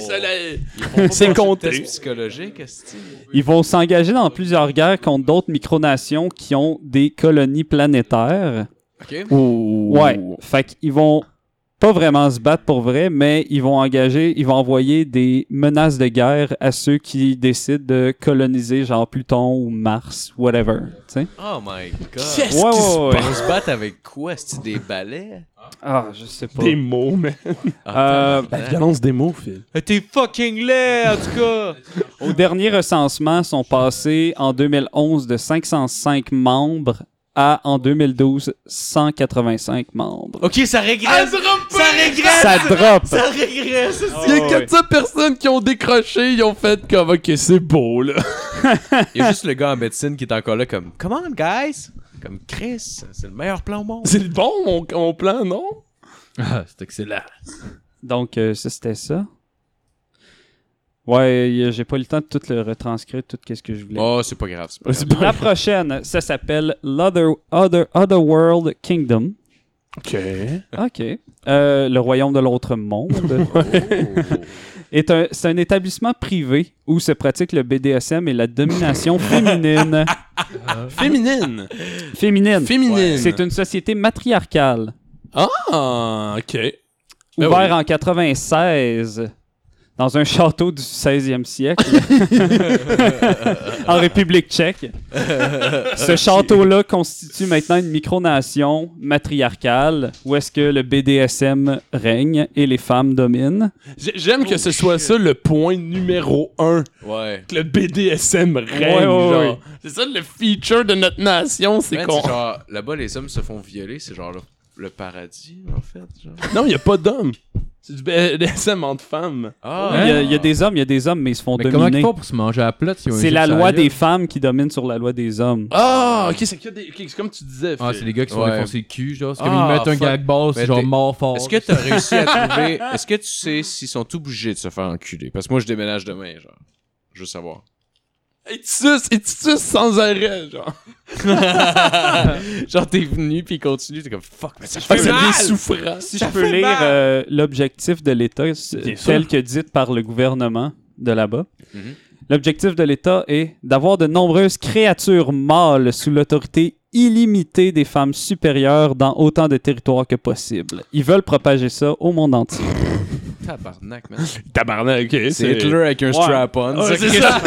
S7: Ça l'a-
S5: C'est
S7: compté.
S5: Test psychologique, est-ce que-
S1: Ils vont s'engager dans plusieurs guerres contre d'autres micronations qui ont des colonies planétaires.
S5: Ok.
S1: Ouais. Fait qu'ils vont pas vraiment se battre pour vrai, mais ils vont engager, ils vont envoyer des menaces de guerre à ceux qui décident de coloniser genre Pluton ou Mars, whatever. tu sais.
S5: Oh my god.
S1: Ouais, ouais, ouais.
S5: On se bat avec quoi? Est-ce que des balais?
S1: Ah, je sais pas.
S7: Des mots,
S1: [LAUGHS]
S7: mais.
S1: Euh,
S5: tabarnak.
S7: Violence des mots, Phil.
S5: Euh, T'es fucking laid, en tout cas!
S1: Au dernier recensement, sont passés en 2011 de 505 membres à en 2012 185 membres.
S5: Ok, ça régresse! ça Ah. régresse!
S7: Ah,
S1: Ça drop.
S5: Ça régresse!
S7: Il y a 400 personnes qui ont décroché, ils ont fait comme, ok, c'est beau, là.
S5: Il y a juste le gars en médecine qui est encore là comme « Come on, guys! » Comme « Chris, c'est le meilleur plan au monde!
S7: [LAUGHS] C'est le bon, mon, mon plan, non?
S3: Ah, c'est excellent.
S1: Donc, euh, ça, c'était ça. Ouais, y a- j'ai pas le temps de tout le retranscrire, tout ce que je » voulais.
S5: Oh, c'est pas grave. c'est pas
S7: C'est bon.
S1: La prochaine, ça s'appelle l'Other Other, Other World Kingdom.
S7: Ok.
S5: Ah.
S1: OK. Euh, le royaume de l'autre
S5: [LAUGHS]
S1: monde.
S5: grave.
S1: est un- C'est un établissement privé où se pratique le BDSM et la domination
S5: [LAUGHS]
S1: féminine.
S7: Féminine.
S1: Féminine.
S7: Féminine.
S1: C'est une société matriarcale,
S7: Ah, ok. Ben
S1: ouverte en 96. dans un château du 16e siècle en République tchèque. Ce château-là constitue maintenant une micronation matriarcale où est-ce que le BDSM règne et les femmes dominent.
S7: J'ai- J'aime que ce soit ça le point numéro un.
S5: Oh. Ouais.
S7: Que le BDSM règne,
S1: Ouais, ouais,
S7: genre.
S1: ouais.
S7: C'est ça le feature de notre nation, c'est
S5: Man,
S7: qu'on...
S5: c'est genre, là-bas, les hommes se font violer, c'est genre le, le paradis, en fait. Genre.
S7: Non, il a pas d'homme. C'est du BDSM entre femmes.
S5: Ah,
S1: Il y, a, il y a des hommes, il y a des hommes, mais ils se font
S3: Mais comment ils
S1: dominer.
S3: font pour se manger à la plate s'ils ont un
S1: C'est
S3: jeu
S1: la
S3: de
S1: loi
S3: sérieux?
S1: des femmes qui domine sur la loi des hommes.
S7: Ah, ok, c'est que des- ok, c'est comme tu disais.
S3: Ah,
S7: Phil.
S3: c'est les gars qui se font
S5: Ouais.
S3: défoncer le cul, genre. C'est
S5: Ah,
S3: comme ils mettent un
S5: fuck.
S3: gag ball, c'est
S5: Mais
S3: genre
S5: t'es-
S3: mort fort.
S5: Est-ce que t'as réussi à trouver. [LAUGHS] Est-ce que tu sais s'ils sont tous obligés de se faire enculer? Parce que moi, je déménage demain, genre. Je veux savoir.
S7: Et tu suces, et tu suces sans arrêt, genre.
S5: [LAUGHS] genre, t'es venu, puis il continue, t'es comme fuck, mais ça
S7: Fait
S5: fait
S7: que c'est
S5: mal!
S7: des souffrants.
S1: Si je peux lire euh, l'objectif de l'État, s- tel que dit par le gouvernement de là-bas,
S5: Mhm.
S1: l'objectif de l'État est d'avoir de nombreuses créatures mâles sous l'autorité illimitée des femmes supérieures dans autant de territoires que possible. Ils veulent propager ça au monde entier.
S5: Tabarnak, man.
S7: Tabarnak, ok.
S5: C'est Hitler avec un strap-on.
S7: Ouais,
S5: c'est
S7: c'est ça.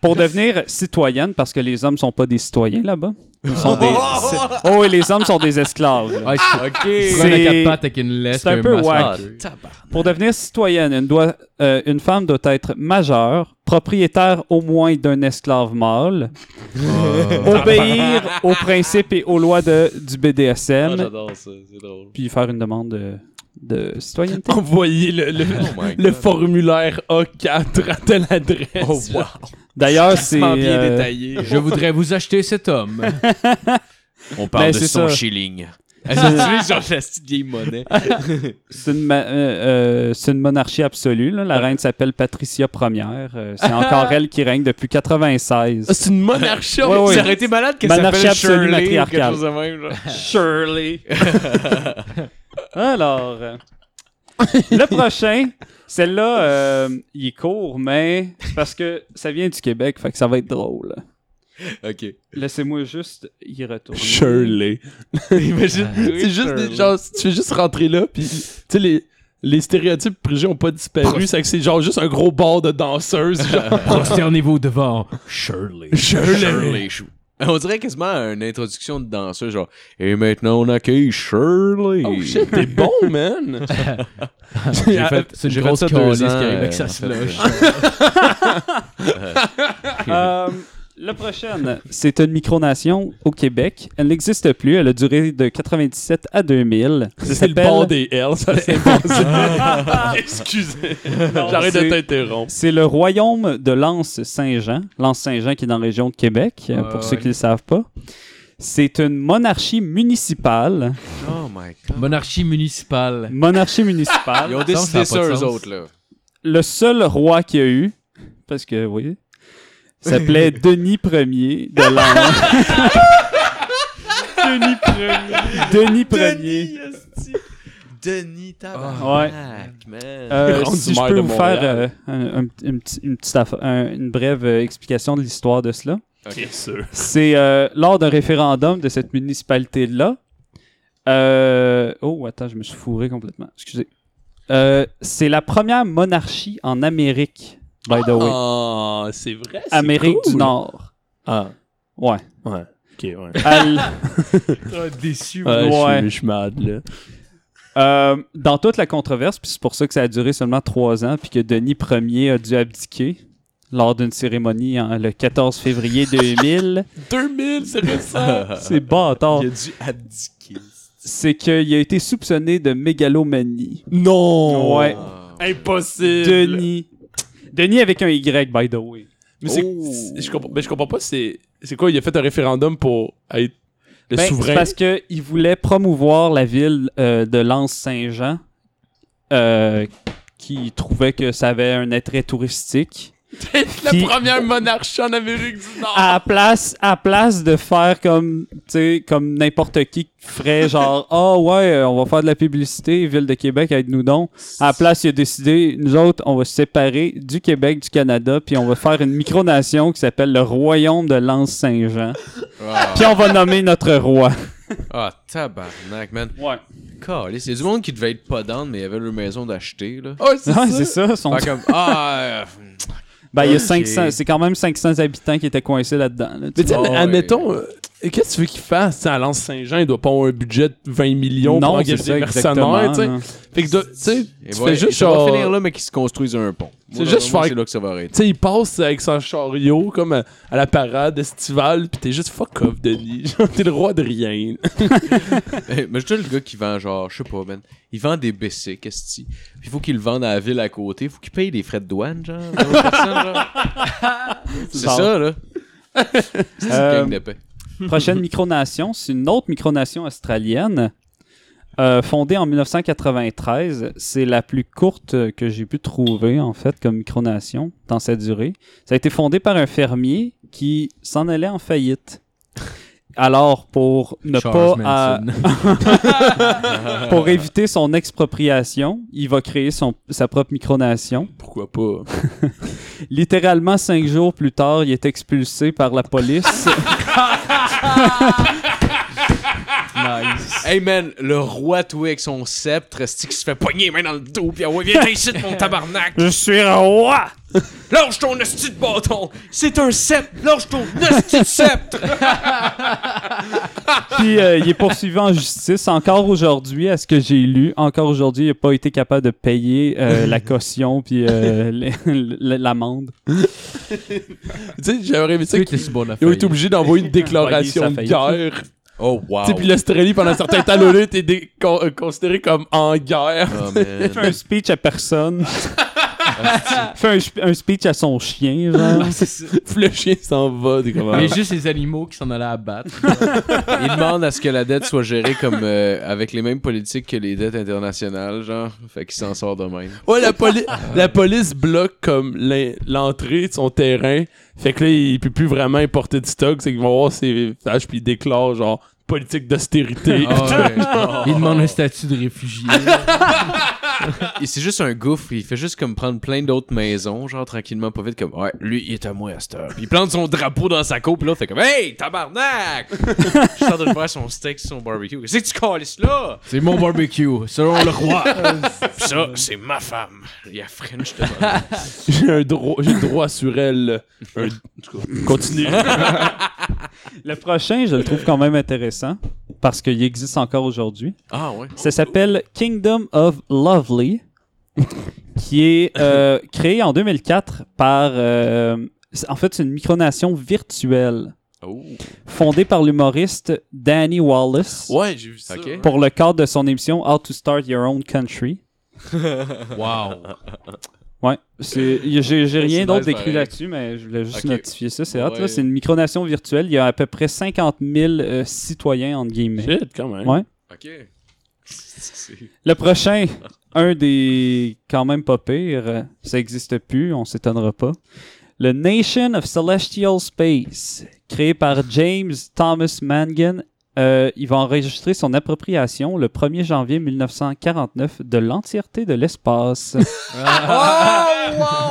S1: Pour devenir citoyenne, parce que les hommes sont pas des citoyens là-bas. Ils sont des... c'est- Oh, et les hommes sont des esclaves. là.
S3: Ouais, c'est
S5: Ok.
S3: Ah, c'est
S1: C'est-
S3: un quatre pattes avec une laisse.
S1: c'est un
S3: puis
S1: peu
S3: masque.
S1: wack. Pour devenir citoyenne, une, doit- euh, une femme doit être majeure, propriétaire au moins d'un esclave mâle, obéir
S5: [LAUGHS]
S1: aux principes et aux lois de, du BDSM,
S5: Ah, J'adore ça, c'est drôle.
S1: puis faire une demande de, de citoyenneté.
S7: Envoyer le, le,
S5: Oh my
S7: le
S5: god.
S7: formulaire A4 à telle adresse.
S5: Oh, wow.
S1: D'ailleurs, c'est euh,
S5: détaillé.
S3: Ah, Je voudrais vous acheter cet homme.
S5: On
S1: parle Mais de c'est son ça.
S5: shilling. Elles ont tué genre [LAUGHS] la petite vieille monnaie.
S1: c'est une, ma- euh, euh, c'est une monarchie absolue. là. La reine s'appelle Patricia Ier. Euh,
S5: [LAUGHS]
S1: c'est encore elle qui règne depuis 96.
S7: Ah, C'est une monarchie.
S1: Ouais, ouais.
S5: Ça aurait été malade qu'elle
S1: Monarchie
S5: s'appelle
S1: absolue
S5: Shirley ou quelque
S1: matriarcale.
S5: chose de même. Genre.
S1: Shirley. [LAUGHS] Alors, euh, le prochain, celle-là, euh, il est court, mais c'est parce que ça vient du Québec, fait que ça va être drôle.
S5: [LAUGHS] Ok.
S1: Laissez-moi juste y retourner.
S7: Shirley. [LAUGHS] Imagine, c'est juste des gens, tu fais juste rentrer là, puis tu sais, les, les stéréotypes préjugés ont pas disparu, c'est que c'est genre juste un gros bord de [LAUGHS] danseuses, genre
S3: [LAUGHS] Prosternez-vous devant Shirley.
S7: Shirley.
S5: Chou. On dirait quasiment une introduction de danseuse, genre Et maintenant on accueille Shirley.
S7: Oh shit, t'es bon, man!
S3: J'ai fait- C'est
S5: j'ai
S3: une
S5: fait
S3: grosse
S5: ça deux
S3: calice qui
S5: ans,
S3: arrive
S5: euh,
S3: avec sa
S5: en fait,
S3: slush.
S1: Euh, la prochaine, c'est une micronation au Québec. Elle n'existe plus. Elle a duré de 97 à 2000. Ça
S7: C'est le
S1: s'appelle-
S7: bord des L, ça s'est passé. Excusez, j'arrête de
S1: c'est-
S7: t'interrompre.
S1: C'est le royaume de l'Anse-Saint-Jean. L'Anse-Saint-Jean qui est dans la région de Québec, euh,
S3: Ouais,
S1: pour
S3: ouais.
S1: ceux qui ne le savent pas. C'est une monarchie municipale.
S5: Oh my god.
S3: Monarchie municipale.
S1: Monarchie
S5: Ils
S1: municipale.
S5: ont
S3: Ça, ça
S5: décidé
S3: a pas
S5: ça,
S3: de
S5: eux
S3: sens.
S5: autres, là.
S1: Le seul roi qu'il y a eu, parce que, oui, s'appelait Denis Ier de l'Anse. Denis Ier. Denis Ier.
S5: Denis
S1: tabarnak,
S5: man.
S1: Euh,
S7: Grande
S1: si je
S7: maire
S1: peux
S7: de
S1: vous
S7: Montréal.
S1: faire euh, un- un- une, petite- une petite affa- un- une brève euh, explication de l'histoire de cela.
S7: [LAUGHS] Bien sûr.
S1: C'est euh, lors d'un référendum de cette municipalité-là. euh, Oh, attends, je me suis fourré complètement. Excusez. Euh, c'est la première monarchie en Amérique, by the way.
S7: Ah, c'est vrai. c'est
S1: Amérique
S7: cool.
S1: du Nord.
S7: Ah,
S1: Ouais.
S7: ok, ouais.
S1: À l-
S3: déçu.
S7: Ouais,
S1: Ouais.
S7: je suis- Je suis mad, là.
S1: Euh, dans toute la controverse, puis c'est pour ça que ça a duré seulement trois ans, puis que Denis Ier a dû abdiquer lors d'une cérémonie en- le 14 février 2000.
S7: [LAUGHS] 2000, [LAUGHS] c'est récent.
S1: [LAUGHS] c'est bâtard.
S5: Il a dû abdiquer.
S1: C'est qu'il a été soupçonné de mégalomanie.
S7: non!
S1: Ouais.
S7: Impossible!
S1: Denis. Denis avec un Y, by the way.
S7: Mais c'est-
S5: Oh.
S7: c'est- je comprends, mais je comprends pas, c'est c'est quoi? Il a fait un référendum pour être le
S1: Ben, c'est
S7: souverain.
S1: parce qu'il voulait promouvoir la ville euh, de Lens-Saint-Jean, euh, qui trouvait que ça avait un attrait touristique.
S7: La
S1: Puis-
S7: première monarchie en Amérique du Nord!
S4: Ah.
S1: À la place, à la place de faire comme, tu sais, comme n'importe qui
S4: [LAUGHS]
S1: ferait genre, ah ouais, euh, on va faire de la publicité, Ville de Québec, aide-nous donc. À la place, il a décidé, nous autres, on va se séparer du Québec, du Canada, puis on va faire une micronation qui s'appelle le Royaume de Lens-Saint-Jean. Puis on va nommer notre roi.
S5: Ah, tabarnak, man.
S1: Ouais.
S5: Calé, c'est du monde qui devait être pas down, mais il y avait leur maison d'acheter,
S3: Oh,
S5: là.
S7: Oh,
S4: Ouais, [LAUGHS] c'est
S1: Ouais,
S4: ça.
S1: c'est ça. son-
S5: Fait comme, ah, euh,
S1: Ben, il y a
S5: Ok.
S1: 500, c'est quand même 500 habitants qui étaient coincés là-dedans. là, tu
S4: Mais tu sais,
S5: Ah ouais.
S4: admettons, euh, qu'est-ce que tu veux qu'il fasse? Tu sais, à Lance Saint-Jean, il doit pas avoir un budget de 20 millions pour
S1: Non, c'est
S4: engager
S1: ça,
S4: des mercenaires.
S1: exactement,
S4: tu sais.
S1: là.
S4: Fait que, de- tu sais,
S5: et
S4: tu fais
S5: voilà, et
S4: juste
S5: ça va
S4: genre.
S5: finir là, mais qu'ils se construisent un pont.
S4: C'est
S5: Moi,
S4: juste
S5: moi,
S4: faire-
S5: C'est là que ça va arrêter.
S3: [LAUGHS]
S4: Tu sais, il passe avec son chariot comme à, à la parade estivale, pis t'es juste fuck off, Denis. [LAUGHS] Genre, t'es le roi de rien. [LAUGHS]
S5: Hey, mais je te le gars qui vend genre, je sais pas, man. Il vend des BC, qu'est-ce que Puis faut qu'il le vende à la ville à côté. Faut qu'il paye des frais de douane, genre. à l'autre personne,
S3: [LAUGHS]
S5: genre. C'est
S1: Genre.
S5: ça, là. C'est une
S1: Euh,
S5: gang d'épais.
S1: [LAUGHS] Prochaine micronation, c'est une autre micronation australienne. euh, fondée en 1993, c'est la plus courte euh, que j'ai pu trouver en fait comme micronation dans sa durée. Ça a été fondé par un fermier qui s'en allait en faillite. Alors pour ne
S3: Charles
S1: pas à- pour éviter son expropriation, il va créer son, sa propre micronation.
S4: Pourquoi pas?
S1: [LAUGHS] Littéralement cinq jours plus tard, il est expulsé par la police.
S3: Nice.
S5: Hey, man, le roi, toi, avec son sceptre, esti, qui se fait pogner les mains dans le dos. Puis ah ouais, viens ici, mon tabarnak.
S1: Je suis roi.
S5: [LAUGHS] Lâche ton esti de bâton. C'est un sceptre. Lâche ton esti de sceptre.
S1: Puis euh, il est poursuivi en justice encore aujourd'hui, à ce que j'ai lu. Encore aujourd'hui, il n'a pas été capable de payer euh, la caution puis euh, l- l- l'amende.
S4: Tu sais, j'aurais aimé ça
S3: Tu
S4: qu'ils
S3: sur le bord de la
S4: ils ont
S3: faillite.
S4: été obligés d'envoyer une
S1: Ouais,
S4: déclaration
S1: il
S4: de
S1: est
S4: guerre.
S5: Oh,
S4: Tu
S5: wow.
S4: sais, puis l'Australie, pendant un certain temps, [LAUGHS] là, là, était dé- con- euh, considérée comme en guerre. [LAUGHS]
S5: [LAUGHS] Oh,
S1: Il fait un
S5: man.
S1: speech à personne. [LAUGHS] fait un, sp- un speech à son chien, genre.
S4: Puis le chien s'en va. Des comme,
S3: Mais juste les animaux qui s'en allaient à battre.
S5: Il demande à ce que la dette soit gérée comme euh, avec les mêmes politiques que les dettes internationales, genre. Fait qu'il s'en sort de même.
S4: Ouais, la, poli- la police bloque comme l'en- l'entrée de son terrain. Fait que là, il peut plus vraiment importer de stock. C'est qu'ils vont voir ses vaches, puis il déclare genre politique d'austérité.
S3: Ah [LAUGHS] ouais. Il demande un statut de réfugié.
S5: Et c'est juste un gouffre, il fait juste comme prendre plein d'autres maisons, genre tranquillement, pas vite, comme ouais, lui il est à moi à cette heure. Puis il plante son drapeau dans sa coupe, là, fait comme hey, tabarnak! Je suis en train de faire son steak sur son barbecue. Qu'est-ce que tu calisses là?
S3: C'est mon barbecue, selon le roi.
S5: Puis [LAUGHS] ça, c'est ma femme. Il y a French devant.
S4: J'ai un droit, j'ai droit sur elle. Un- Continue.
S1: [LAUGHS] Le prochain, je le trouve quand même intéressant parce qu'il existe encore aujourd'hui.
S5: Ah ouais.
S1: Ça s'appelle Kingdom of Lovely, qui est euh, créé en 2004 par. euh, c'est- en fait, c'est une micronation virtuelle
S5: Oh.
S1: fondée par l'humoriste Danny Wallace
S4: ouais, j'ai vu ça.
S5: Ok.
S1: pour le cadre de son émission How to Start Your Own Country.
S3: Wow.
S1: Ouais, c'est- y- j'ai j'ai rien
S5: C'est
S1: d'autre
S5: nice,
S1: d'écrit
S5: pareil.
S1: là-dessus, mais je voulais juste
S5: Ok.
S1: notifier ça. C'est hot, là.
S5: Ouais.
S1: C'est une micronation virtuelle. Il y a à peu près 50 000 euh, citoyens, entre guillemets.
S4: Shit, quand même.
S1: Ouais.
S5: Ok. C'est-
S1: Le prochain,
S5: [LAUGHS]
S1: un des quand même pas pire, euh, ça existe plus, on s'étonnera pas. Le Nation of Celestial Space, créé par James Thomas Mangan, euh, il va enregistrer son appropriation le 1er janvier 1949 de l'entièreté de l'espace,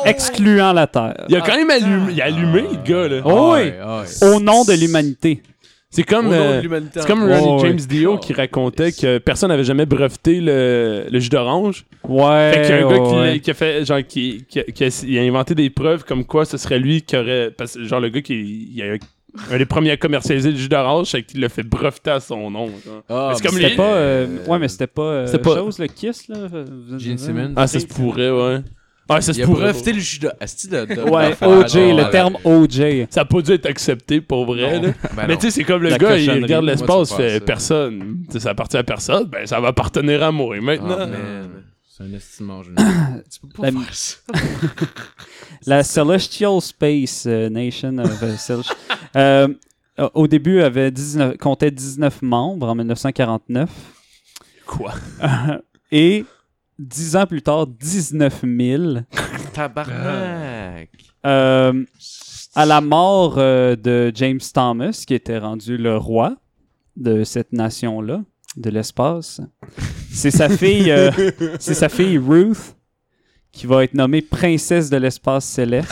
S1: excluant la Terre.
S4: Il a quand même allumé, il a allumé le gars, là.
S1: Oh oui,
S3: Ah, Ouais, ouais.
S1: au nom de l'humanité.
S4: C'est
S5: Oh
S4: comme, euh, c'est comme
S1: Ouais,
S4: Ronnie
S1: Oh, ouais.
S4: James Dio qui racontait que personne n'avait jamais breveté le, le jus d'orange.
S1: Ouais.
S4: Fait qu'il y a un gars qui,
S1: ouais.
S4: qui a fait, genre, qui, qui a, qui a- il a inventé des preuves comme quoi ce serait lui qui aurait. Parce que, genre, le gars qui. Il a, un des premiers à commercialiser le jus d'orange, c'est qu'il l'a fait breveter à son nom. genre.
S5: Ah,
S4: C'est comme
S1: C'était
S4: les-
S1: pas. euh, ouais, mais c'était pas. euh,
S4: C'était pas-
S1: chose, le kiss, là. euh,
S3: Gene Simmons.
S4: Ah, ça se pourrait, ouais. Ah, ça se
S5: Il a
S4: pourrait.
S5: breveté le jus de. Asti de, de-
S3: [LAUGHS]
S1: Ouais,
S5: d'affaires,
S1: OJ,
S5: genre, ah, ben,
S1: le
S5: voilà.
S1: terme OJ.
S4: Ça a pas dû être accepté pour vrai, là.
S5: Ben
S4: Mais
S5: non.
S4: tu sais, c'est comme le
S1: La
S4: gars, il
S1: cochonnerie.
S4: regarde
S5: Moi, tu
S4: l'espace,
S5: me
S4: fait
S5: passes ça.
S4: personne. Tu sais, ça appartient à personne, ben ça va appartenir à moi maintenant.
S5: Ah, man.
S3: C'est un estime général.
S5: Tu peux pas
S1: La-
S5: faire ça.
S1: La Celestial Space euh, Nation of euh,
S3: [LAUGHS]
S1: Celest- Euh, euh, au début, avait 19, comptait 19 membres en 1949.
S4: Quoi? [LAUGHS]
S1: Et 10 ans plus tard, 19 000.
S5: Tabarnak.
S1: Euh, à la mort euh, de James Thomas, qui était rendu le roi de cette nation-là, de l'espace, c'est sa fille, euh, c'est sa fille Ruth qui va être nommée princesse de l'espace céleste.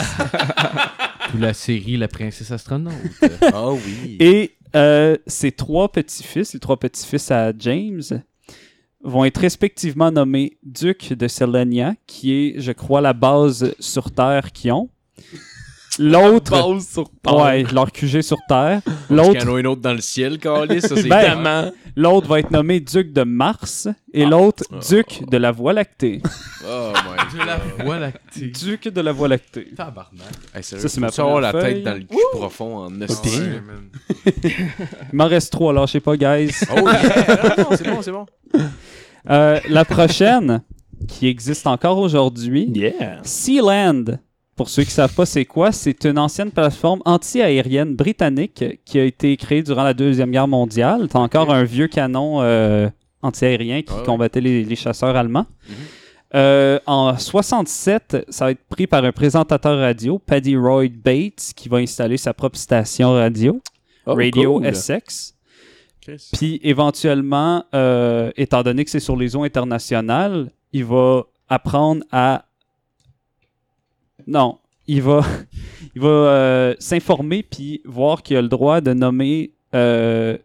S3: Ou la série La Princesse Astronaute.
S5: Ah oui.
S1: Et Euh, ses trois petits-fils, les trois petits-fils à James, vont être respectivement nommés duc de Selenia, qui est, je crois, la base sur Terre qu'ils ont. L'autre,
S7: Pause sur
S1: ouais, leur QG sur Terre. L'autre,
S5: Qu'il y en a une autre dans le ciel, Carlis. Ça, c'est
S1: Ben,
S5: vraiment-
S1: l'autre va être nommé duc de Mars et l'autre duc de la Voie lactée.
S5: Oh my god.
S3: Voilà.
S1: duc de la Voie lactée.
S3: Tabarnak.
S5: Hey, sérieux,
S1: Ça, c'est ma
S5: faut-tu avoir la
S1: première feuille.
S5: tête dans le cul profond en
S3: Ouais,
S5: hostie.
S3: man.
S1: Il m'en reste trois, lâchez pas, guys.
S5: Oh yeah! [LAUGHS] Non, non, c'est bon, c'est bon.
S1: Euh, la prochaine, qui existe encore aujourd'hui,
S7: Yeah.
S1: Sealand. Pour ceux qui ne savent pas c'est quoi, c'est une ancienne plateforme anti-aérienne britannique qui a été créée durant la Deuxième Guerre mondiale. T'as encore un vieux canon euh, anti-aérien qui
S5: Ah ouais.
S1: combattait les, les chasseurs allemands. Euh, en 67, ça va être pris par un présentateur radio, Paddy Roy Bates, qui va installer sa propre station radio. Radio Essex. Puis éventuellement, euh, étant donné que c'est sur les eaux internationales, il va apprendre à. Non, il va, [LAUGHS] il va euh, s'informer puis voir qu'il a le droit de nommer euh,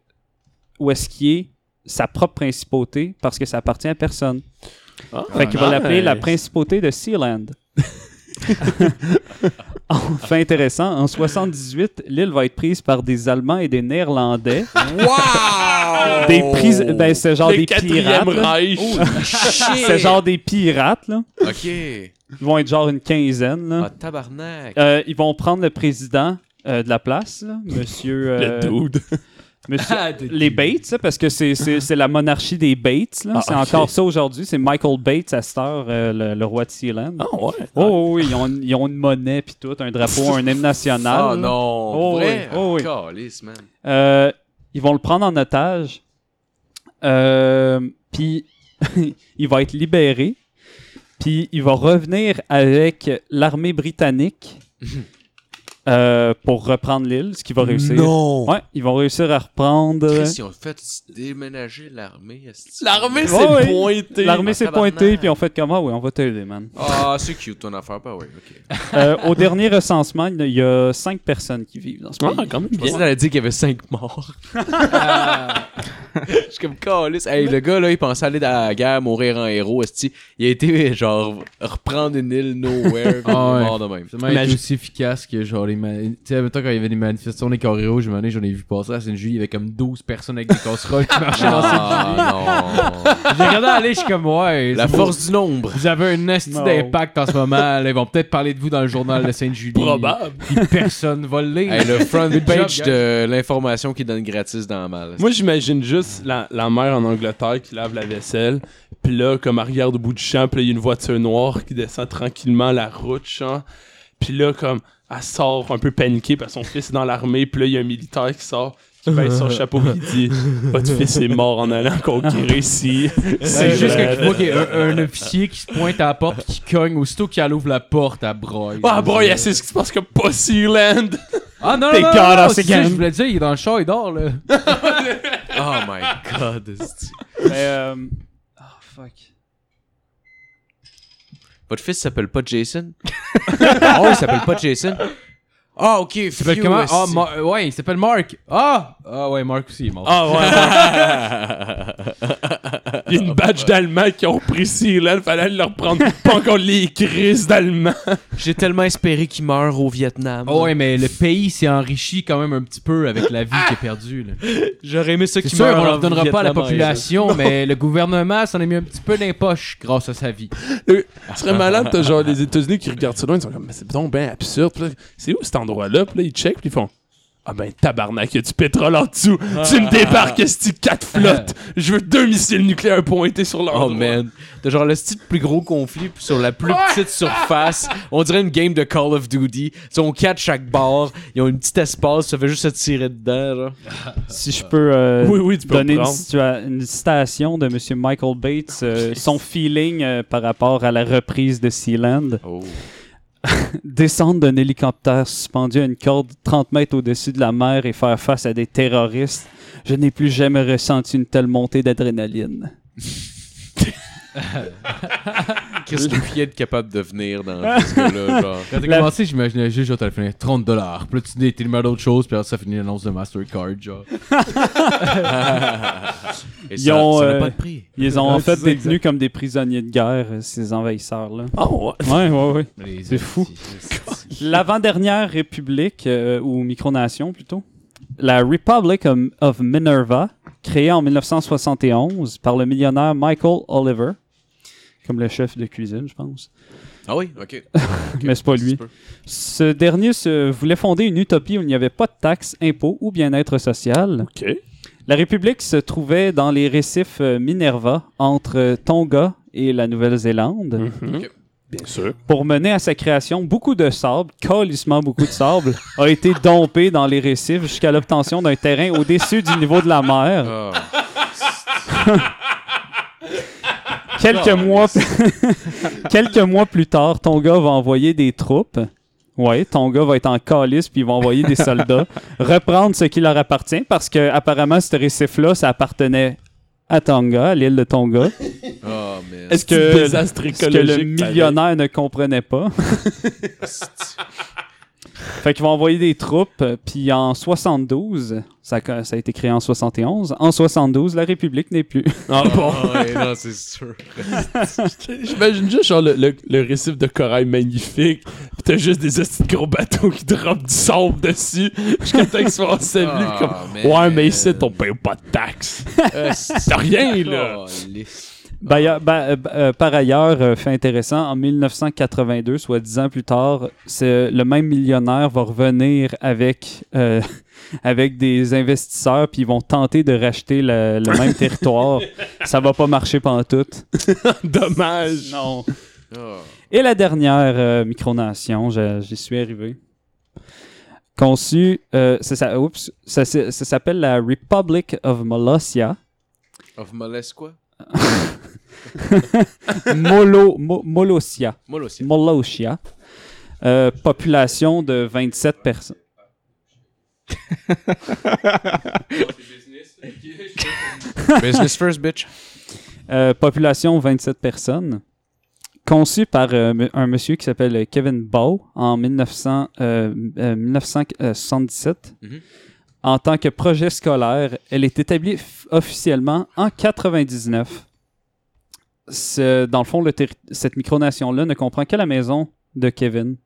S1: où est-ce qu'il est sa propre principauté parce que ça appartient à personne.
S4: Ah,
S1: Fait qu'il va l'appeler la principauté de
S7: [LAUGHS]
S1: Sealand. enfin intéressant, en 78, l'île va être prise par des Allemands et des Néerlandais.
S5: Wow!
S1: Des prises, ben, c'est genre des pirates.
S7: quatrième
S1: là.
S7: Reich.
S4: [LAUGHS]
S5: shit!
S1: C'est genre des pirates, là.
S5: [LAUGHS] Ok.
S1: Ils vont être genre une quinzaine, là.
S5: Ah, tabarnak.
S1: Euh, ils vont prendre le président euh, de la place, là, Monsieur. euh,
S7: Le dude. [LAUGHS]
S1: monsieur-
S7: Ah,
S1: les Bates, là, parce que c'est- c'est c'est la monarchie des Bates, là.
S7: Ah,
S1: c'est
S7: ok.
S1: encore ça aujourd'hui. C'est Michael Bates à cette heure, euh, le, le roi de Sealand.
S7: Ah ouais.
S1: Oh, oh, oui, ils ont, ils ont une monnaie puis tout, un drapeau, un hymne national.
S5: Ah
S1: là.
S5: non.
S1: Oh,
S5: vrai?
S1: oui, oh, oui.
S5: Calisse, man.
S1: Euh, ils vont le prendre en otage. Euh, puis [LAUGHS] il va être libéré. Puis il va revenir avec l'armée
S7: [LAUGHS]
S1: britannique euh, pour reprendre l'île, ce qui va réussir.
S5: Non!
S1: Ouais, ils vont réussir à reprendre.
S5: Chris, ils ont fait s- déménager l'armée.
S7: L'armée
S1: s'est Ouais, ouais.
S7: pointée.
S1: L'armée
S5: ah,
S1: s'est
S5: tabarnak.
S1: pointée, puis on fait comment oui, on va t'aider, man.
S5: Ah, c'est cute ton affaire, pas ouais, ok.
S1: Euh, au dernier recensement, il y a cinq personnes qui vivent dans ce pays.
S7: Ah, quand même
S5: Je pensais
S7: bien.
S5: qu'elle a dit qu'il y avait 5 [LAUGHS] morts. Je suis comme calisse. Hey, le gars là, il pensait aller dans la guerre, mourir en héros, esti. Il a été genre reprendre une île nowhere, puis
S3: Ah, ouais.
S5: mort de même.
S3: Ça m'a été aussi efficace que genre les man... Tu sais, mettons, quand il y avait des manifestations des carrés rouges, une année, j'en ai vu passer à Saint-Julie, il y avait comme 12 personnes avec des casseroles qui marchaient dans cette
S5: Ah non.
S3: J'ai regardé aller, je suis comme, ouais.
S5: La
S3: c'est-
S5: force du nombre.
S3: Vous avez un esti
S1: Non.
S3: d'impact en ce moment. là. ils vont peut-être parler de vous dans le journal de Sainte-Julie.
S7: Probable.
S3: Puis personne va le lire.
S5: Hey, [LAUGHS] le front
S3: Good
S5: page
S3: job,
S5: de l'information qui donne gratis dans la malle.
S7: Moi, j'imagine juste la, la mère en Angleterre qui lave la vaisselle. Puis là, comme elle regarde au bout du champ, puis là, il y a une voiture noire qui descend tranquillement la route, genre. Puis là, comme, elle sort un peu paniquée parce que son fils est dans l'armée. Puis là, il y a un militaire qui sort, qui baisse son chapeau, qui dit Votre fils est mort en allant conquérir ici.
S3: C'est juste que tu
S7: que
S3: vois qu'il y a un, un officier qui se pointe à la porte qui cogne aussitôt qu'elle ouvre la porte à broye.
S7: Ah, bro, il y a c'est ce qui se passe comme pas Sealand.
S3: Ah non,
S1: T'es
S3: non, non,
S1: cœur
S3: non,
S1: dans
S3: non,
S1: ses
S3: c'est ça,
S1: gammes.
S3: je voulais dire, il est dans le char, il dort là.
S5: Oh my god, esti.
S1: Mais, euh, oh, fuck.
S5: Votre fils s'appelle pas [LAUGHS] Jason? oh, il s'appelle pas Jason? Ah, ok, il
S3: Il s'appelle comment Ah, Mar- euh, ouais, il s'appelle Mark. Ah Ah ouais, Mark aussi il est mort.
S7: Ah, ouais. Il y a une badge d'Allemands qui ont pris Sealand. Fallait leur prendre pas encore les crises d'Allemands.
S5: [LAUGHS] J'ai tellement espéré qu'il meure au Vietnam.
S3: Ah ouais, mais le pays s'est enrichi quand même un petit peu avec la vie qu'il a perdue. là.
S5: J'aurais aimé ça
S3: Ah! C'est
S5: qu'il
S3: sûr,
S5: meure.
S3: on
S5: en
S3: leur donnera pas à la
S5: Vietnam, hein.
S3: population, mais le gouvernement s'en est mis un petit peu dans les poches grâce à sa vie.
S7: Ce serait malade, t'as genre les États-Unis qui regardent ça loin, ils sont comme, mais c'est donc bien absurde. Puis là, C'est où cet endroit-là? Puis là, ils checkent, puis ils font, ah ben tabarnak, il y a du pétrole en dessous. Tu me
S1: [LAUGHS]
S7: débarques, esti, quatre flottes. Je veux deux missiles nucléaires pointés sur
S5: Oh
S7: l'endroit.
S5: man. T'as genre le style plus gros conflit puis sur la plus petite surface. On dirait une game de Call of Duty. Tu sais, on catch chaque bord. Ils ont une petite espace. Ça fait juste se tirer dedans. Genre.
S1: Si je peux euh,
S7: Oui, oui, tu peux
S1: donner une,
S7: reprendre.
S1: situa- une citation de Monsieur Michael Bates,
S7: Ah,
S1: euh, son feeling euh, par rapport à la reprise de Sealand.
S5: Oh.
S1: [LAUGHS] Descendre d'un hélicoptère suspendu à une corde 30 mètres au-dessus de la mer et faire face à des terroristes, je n'ai plus jamais ressenti une telle montée d'adrénaline.
S5: Chris Luffy est capable de venir dans ce là genre.
S3: Quand t'as
S1: La-
S3: commencé, j'imaginais juste, genre, t'allais finir 30 dollars. Puis là, tu dis, t'es numéro d'autre chose, puis là, ça finit l'annonce de Mastercard, [LAUGHS] genre.
S5: Et
S1: Ils
S5: ça,
S1: ont,
S5: ça n'a
S1: euh,
S5: pas de prix.
S1: Ils ont en
S8: Ouais,
S1: fait
S8: c'est ça,
S1: détenus comme des prisonniers de guerre, euh, ces envahisseurs-là.
S7: Oh,
S1: Ouais, ouais,
S8: [LAUGHS]
S1: ouais.
S3: Les
S1: C'est fou. L'avant-dernière république, euh, ou micronation plutôt, la Republic of, of Minerva, créée en 1971 par le millionnaire Michael Oliver, comme le chef de cuisine, je pense.
S5: Ah oui, ok.
S1: Mais c'est pas lui. Ce dernier se voulait fonder une utopie où il n'y avait pas de taxes, impôts ou bien-être social.
S7: OK.
S1: La République se trouvait dans les récifs euh, Minerva, entre euh, Tonga et la Nouvelle-Zélande.
S8: Mm-hmm.
S7: Bien sûr.
S1: Pour mener à sa création, beaucoup de sable, colissement beaucoup de
S5: [LAUGHS]
S1: sable, a été dompé dans les récifs jusqu'à l'obtention d'un terrain au-dessus du niveau de la mer.
S5: Ah. Ah.
S1: Quelques mois, [LAUGHS] quelques mois plus tard, Tonga va envoyer des troupes. Ouais, Tonga va être en calice puis ils vont envoyer des
S5: [LAUGHS]
S1: soldats reprendre ce qui leur appartient parce que apparemment ce récif-là, ça appartenait à Tonga, à l'île de Tonga.
S5: Oh, man.
S7: Est-ce
S1: Euh, que-
S7: que désastre
S1: Ce que le
S7: écologique pareil.
S1: millionnaire ne comprenait pas. [LAUGHS] fait qu'ils vont envoyer des troupes, euh, puis en 72, ça, a- ça a été créé en 71, en 72, la République n'est plus.
S5: Ah, ouais, non, c'est sûr.
S7: J'imagine juste genre le, le- le récif de corail magnifique, pis t'as juste des hosties de gros bateaux qui dropent du sable dessus, [LAUGHS] jusqu'à temps qu'ils soient ensevelis,
S5: Ah, euh,
S7: comme
S5: man.
S7: Ouais, mais ici, on paye pas de taxes. T'as rien, là.
S1: Bah, ailleurs- bah, euh, bah, euh, par ailleurs, euh, fait intéressant, en 1982, soit dix ans plus tard, c'est- le même millionnaire va revenir avec, euh, [LAUGHS] avec des investisseurs, puis ils vont tenter de racheter le, le même territoire. Ça va pas marcher pendant tout.
S7: Dommage.
S1: Non.
S5: Oh.
S1: Et la dernière euh, micronation, je- j'y suis arrivé. Conçue, euh, c'est ça, oups, ça, c'est- ça s'appelle la Republic of Molossia.
S5: Of Molest quoi?
S1: Molo, Mo- Molossia.
S5: Moi
S1: [LAUGHS]
S5: aussi.
S1: Molossia. Euh, population de 27 personnes.
S5: Business first, bitch.
S1: Euh, population 27 personnes. Conçue par euh, m- un monsieur qui s'appelle Kevin Bow en 1900, euh, euh, 1977.
S7: Mm-hmm.
S5: Mhm.
S1: En tant que projet scolaire, elle est établie f- officiellement en 99. Ce- dans le fond, le terri- cette micronation-là ne comprend que la maison de Kevin.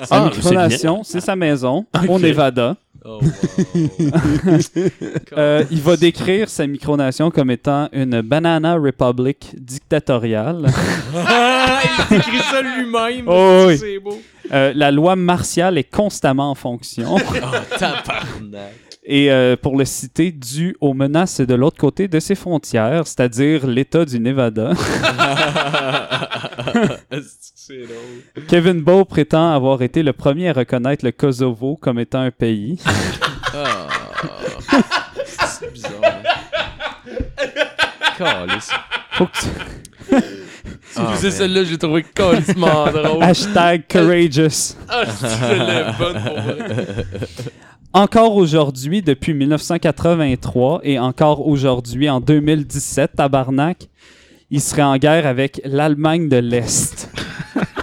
S1: Sa
S7: Ah,
S1: micronation, c'est sa maison au
S7: Ok.
S1: Nevada.
S5: Oh, wow.
S1: Euh, il va décrire sa micronation comme étant une banana republic dictatoriale.
S5: Ah, [LAUGHS] il écrit ça lui-même.
S1: Oh oui.
S5: C'est beau.
S1: Euh, la loi martiale est constamment en fonction
S5: [LAUGHS] Oh, tabarnak.
S1: et, euh, pour le citer, due aux menaces de l'autre côté de ses frontières, c'est-à-dire l'État du Nevada. [LAUGHS]
S5: c'est drôle.
S1: Kevin Bowe prétend avoir été le premier à reconnaître le Kosovo comme étant un pays.
S5: C'est bizarre. Calice.
S1: Faut que tu-
S3: [LAUGHS]
S5: Ah,
S7: c'est
S5: man.
S7: celle-là, j'ai trouvé complètement
S5: Oh.
S7: drôle.
S3: Ah,
S1: Hashtag courageous.
S7: Ah, c'est la bonne pour vrai.
S1: Encore aujourd'hui, depuis 1983 et encore aujourd'hui en 2017, tabarnak, il serait en guerre avec l'Allemagne de l'Est. [LAUGHS]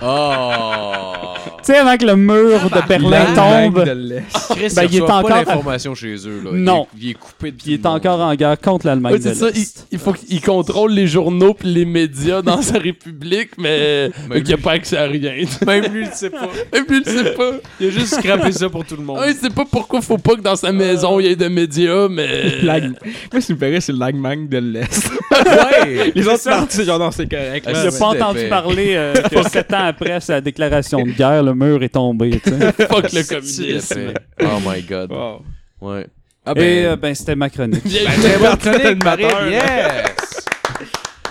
S5: Oh.
S1: tu sais, avant que le mur de Berlin
S8: L'Allemagne
S1: tombe,
S5: [LAUGHS]
S8: de l'Est.
S5: Chris,
S1: Ben,
S5: il
S1: il est
S5: reçoit
S1: encore-
S5: pas l'information chez eux. Là.
S1: Non.
S5: Il est, il est coupé de tout
S1: il est
S5: le monde.
S1: encore en guerre contre l'Allemagne
S7: Ouais,
S1: de
S7: c'est ça, il,
S1: l'Est.
S7: il faut qu'il contrôle les journaux pis les médias dans sa république, mais
S5: Mais
S7: il n'y a pas accès à rien.
S5: [LAUGHS] Même lui, il le sait pas.
S7: Et puis, il sait pas.
S5: Il a juste scrappé ça pour tout le monde.
S7: Ah, il sait pas pourquoi faut pas que dans sa maison il y ait de médias,
S8: [LAUGHS]
S7: mais.
S8: L'Allem- Moi, si vous verrez, c'est l'Allemagne de l'Est.
S5: [LAUGHS]
S8: [LAUGHS]
S5: Ouais.
S8: Les autres parties, c'est genre, non, c'est correct.
S5: Ah,
S1: Il
S8: là,
S5: c'est
S1: n'a
S8: mais-
S1: pas
S5: c'était
S1: entendu
S5: fait.
S1: parler euh, que sept ans après sa déclaration de guerre, le mur est tombé. tu sais.
S7: Fuck le
S5: Il
S7: communisme.
S5: essaie. Oh my god.
S8: Wow.
S5: Ouais. Ah
S1: Et euh, ben, c'était
S4: [LAUGHS]
S1: ma chronique.
S5: Ben,
S8: [LAUGHS]
S5: très bonne chronique,
S8: Animateur.
S5: Marie. Yes.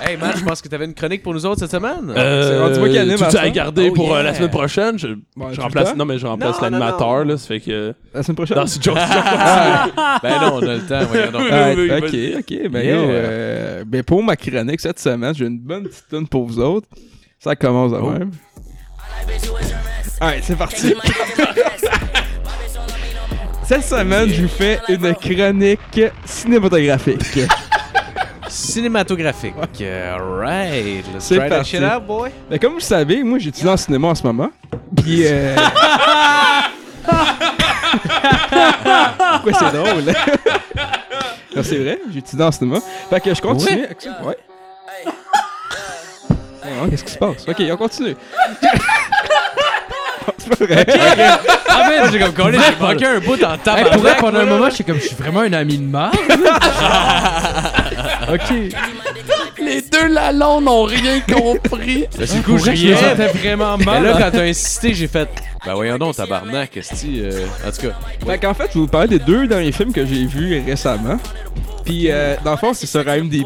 S5: Hey, Matt, je pense que t'avais une chronique pour nous autres cette semaine.
S8: C'est rendu moi qui anime
S7: tu
S8: à
S7: t'as
S8: ça.
S7: gardé
S5: Oh,
S7: pour euh, la
S5: yeah.
S7: semaine prochaine. Je,
S8: Ouais,
S7: je
S8: tout le
S7: remplace.
S8: temps?
S7: Non, mais je remplace
S5: Non, non,
S7: l'animateur, là. Ça
S5: [LAUGHS]
S7: fait que.
S8: La semaine prochaine?
S7: Non, c'est Joe.
S5: Ben non, on a le temps.
S4: [LAUGHS]
S5: Voyons donc.
S8: Ouais,
S7: oui, vas-y.
S8: Ah, ok, ok. Ben,
S5: Yeah.
S8: yo, euh, ben pour ma chronique cette semaine, j'ai une bonne petite tune pour vous autres. Ça commence de même. Alright, c'est parti. [LAUGHS] Cette semaine, je vous fais une chronique cinématographique.
S5: cinématographique. Alright, let's
S8: C'est
S5: try that
S8: parti.
S5: shit out, boy.
S8: Mais Ben, comme vous savez, moi, j'étudie en cinéma en ce moment. Puis. euh, Pourquoi c'est drôle? [LAUGHS] non, c'est vrai, j'étudie en cinéma. Fait que je continue avec ça. Ouais. Hey, hein, Qu'est-ce qui se passe? Ok, on continue. [LAUGHS] Non, c'est pas vrai.
S3: Ah, mais j'ai comme collé, j'ai
S5: manqué un bout en
S3: Hey, pour vrai,
S5: tabarnak.
S3: pendant un moment, j'étais comme, je suis vraiment un ami de merde. ok.
S7: Les deux lalons n'ont rien compris.
S5: Du
S3: Pour
S5: coup, je
S3: vrai, je me
S5: riais.
S3: sentais vraiment
S5: Mais
S3: mal.
S5: là, quand t'as insisté, j'ai fait. Ben voyons donc, tabarnak, qu'est-ce que En tout cas,
S8: Fait qu'en fait, je vais vous parler des deux derniers films que j'ai vus récemment. Puis, euh, dans le fond, c'est sur IMDb.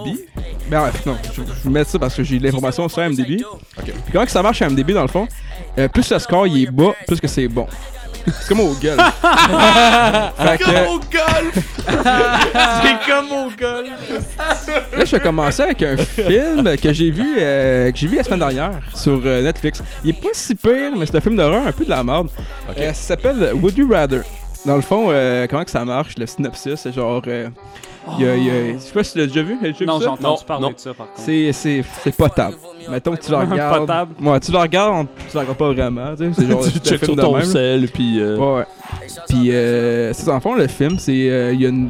S8: Mais en fait, Ben, non, je, je vous mets ça parce que j'ai de l'information sur IMDb. Puis comment que ça marche sur IMDb, dans le fond? Euh, plus le score il est bas, plus que c'est bon. C'est comme au gueule.
S5: [LAUGHS]
S8: fait que, là, [LAUGHS]
S5: c'est comme mon gars.
S8: je vais commencer avec un film que j'ai vu euh, que j'ai vu la semaine dernière sur euh, Netflix. Il est pas si pire, mais c'est un film d'horreur un peu de la merde. Euh, ça s'appelle Would You Rather. Dans le fond, euh, comment que ça marche, le synopsis, c'est genre... euh, il y a- il y a- je sais pas si tu l'as déjà vu. t'as déjà vu
S1: Non,
S8: ça?
S1: j'ai entendu
S7: non.
S1: parler de ça, par contre.
S8: C'est, c'est, c'est potable. Mettons que
S7: [LAUGHS]
S8: tu le regardes.
S1: Potable.
S8: Ouais, tu le regardes, on- tu le regardes pas vraiment. Tu sais,
S7: [LAUGHS]
S8: c'est genre
S7: tu
S8: c'est un
S7: checkes
S8: film
S7: sur
S8: de
S7: ton
S8: même, là.
S7: sel, puis. euh,
S8: Ouais, ouais. Puis, euh, c'est en fond, le film, c'est. euh, Il y a une,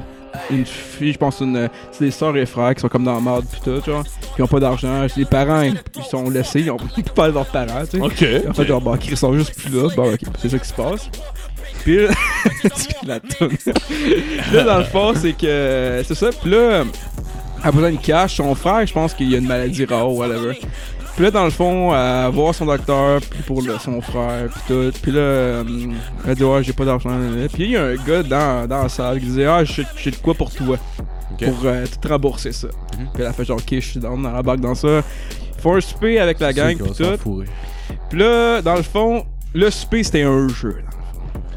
S8: une fille, je pense, une, c'est des sœurs et frères qui sont comme dans la merde, pis tout, genre. Qui ont pas d'argent. Les parents, ils ils sont laissés, ils ont [LAUGHS] pas de leurs parents, tu sais.
S7: Ok.
S8: En fait, genre, bah, ils sont juste plus là. Bon, ok, c'est ça qui se passe. Puis là, [LAUGHS] c'est la toune. là, dans le fond, c'est que. C'est ça. Puis là, elle a besoin de cash. Son frère, je pense qu'il y a une maladie rare, whatever. Puis là, dans le fond, elle voir son docteur, puis pour le- son frère, puis tout. Puis là, euh, elle dit, ouais, j'ai pas d'argent. Puis il y a un gars dans, dans la salle qui disait, ah, j'ai j'ai de quoi pour toi.
S5: Ok.
S8: Pour euh, te rembourser ça. Puis elle a fait genre, ok, je suis dans, dans la banque dans ça. Faut un souper avec la gang, puis tout.
S3: hein.
S8: Puis là, dans le fond, le souper, c'était un jeu. là.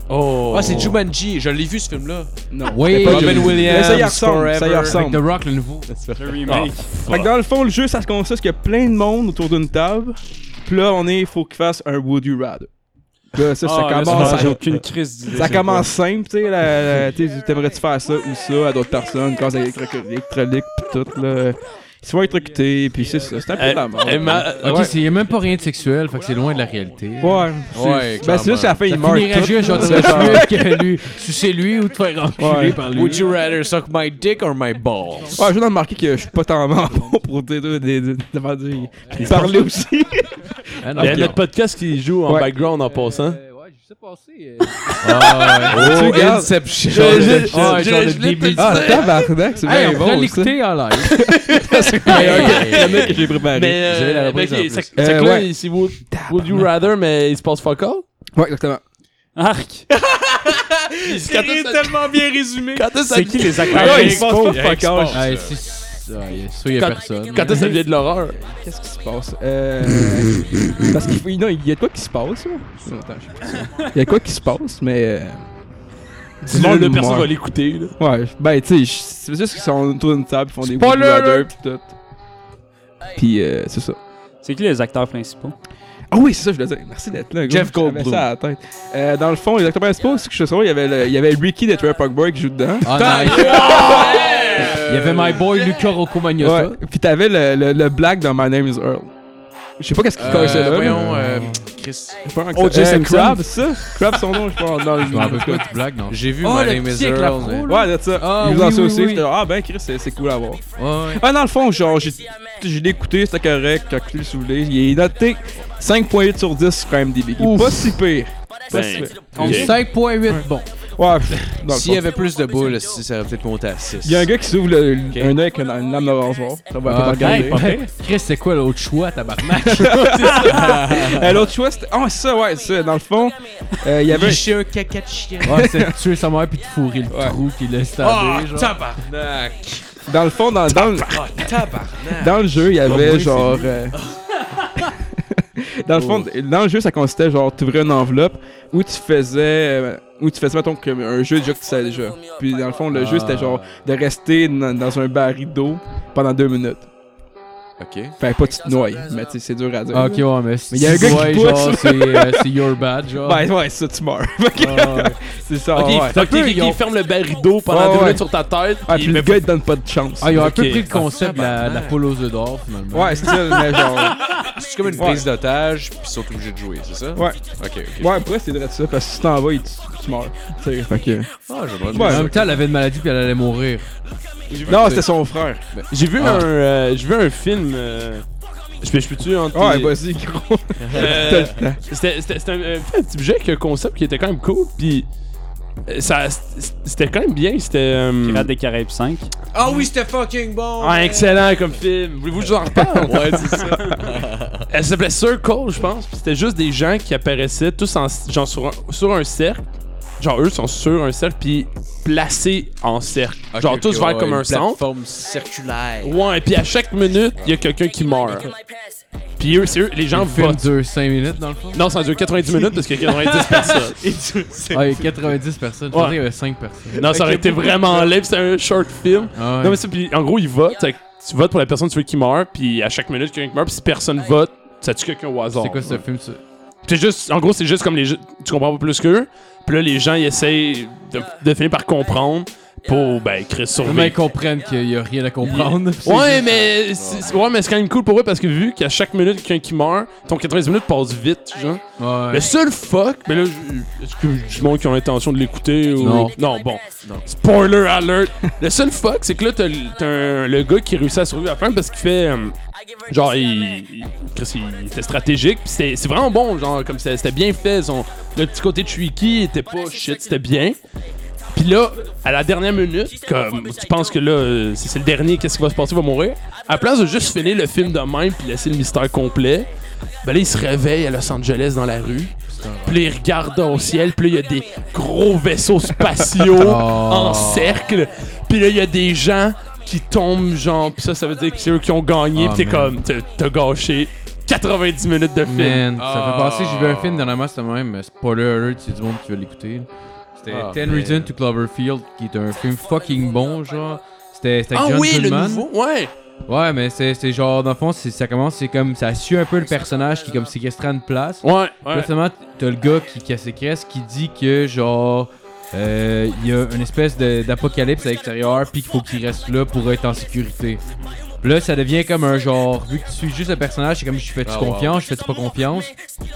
S7: Oh.
S5: Ah, c'est Jumanji, je l'ai vu ce film-là.
S8: Non.
S3: Oui,
S8: C'était pas
S5: Robin
S8: Jumanji.
S5: Williams,
S8: Mais ça y ressemble. Ça y
S5: Forever.
S3: Avec The
S8: ressemble.
S3: Rock, le nouveau.
S1: Le remake.
S8: Fait que dans le fond, le jeu, ça se consiste qu'il y a plein de monde autour d'une table. Puis là, on est, faut qu'il fasse un Woody Rad. Là, ça, ça
S1: Ah, là,
S8: commence.
S1: ça,
S8: à-
S1: J'ai aucune crise d'idée.
S8: Ça commence simple, tu sais, la- la- tu sais, t'aimerais-tu faire ça ou ça à d'autres personnes, cause électronique, pis tout, là. Ils se font électrocuter, pis c'est ça, c'est un peu de la mort.
S7: Eh, ma-
S3: Ah, Ok,
S8: Ouais.
S3: c'est- il n'y a même pas rien de sexuel, fait que c'est loin de la réalité.
S8: Ouais,
S5: Ouais,
S8: c'est ben, c'est juste à la fin,
S3: Ça
S8: ils meurent
S3: finirait
S8: tous,
S3: juste, genre,
S8: là,
S3: tu
S8: [LAUGHS]
S3: vas tuer que lui, sucer lui ou te faire enculer
S8: Ouais.
S3: par lui.
S5: Ben, Would you rather suck my dick or my balls?
S8: Ouais, je viens de remarquer que je suis pas tant bon [LAUGHS] pour dire de, de, de, de- de- de parler aussi.
S3: Ah, non,
S7: Il y a
S3: ok.
S7: notre podcast qui joue en
S8: Ouais.
S7: background en passant.
S3: Ouais, j'ai juste passé. Ah, ouais.
S8: [LAUGHS] Tu regardes.
S5: Inception.
S3: Genre de-
S7: je-
S3: ouais,
S7: je-
S3: genre de
S7: je l'ai
S3: début.
S8: Ah, tabarnak, c'est
S3: Hey,
S8: bien
S3: on pourrait
S8: bon, ça.
S3: l'écouter en live.
S8: Le mec que j'ai préparé.
S7: Mais, euh,
S3: J'ai la
S7: mais
S3: reprise
S7: ok,
S3: en plus.
S7: ça- ça que
S8: Euh,
S7: là,
S8: ouais.
S7: c'est would, Would You Rather, mais il se passe fuck all?
S8: Ouais, exactement.
S1: Arc!
S5: tellement bien résumé.
S7: Quand est-ce
S1: C'est
S7: que
S1: qui
S7: ça-
S1: les
S8: Ah,
S1: acteurs?
S8: ouais, il
S4: [LAUGHS]
S8: se passe pas fuck all.
S3: Ah, c'est- c'est- ah, y a- Ça, il n'y a
S7: Quand-
S3: personne.
S7: quand est-ce que ça devient de l'horreur?
S8: Qu'est-ce qui se passe? Euh...
S7: [LAUGHS]
S8: Parce qu'il faut- non, il y a de quoi qui se passe, là. Non, attends, je sais pas ça. Il y a de quoi qui se passe, mais... euh, du
S7: Là,
S8: monde
S7: le
S8: meurt.
S7: personne va l'écouter. là.
S8: Ouais, ben, tu sais, je- c'est juste qu'ils sont autour d'une table, ils font des
S5: Spoiler
S8: Woody Rather, pis tout. Pis, euh, c'est ça.
S1: C'est qui les acteurs principaux?
S8: Ah oui, c'est ça, je voulais dire. Merci d'être là. gros.
S5: Jeff
S8: J'avais
S5: Goldblum.
S8: ça à la tête. Euh, dans le fond, les acteurs principaux, c'est que je sais pas, il y avait, le- il y avait Ricky de Trailer Boy qui joue dedans.
S3: Ah, nice.
S4: Ah!
S3: Il y avait my
S8: Euh,
S3: boy Luca Rocco
S8: Ouais.
S3: Magnotta.
S8: Puis t'avais le, le, le black dans My Name is Earl. Je sais pas qu'est-ce qu'il connaissait là.
S5: voyons, euh, Chris.
S8: Je pense que
S1: Oh,
S8: c'est-
S1: Jason
S8: Crabbe, ça. Crabbe, son nom, je pense. Non,
S3: Je me rappelle pas de blague, non?
S5: J'ai vu
S3: Oh,
S5: My
S3: le
S5: Name
S3: petit
S5: is
S3: avec
S5: Earl.
S3: l'afro,
S5: mais-
S3: là.
S8: Ouais, c'est ça.
S3: Ah,
S8: il
S3: oui,
S8: faisait ça
S3: oui,
S8: aussi.
S3: oui.
S8: J'étais genre, ah ben Chris, c'est c'est cool à voir.
S3: Ouais.
S8: Ah, dans le fond, genre, j'ai je l'ai écouté, c'était correct, quand tu le soulevé. Il est noté 5.8 sur 10 sur IMDb. Il est
S3: Ouf.
S8: pas si pire. Pas si
S7: Ben,
S8: pire.
S3: On-
S7: Ok.
S3: 5.8, bon.
S8: Ouais, pff, dans le
S5: S'il y
S8: fond.
S5: avait plus de boules, si ça aurait peut-être monté à 6.
S8: Il y a un gars qui s'ouvre le- un œil avec une, une lame de rasoir. Ça va pas
S3: Ah,
S8: regarder.
S3: ben, Chris, c'est quoi l'autre choix, tabarnak?
S8: Euh, L'autre choix, c'était. Ah, c'est ça, ouais, c'est ça. Dans le fond, euh, il y avait.
S5: Licher un caca de chien.
S3: Ouais, c'est de tuer sa mère puis de fourrer le
S8: Ouais.
S3: trou qui laisse
S8: Ah,
S5: Oh,
S3: tomber, genre.
S5: tabarnak.
S8: Dans le fond, dans, dans, le-
S5: Oh, tabarnak.
S8: dans le jeu, il y
S3: Ah,
S8: avait
S3: oui,
S8: genre. euh, [LAUGHS] dans le fond,
S4: Oh.
S8: dans le jeu, ça consistait genre, tu ouvrais une enveloppe où tu faisais. euh, Où tu faisais, mettons, comme un jeu déjà que tu savais déjà. Puis
S4: Ah.
S8: dans le fond, le jeu, c'était genre de rester dans, dans un baril d'eau pendant deux minutes.
S5: OK.
S8: Fait pas tu te noies, mais tu sais, c'est dur à dire.
S3: Ah, Ok, ouais, mais si
S8: Mais y a un
S3: tu
S8: gars qui
S3: vois,
S8: pousse.
S3: genre, c'est,
S8: [LAUGHS]
S3: euh, c'est your bad, genre.
S8: Ben ouais, ça tu meurs. [LAUGHS]
S3: Ah,
S8: c'est ça.
S4: Ok,
S8: ouais.
S4: fait que Kiki ferme le barido pendant
S8: Ouais,
S4: deux
S8: ouais.
S4: minutes sur ta tête.
S8: Ah,
S4: il
S8: puis le
S4: met-
S8: gars il te donne pas de chance.
S3: Ah, ils ont un peu
S4: Ok.
S3: pris le concept de la, de la poule aux œufs d'or, finalement.
S8: Ouais, style, mais genre.
S5: C'est comme une
S8: Ouais.
S5: prise d'otage, puis ils sont obligés de jouer, c'est ça?
S8: Ouais.
S5: Ok, ok.
S8: Ouais, après c'est vrai de ça, parce que si tu t'en vas, il- tu, tu meurs. Tu sais, fait que-
S5: Ah, j'aimerais
S3: en
S5: bien ça.
S3: même temps, elle avait une maladie puis elle allait mourir.
S8: Non, c'était son frère.
S4: J'ai vu,
S5: Ah.
S4: un, euh, j'ai vu un film. euh, Je peux- je peux-tu en
S8: Ouais, vas-y, gros. [LAUGHS] T'as
S4: Euh,
S8: le temps.
S4: [LAUGHS] C'était c'était- c'était un, euh, un petit budget avec un concept qui était quand même cool, puis euh, ça c- c'était quand même bien. C'était euh,
S1: Pirates des Caraïbes 5.
S5: Ah oui, c'était fucking bon!
S4: ah, excellent comme film. Voulez-vous que je vous en reparle
S5: Ouais, c'est ça.
S4: [LAUGHS] Elle s'appelait Circle, je pense. puis C'était juste des gens qui apparaissaient tous en, genre sur, un, sur un cercle. Genre eux sont sur un cercle puis placés en cercle.
S5: Ok,
S4: genre
S5: ok,
S4: tous vers
S5: ouais,
S4: comme
S5: une
S4: un centre.
S5: plateforme circulaire.
S4: Ouais, puis à chaque minute, il y a quelqu'un qui meurt. Puis eux, c'est eux, les gens
S3: Le film
S4: votent.
S3: dure 5 minutes, dans le fond.
S4: Non, ça dure 90 minutes parce qu'il y a 90 [LAUGHS] personnes.
S3: Ah, il y a 90 personnes. Je
S4: Ouais.
S3: pensais qu'il y avait 5 personnes.
S4: Non, ça aurait été vraiment laid, puis c'est un short film.
S3: Ah, ouais.
S4: Non, mais ça, puis en gros, il vote. fait que Tu votes pour la personne que tu veux qui meurt, puis à chaque minute, quelqu'un qui meurt, puis si personne vote, ça tue quelqu'un au hasard.
S3: c'est quoi ce film? ça?
S4: C'est juste, en gros, c'est juste comme les jeux- tu comprends pas plus qu'eux. Puis là, les gens, ils essayent de, de finir par comprendre pour, ben,
S3: Vraiment,
S4: créer
S3: ils
S4: survivre.
S3: comprennent qu'il n'y a rien à comprendre. C'est
S4: Ouais,
S3: juste-
S4: mais c'est c'est- ouais, mais c'est quand même cool pour eux parce que vu qu'à chaque minute, quelqu'un qui meurt, ton 90 minutes passe vite, genre.
S3: Ouais.
S4: Le seul fuck, mais là, je- est-ce que je monde qui ont l'intention de l'écouter ou.
S3: Non.
S4: bon. Spoiler [LAUGHS] alert! le seul fuck, c'est que là, t'as le- t'as un- le gars qui réussit à survivre à la fin parce qu'il fait. euh, genre, il, il- Chris, il était stratégique, pis c'était- c'est vraiment bon, genre, comme c'était c'était bien fait. Son, le petit côté tricky était pas shit, c'était bien. Puis là, à la dernière minute, comme tu penses que là, euh, c'est c'est le dernier, qu'est-ce qui va se passer, il va mourir. À la place de juste finir le film de même puis laisser le mystère complet, ben là, il se réveille à Los Angeles dans la rue. Puis là, il regarde au ciel, puis là, il y a des gros
S3: [LAUGHS]
S4: vaisseaux spatiaux
S3: Oh.
S4: en cercle. Puis là, il y a des gens qui tombent, genre, puis ça, ça veut dire que c'est eux qui ont gagné.
S3: Ah,
S4: puis t'es
S3: man.
S4: comme, t'as- t'as gâché 90 minutes de film.
S3: Man, ça
S5: Ah.
S3: fait passer. J'ai vu un film dernièrement, c'était même euh, spoiler alert, c'est du monde qui veut l'écouter. C'était
S5: Ah,
S3: 10
S5: man.
S3: Reasons to Cloverfield, qui est un film fucking bon, genre. C'était c'était avec
S4: Ah
S3: John
S4: oui, le
S3: Goodman.
S4: nouveau, ouais.
S3: Ouais, mais c'est c'est genre, dans le fond, c'est- ça commence, c'est comme, ça suit un peu le personnage qui est comme séquestré à une place.
S4: Ouais,
S3: Puis
S4: ouais.
S3: là, finalement, t'as le gars qui, qui a séquestre qui dit que, genre, euh, il y a une espèce de- d'apocalypse à l'extérieur, puis qu'il faut qu'il reste là pour être en sécurité. Puis là, ça devient comme un genre, vu que tu suis juste le personnage, c'est comme, je fais-tu
S5: Ah, wow.
S3: confiance, je fais-tu pas confiance. Puis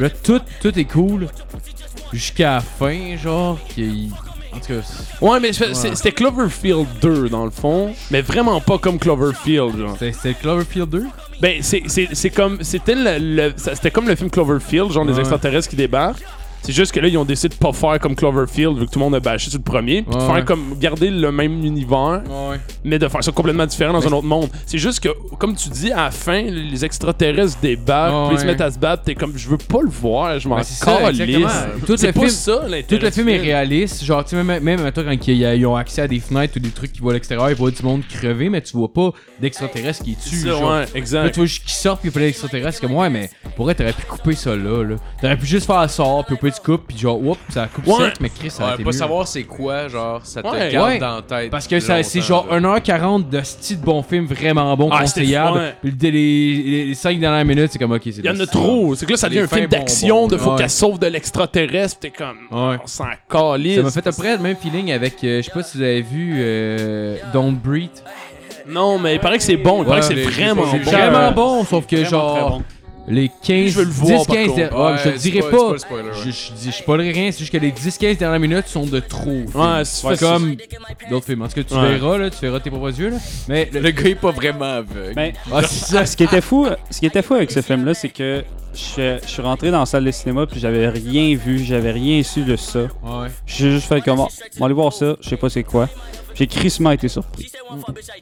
S3: là, tout, tout est cool. Jusqu'à la fin, genre, qu'il. En tout cas, c'est-
S4: Ouais, mais c'est- c'est- c'était Cloverfield 2 dans le fond, mais vraiment pas comme Cloverfield. Genre.
S3: c'est- c'est Cloverfield 2?
S4: Ben, c'est- c'est c'est comme. C'était le, le- ça- c'était comme le film Cloverfield, genre des
S3: Ouais.
S4: extraterrestres qui débarquent. C'est juste que là, ils ont décidé de pas faire comme Cloverfield, vu que tout le monde a bâché sur le premier, puis de
S3: Ouais,
S4: faire
S3: ouais.
S4: comme. garder le même univers,
S3: Ouais.
S4: mais de faire ça complètement différent dans un autre monde. C'est juste que, comme tu dis, à la fin, les extraterrestres débarquent,
S3: Ouais,
S4: puis ils se
S3: ouais.
S4: mettent à se battre, t'es comme, je veux pas le voir, je m'en
S3: Ben, c'est ça,
S4: calisse.
S3: exactement. Tout
S4: C'est
S3: le
S4: pas
S3: film-
S4: ça,
S3: Tout le
S4: l'intérêt
S3: film
S4: du
S3: est réaliste, genre, tu sais, même, même toi, quand ils, ils ont accès à des fenêtres ou des trucs qui voient à l'extérieur, ils voient du monde crever, mais tu vois pas d'extraterrestres qui
S4: C'est
S3: tuent,
S4: ça,
S3: genre.
S4: ouais,
S3: Là,
S4: exact.
S3: tu vois juste qu'ils sortent, puis il y a d'extraterrestres, c'est comme, ouais, mais pour vrai, t'aurais pu couper ça là, là. T'aurais pu juste faire un sort, puis au peu tu coupes, puis genre, oups, ça coupe
S4: Ouais.
S3: sec, mais Chris, ça
S5: Ouais,
S3: a été
S5: pas
S3: mieux.
S5: savoir c'est quoi, genre, ça te
S4: Ouais,
S5: garde
S3: ouais.
S5: dans la tête.
S3: Parce que ça, c'est genre 1h40 de style de bon film vraiment bon,
S4: Ah, c'était- ouais.
S3: conseillable. Puis dès les, les, 5 dernières minutes, c'est comme, ok, c'est
S4: Il y en
S3: de-
S4: a trop. C'est que là, ça
S5: Les
S4: devient un
S5: fins
S4: film
S5: bonbons.
S4: d'action, de faut
S3: Ouais.
S4: qu'elle sauve de l'extraterrestre, pis t'es comme.
S3: Ouais.
S4: On s'en calisse.
S3: Ça m'a fait à peu près le même feeling avec, euh, je sais pas si vous avez vu euh, Don't Breathe.
S4: Non, mais il paraît que c'est bon. Il paraît que c'est vraiment
S3: C'est
S4: bon.
S3: vraiment bon, sauf que genre, les 15,
S4: Je veux le voir,
S3: 10, 15,
S4: par contre.
S3: ouais, ah, je te dirais pas.
S5: spoiler,
S3: Je, je dis, je spoilerai rien, c'est juste que les 10-15 dernières minutes sont de trop.
S4: Ouais, c'est
S3: C'est
S4: facile.
S3: comme d'autres films. En tout cas, tu
S4: Ouais.
S3: verras, là, tu verras tes propres yeux. Là. Mais le-
S5: Le gars est pas vraiment aveugle.
S4: Ben,
S1: Mais
S3: Ah, c'est ça.
S1: Ben, ce qui était fou, ce qui était fou avec ce film-là, c'est que je, je suis rentré dans la salle de cinéma puis j'avais rien vu, j'avais rien su de ça.
S3: Ouais.
S1: J'ai juste fait comment On va aller voir ça, je sais pas c'est quoi. J'ai crissement été surpris.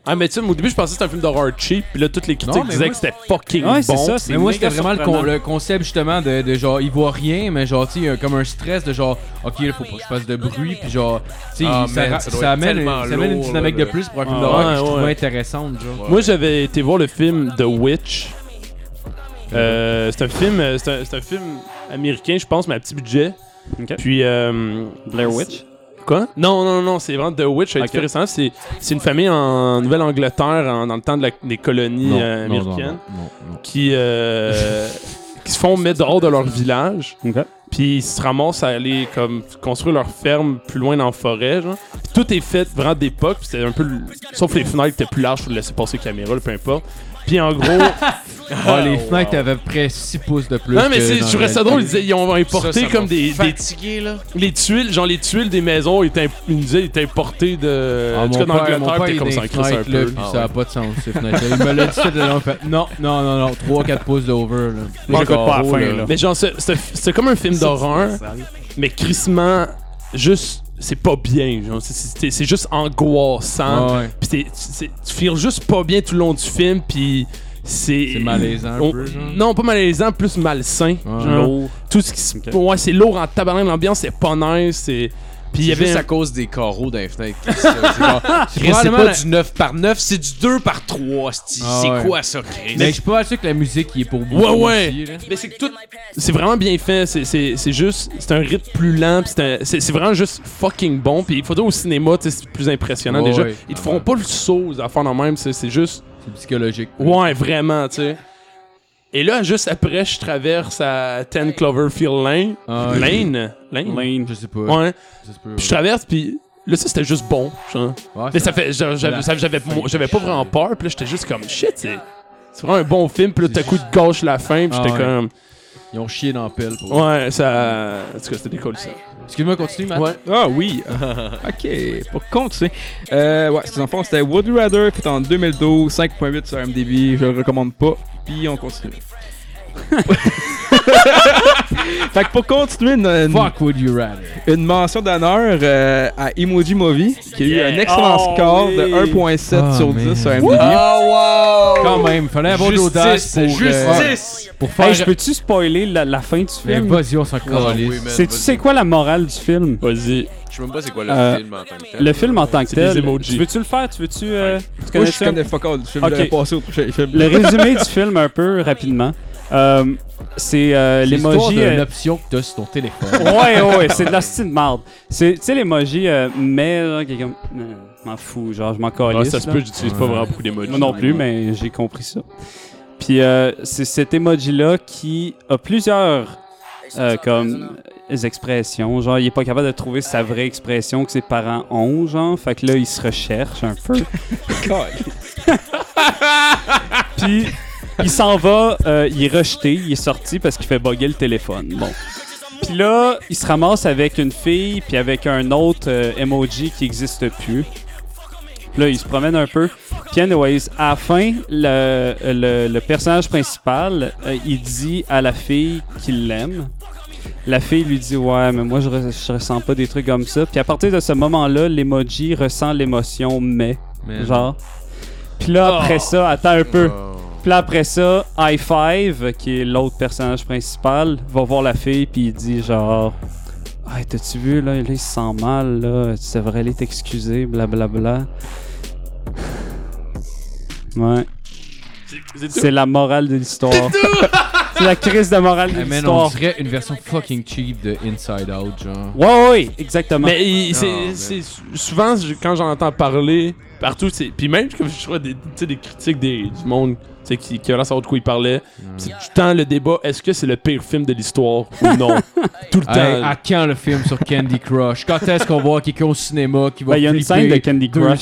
S4: Ah, mais tu sais, au début, je pensais que c'était un film d'horreur cheap, pis là, toutes les critiques
S3: mais
S4: disaient
S3: moi,
S4: que c'était fucking
S1: Ouais, c'est
S4: bon.
S1: ça, c'est
S3: Mais moi,
S1: méga
S3: c'était vraiment le, con-
S1: surprenant.
S3: le concept justement de, de genre, il voit rien, mais genre, tu sais, il y a comme un stress de genre, ok, il faut pas que je fasse de bruit, puis genre, tu sais,
S5: Ah,
S3: ça,
S5: man,
S3: ra-
S5: ça doit
S3: ça
S5: être
S3: amène,
S5: tellement
S3: ça amène une
S5: lourd,
S3: dynamique
S5: là,
S3: de plus pour un film
S4: Ah,
S3: d'horreur
S4: ouais,
S3: que je
S4: ouais.
S3: trouvais intéressante, genre.
S4: Moi, j'avais été voir le film The Witch. Euh, c'est un film, euh, c'est un, c'est un film américain, je pense, mais à petit budget.
S1: Ok.
S4: Puis euh,
S1: Blair Witch.
S4: Quoi? Non, non, non, c'est vraiment The Witch.
S1: Ok.
S4: C'est récent. C'est c'est une famille en Nouvelle-Angleterre, en- dans le temps de la- des colonies euh, américaines,
S3: non, non,
S4: qui, euh, [LAUGHS] qui se font mettre dehors de leur village.
S1: Ok.
S4: Puis ils se ramassent à aller comme, construire leur ferme plus loin dans la forêt. Genre. Puis tout est fait vraiment d'époque. puis C'était un peu. le- Sauf les fenêtres étaient plus larges pour laisser passer les caméras, là, peu importe. Puis en gros.
S3: non. [LAUGHS] Ah, les fenêtres avaient près 6 pouces de plus.
S4: non, mais
S3: que
S4: c'est-
S3: dans
S4: je trouvais ça
S3: la-
S4: drôle. Ils, disaient- ils ont importé comme des, des
S5: fatigué là.
S4: les tuiles, genre les tuiles des maisons étaient, imp- ils nous disaient, étaient importées de.
S3: Ah,
S4: Euh, en tout
S3: mon
S4: cas, dans
S3: père, mon
S4: l'Angleterre,
S3: père,
S4: t'es
S3: il
S4: comme
S3: est
S4: ça,
S3: des
S4: en crisse un
S3: fenêtres, là,
S4: peu.
S3: puis ça a pas de sens, ces fenêtres-là. Il me l'a dit tout de là, on fait non, non, non, non, 3-4 pouces d'over, là.
S1: Moi, j'écoute pas à la
S3: carreaux,
S1: fin, là.
S4: Mais genre, c'est- c'est c'est comme un film d'horreur, mais crissement, juste, c'est pas bien. genre, c'est- C'est c'est juste angoissant.
S3: Ah ouais,
S4: Puis t'es- c'est- tu files juste pas bien tout le long du film, puis c'est.
S3: c'est malaisant un
S4: on-
S3: peu, genre.
S4: Non, pas malaisant, plus malsain.
S3: Ah.
S4: genre. tout ce qui se. Ouais, c'est lourd en tabarnak, l'ambiance, c'est pas nice. c'est- Puis il y
S5: C'est
S4: avait.
S5: juste
S4: un-
S5: à cause des carreaux d'un fenêtre. Chris, C'est genre, Chris, c'est
S3: probablement
S5: pas
S3: la-
S5: du 9 par 9, c'est du 2 par 3, c'est
S3: Ah ouais.
S5: quoi ça, Chris?
S3: Mais je suis pas sûr que la musique y est pour vous.
S4: Ouais, ouais. Mais c'est que tout. C'est vraiment bien fait. C'est, c'est, c'est juste. C'est un rythme plus lent. pis c'est, un- c'est, c'est vraiment juste fucking bon. Puis il faut dire au cinéma, tu sais, c'est plus impressionnant
S3: Ouais,
S4: déjà.
S3: ouais.
S4: Ils te
S3: Ah
S4: feront
S3: ouais.
S4: pas le saut aux affaires dans le même. C'est, c'est juste.
S3: C'est psychologique.
S4: Ouais, vraiment, tu sais. Et là, juste après, je traverse à 10 Cloverfield Lane.
S3: Ah, ouais.
S4: Lane. Lane.
S1: Lane.
S3: Je sais pas.
S4: Ouais.
S3: Ça se peut, ouais.
S4: Puis je traverse, puis là, ça, c'était juste bon. genre.
S3: Ouais,
S4: Mais
S3: ça-
S4: ça fait. j'a- J'avais, ça- j'avais, moi, j'avais pas vraiment peur. Puis là, j'étais juste comme shit, c'est. C'est vraiment un bon film. Puis là, t'as coup de gauche la fin. Puis
S3: Ah,
S4: j'étais
S3: ouais.
S4: comme.
S3: Ils ont chié dans la pelle. pour-
S4: Ouais, ça. En tout cas, c'était des cool, ça.
S3: Excuse-moi, continue, Matt.
S4: Ouais.
S8: Ah oui! ok, pour continuer. Euh, ouais, ces enfants, c'était Would You Rather, fait en 2012, 5.8 sur MDB, je le recommande pas. Puis on continue. [LAUGHS] fait que pour continuer, une, une-
S3: Fuck would you rather?
S8: une mention d'honneur euh, à Emoji Movie, qui a eu un excellent score de 1.7
S3: Ah,
S8: sur 10
S3: man.
S8: sur
S3: Ah,
S8: MDB.
S5: Oh wow!
S3: Quand même, fallait avoir de l'audace
S5: justice,
S3: pour, euh,
S5: justice!
S3: pour faire.
S1: Hey, je peux-tu spoiler la, la fin du
S3: Mais
S1: film?
S3: vas-y, on s'en
S5: Ah,
S3: calisse.
S5: oui, man,
S1: Sais-tu
S5: vas-y.
S1: c'est quoi la morale du film?
S4: Vas-y.
S5: Je sais même pas c'est quoi le
S1: Euh,
S5: film en tant que tel.
S1: Le film en tant que tel.
S4: des emojis.
S1: Tu veux-tu le faire? Tu veux-tu. euh, tu
S8: Moi,
S1: connais
S8: je
S1: ça?
S8: connais fuck all du film,
S1: Ok.
S8: je l'avais passé au prochain film.
S1: Le résumé du film, un peu rapidement. Euh, c'est euh,
S3: C'est l'histoire
S1: l'emoji.
S3: d'une
S1: euh,
S3: option que t'as sur ton
S1: [LAUGHS]
S3: téléphone.
S1: Ouais, ouais, ouais, c'est de la style de marde. C'est- Tu sais, l'emoji, euh, mais, là, qui est comme. euh, je m'en fous, genre, je m'en
S4: Ah,
S1: calisse.
S4: ça se
S1: là.
S4: peut, j'utilise pas vraiment beaucoup d'émojis.
S1: Moi non plus, mais j'ai compris ça. Puis euh, c'est cet emoji-là qui a plusieurs euh, comme euh, expressions. Genre, il est pas capable de trouver sa vraie expression que ses parents ont, genre. Fait que là, il se recherche un peu. [LAUGHS] Puis il s'en va, euh, il est rejeté, il est sorti parce qu'il fait bugger le téléphone. Bon. Puis là, il se ramasse avec une fille, puis avec un autre euh, emoji qui n'existe plus. Puis Là, il se promène un peu. Puis, anyways, à la fin, le, le- le personnage principal, euh, il dit à la fille qu'il l'aime. La fille lui dit Ouais, mais moi, je, re- je ressens pas des trucs comme ça. Puis, à partir de ce moment-là, l'emoji ressent l'émotion, mais.
S3: Man.
S1: Genre. Puis là, après ça, attends un peu. Puis là, après ça, High Five, qui est l'autre personnage principal, va voir la fille, puis il dit genre. Hey, t'as-tu vu, là, là, il se sent mal, là, tu devrais aller t'excuser, blablabla. Ouais, c'est la morale de l'histoire. [LAUGHS] c'est la crise de morale de
S3: Hey, Eh, man, on
S1: l'histoire.
S3: dirait une version fucking cheap de Inside Out, genre.
S1: Ouais, ouais, exactement.
S4: Mais il- c'est-
S5: man.
S4: c'est souvent, je- quand j'en entends parler, partout, c'est. Puis même, comme je vois des, tu sais, des critiques des, du monde tu sais, qui, qui veulent savoir de quoi ils parlaient, c'est tout le temps le débat est-ce que c'est le pire film de l'histoire ou non Tout le temps.
S3: Hey, à quand le film sur Candy Crush? Quand est-ce qu'on va voir quelqu'un au cinéma qui va
S1: Ben, il y a une
S3: flipper
S1: scène de Candy
S3: deux-
S1: Crush.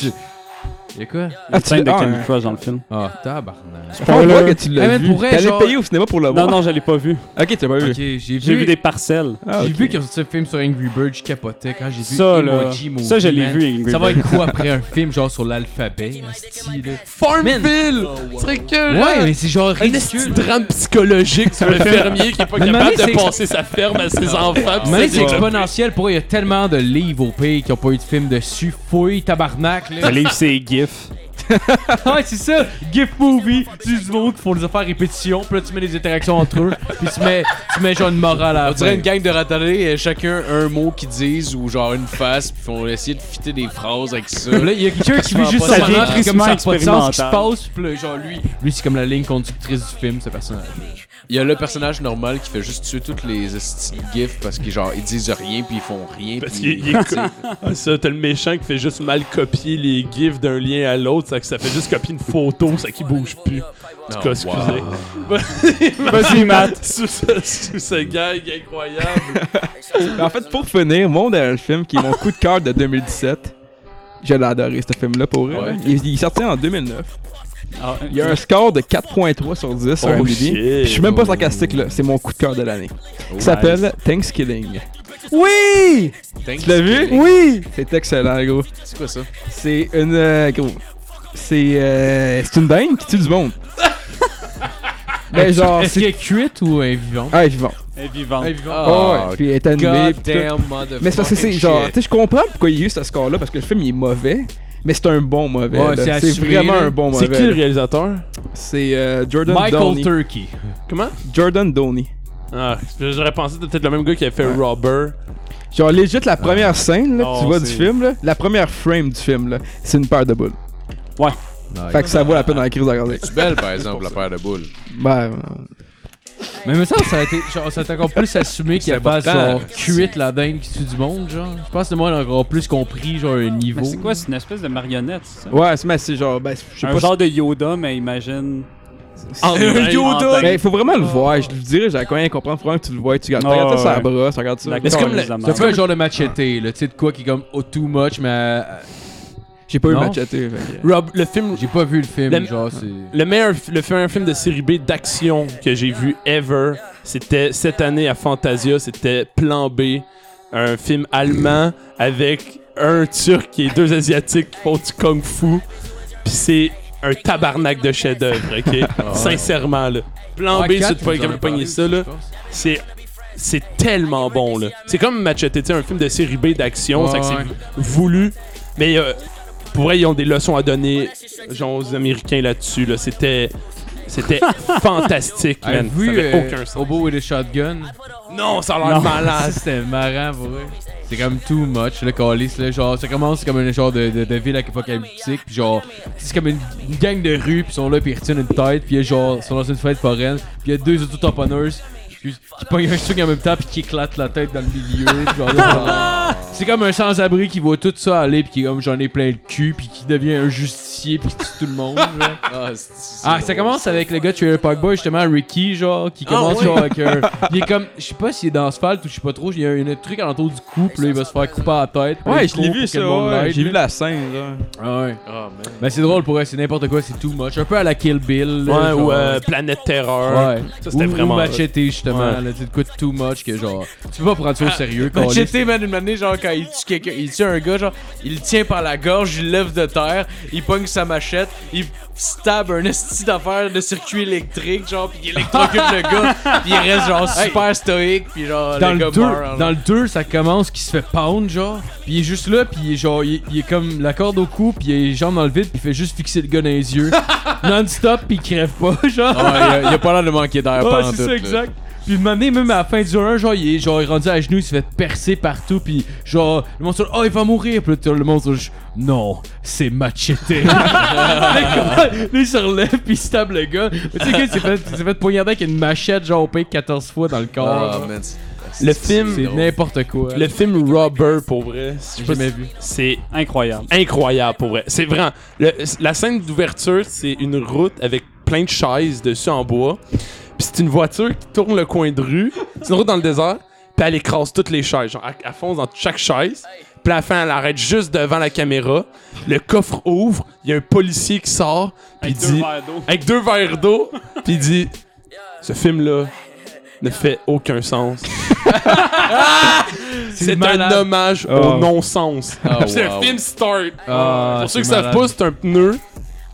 S1: Il
S3: Y'a quoi?
S1: y a une scène de
S8: Ah,
S1: Candy
S8: ouais.
S1: Crush dans le film.
S3: Ah, tabarnak.
S8: Je crois pas que tu
S3: Eh,
S8: l'as
S3: mais
S8: vu.
S3: pour vrai,
S8: T'allais
S3: genre-
S8: payer au cinéma pour le voir.
S1: Non, non, je l'ai pas vu.
S8: Ok, t'as pas vu.
S3: Ok, j'ai vu...
S1: J'ai vu des parcelles.
S8: Ah,
S3: J'ai
S8: ok.
S3: vu qu'ils ont sorti un film sur Angry Bird, je capotais quand j'ai vu
S1: Ça, là,
S3: Emoji Movie,
S1: ça, je l'ai
S3: man.
S1: vu, Angry
S3: Ça va
S1: Bird.
S3: être quoi après un film genre sur l'alphabet, asti, là?
S4: Farmville C'est que
S3: Ouais, mais c'est genre
S4: Un esti
S3: ridicule.
S4: de drame psychologique sur le fermier qui est pas
S3: Mais
S4: capable
S3: Mané,
S4: de
S3: c'est-
S4: passer sa ferme à ses enfants. pis
S3: Mais
S4: ça
S3: c'est
S4: développe.
S3: exponentiel pour eux, il y a tellement de livres au pays qui ont pas eu de film dessus. Fouille, tabarnak, là.
S1: Le livre, c'est GIF.
S3: Ouais, c'est ça. Gift movie. C'est du monde qui font des affaires à répétition. Puis là, tu mets des interactions entre eux. Puis tu mets, tu mets genre une morale à la
S5: On dirait
S3: fin.
S5: une gang de ratatouilles, euh, chacun un mot qu'ils disent ou genre une face, puis on va essayer de fitter des phrases avec ça.
S3: Là, il y a quelqu'un qui vit juste
S5: Ça
S3: sa vie,
S5: devient
S3: puis comme ça a pas de sens, qui se
S1: expérimental.
S3: passe, puis là, genre lui, lui c'est comme la ligne conductrice du film, ce personnage.
S5: Il y a le personnage normal qui fait juste tuer toutes les hosties de gifs parce qu'ils genre ils disent rien puis ils font rien.
S4: Parce
S5: puis-
S4: qu'il- il est [LAUGHS] Ah, ça, t'as le méchant qui fait juste mal copier les gifs d'un lien à l'autre, ça, que ça fait juste copier une photo, ça qui bouge plus. En tout cas, excusez. [LAUGHS]
S1: Vas-y, Matt.
S4: sous, ce, sous ce gag incroyable.
S8: Mais En fait, pour finir, mon dernier film, qui est mon coup de cœur de 2017, je l'ai adoré, ce film-là, pour vrai.
S5: Ouais.
S8: Il, il est sorti en 2009. Il y a un score de 4.3 sur 10
S4: [LAUGHS]
S8: sur
S4: Oh,
S8: IMDb.
S4: shit.
S8: Puis Je suis même pas sarcastique, là. C'est mon coup de cœur de l'année. Qui s'appelle Thanksgiving. Oui!
S5: Thanks,
S8: Tu l'as vu?
S5: Kelly.
S8: Oui! C'est excellent, gros.
S5: C'est quoi ça?
S8: C'est une. euh, gros. C'est. euh, c'est une dingue qui tue du monde. ben, genre.
S3: Est-ce
S8: c'est-
S3: qu'il est cuite ou invivante?
S8: Ah, vivant.
S1: Elle est vivante.
S8: Ah, ouais. Puis elle est animée.
S5: God
S8: puis tout.
S5: damn motherfucking
S8: Mais c'est parce que c'est genre, tu
S5: shit.
S8: sais, je comprends pourquoi il y a eu ce score-là, parce que le film il est mauvais, mais c'est un bon mauvais.
S3: Ouais,
S8: là.
S3: c'est
S8: c'est
S3: assuré,
S8: vraiment
S3: là.
S8: un bon mauvais.
S4: C'est qui le
S8: là.
S4: réalisateur?
S8: C'est euh, Jordan
S3: Michael
S8: Downey.
S3: Turkey.
S8: Jordan Downey.
S4: Ah, j'aurais pensé que c'était peut-être le même gars qui a fait Robber.
S8: Genre, legit, la première scène là, que
S4: Oh,
S8: tu vois du
S4: c'est-
S8: film, là, la première frame du film, là, c'est une paire de boules.
S3: Nice.
S8: Fait que ça vaut la peine dans la crise de regarder.
S5: C'est belle, par exemple, la paire de boules.
S8: Ben,
S3: Mais me semble que ça a été, genre, ça a été encore plus assumé qu'il fasse
S5: important.
S3: genre cuite la dingue qui tue du monde, genre. Je pense que moi, on a encore plus compris, genre, un niveau.
S1: Mais c'est quoi, c'est une espèce de marionnette, c'est ça?
S8: euh, ouais, c'est- mais c'est genre, ben, je sais
S1: Un
S8: pas.
S1: genre de Yoda, mais imagine. Ah,
S4: En
S1: Yoda!
S8: Mais il faut vraiment le voir, je te le dirais, j'ai quand même comprendre, faut vraiment que tu le vois, tu regardes,
S1: Oh,
S8: regarde ça à
S1: ouais.
S8: brosse, regarde ça.
S1: D'accord,
S5: c'est comme
S1: les
S5: le-
S1: amandes.
S3: Ça fait un genre de macheté, là, tu sais, de quoi qui est comme oh, too much, mais euh,
S8: J'ai pas eu euh,
S3: Non.
S8: macheté.
S4: Rob, le film.
S3: j'ai pas vu le film,
S4: La-
S3: genre, c'est.
S4: Le meilleur, f- le meilleur film de série B d'action que j'ai vu ever, c'était cette année à Fantasia, c'était Plan B, un film allemand avec un Turc et deux Asiatiques qui font du kung-fu. Puis c'est un tabarnak de chef-d'œuvre, ok? Sincèrement, là.
S3: Ah,
S4: Plan B, si tu peux capable de pogner ça, là. c'est c'est tellement bon là. C'est comme Machete, tu sais, un film de série B d'action,
S3: Ouais,
S4: c'est que
S3: ouais.
S4: c'est voulu, mais euh, pour vrai ils ont des leçons à donner genre aux Américains là-dessus là. C'était
S3: [LAUGHS]
S4: c'était fantastique, man.
S3: Avez-vous
S4: ça
S3: vu
S4: avait
S3: euh,
S4: aucun sens.
S3: Hobo with a Shotgun?
S4: Non, ça a
S3: [LAUGHS]
S4: l'air malade.
S3: Ah, C'était marrant pour eux. C'est comme too much, le calice, là, genre, ça commence comme un genre de, de, de ville apocalyptique, puis genre, c'est comme une, une gang de rue, puis ils sont là, puis ils retiennent une tête, puis ils genre, ils sont dans une fête foraine, puis il y a deux autotamponneuses qui, qui pognent un truc en même temps, puis qui éclatent la tête dans le milieu, puis [LAUGHS] genre, là, genre, c'est comme un sans-abri qui voit tout ça aller, puis qui est comme j'en ai plein le cul, puis qui devient un justicier, puis qui tue tout le monde, genre.
S5: Ah, c'est- c'est
S3: Ah,
S5: drôle.
S3: ça commence avec le gars de Trailer Park Boy, justement, Ricky, genre, qui commence genre avec un. Il est comme. Je sais pas s'il est dans Asphalt ou je sais pas trop, il y a un truc alentour du cou, puis là, il va se faire couper la tête. puis là,
S8: Ouais,
S3: il
S8: je l'ai
S3: court pour
S8: vu
S3: que
S8: ça,
S3: le monde
S8: ouais,
S3: l'aide,
S8: j'ai vu
S3: là.
S8: la scène, là.
S3: Ah ouais.
S5: Ah, man.
S3: Ben, c'est drôle pour elle, c'est n'importe quoi, c'est too much. Un peu à la Kill Bill.
S4: Ouais,
S3: là, genre.
S4: ou euh, Planète Terreur.
S3: Ouais.
S4: Ça, c'était
S3: Ou-
S4: vraiment-
S3: Ou Machete, justement.
S4: Ouais.
S3: Là, tu te coûtes too much que genre. Tu peux pas prendre ça au sérieux,
S5: Ben,
S3: câlisse.
S5: J'étais man une année genre quand il tue quelqu'un, il tue un gars genre, il le tient par la gorge, il le lève de terre, il pogne sa machette, il stab un esti d'affaire de circuit électrique genre puis il électrocute
S3: [LAUGHS]
S5: le gars, puis il reste genre super stoïque puis genre
S3: dans
S5: Oh, le
S3: le
S5: gars
S3: 2,
S5: meurt. hein,
S3: dans le 2, ça commence qu'il se fait pound, genre. Puis il est juste là, puis il est genre, il, il est comme la corde au cou, puis il est les jambes dans le vide, puis il fait juste fixer le gars dans les
S5: [LAUGHS]
S3: yeux. Non-stop, puis il crève pas, [LAUGHS] genre.
S5: il, a, Ah, pas l'air de manquer d'air
S3: Ouais, c'est ça, exact. Puis une année, même à la fin du 1, genre, il est genre, il est rendu à genoux, il se fait percer partout, puis genre, le monstre, oh, il va mourir. Puis là, tout le monstre, juste, non, c'est Machete. [LAUGHS] Là, comment- là, il se relève, puis il se tape le gars. Mais tu sais, le gars, il s'est fait, il s'est fait poignarder avec une machette, genre, au pays 14 fois dans le corps.
S5: Ah,
S3: genre.
S4: Le film-
S3: c'est n'importe quoi.
S4: Le film Robber pour vrai, je sais pas
S3: J'ai jamais
S4: si-
S3: vu.
S4: c'est
S1: Incroyable.
S4: incroyable pour vrai. C'est vraiment. le- la scène d'ouverture, c'est une route avec plein de chaises dessus en bois. Puis c'est une voiture qui tourne le coin de rue. C'est une route dans le désert. Puis elle écrase toutes les chaises. Genre, elle, elle fonce dans chaque chaise. Puis à la fin, elle arrête juste devant la caméra. Le coffre ouvre. Il y a un policier qui sort. Puis il dit. Avec deux verres d'eau. Puis il dit Ce film-là ne fait aucun [LAUGHS] sens. c'est Oh. un
S3: malade.
S4: hommage
S8: Oh.
S4: au non-sens.
S5: Ah,
S4: c'est
S5: wow.
S4: un film start.
S3: Ah,
S4: Pour ceux qui
S3: c'est
S4: savent
S3: malade.
S4: pas, c'est un pneu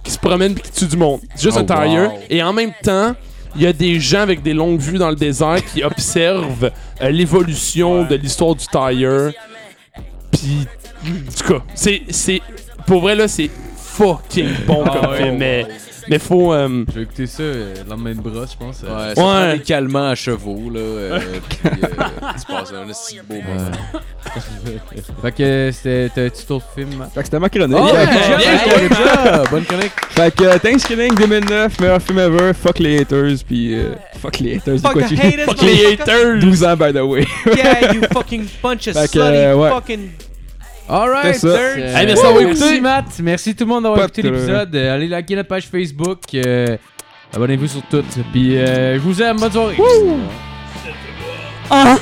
S4: qui se promène et qui tue du monde. C'est Juste
S5: Oh,
S4: un tire.
S5: wow.
S4: Et en même temps, il y a des gens avec des longues vues dans le désert qui observent euh, l'évolution de l'histoire du tire. Puis, en tout cas, c'est, c'est- pour vrai, là, c'est fucking bon comme film. Mais Mais faut. euh,
S3: Je vais écouter ça euh, le lendemain de brosse, je pense. euh.
S5: Ouais, ça prend
S4: Ouais.
S5: des calmants à chevaux, là.
S3: [LAUGHS]
S5: euh, puis, euh, il se passe un si beau moment.
S3: fait que c'était t'as un petit tour de film. Matt?
S8: Fait que c'était ma chronique.
S3: Oh,
S8: Fait que-
S3: bien, bien, bien, bonne chronique.
S8: Fait que euh, Thanksgiving 2009, meilleur film ever, fuck les haters, pis euh, fuck les haters, c'est quoi tu
S7: Fuck
S4: les haters!
S8: 12 ans, by the way.
S5: [LAUGHS]
S7: Yeah, you fucking punch a
S8: Fait
S7: slutty
S8: que, euh,
S5: Ben,
S8: ouais.
S7: fucking...
S3: Alright,
S8: C'est ça.
S3: third.
S4: Hey, merci d'avoir écouté.
S3: Merci Matt, merci tout le monde d'avoir
S8: Pas
S3: écouté
S8: de-
S3: l'épisode. Euh, Allez liker notre page Facebook. euh, Abonnez-vous sur toutes. Puis euh, je vous aime, bonne soirée.
S9: Ah!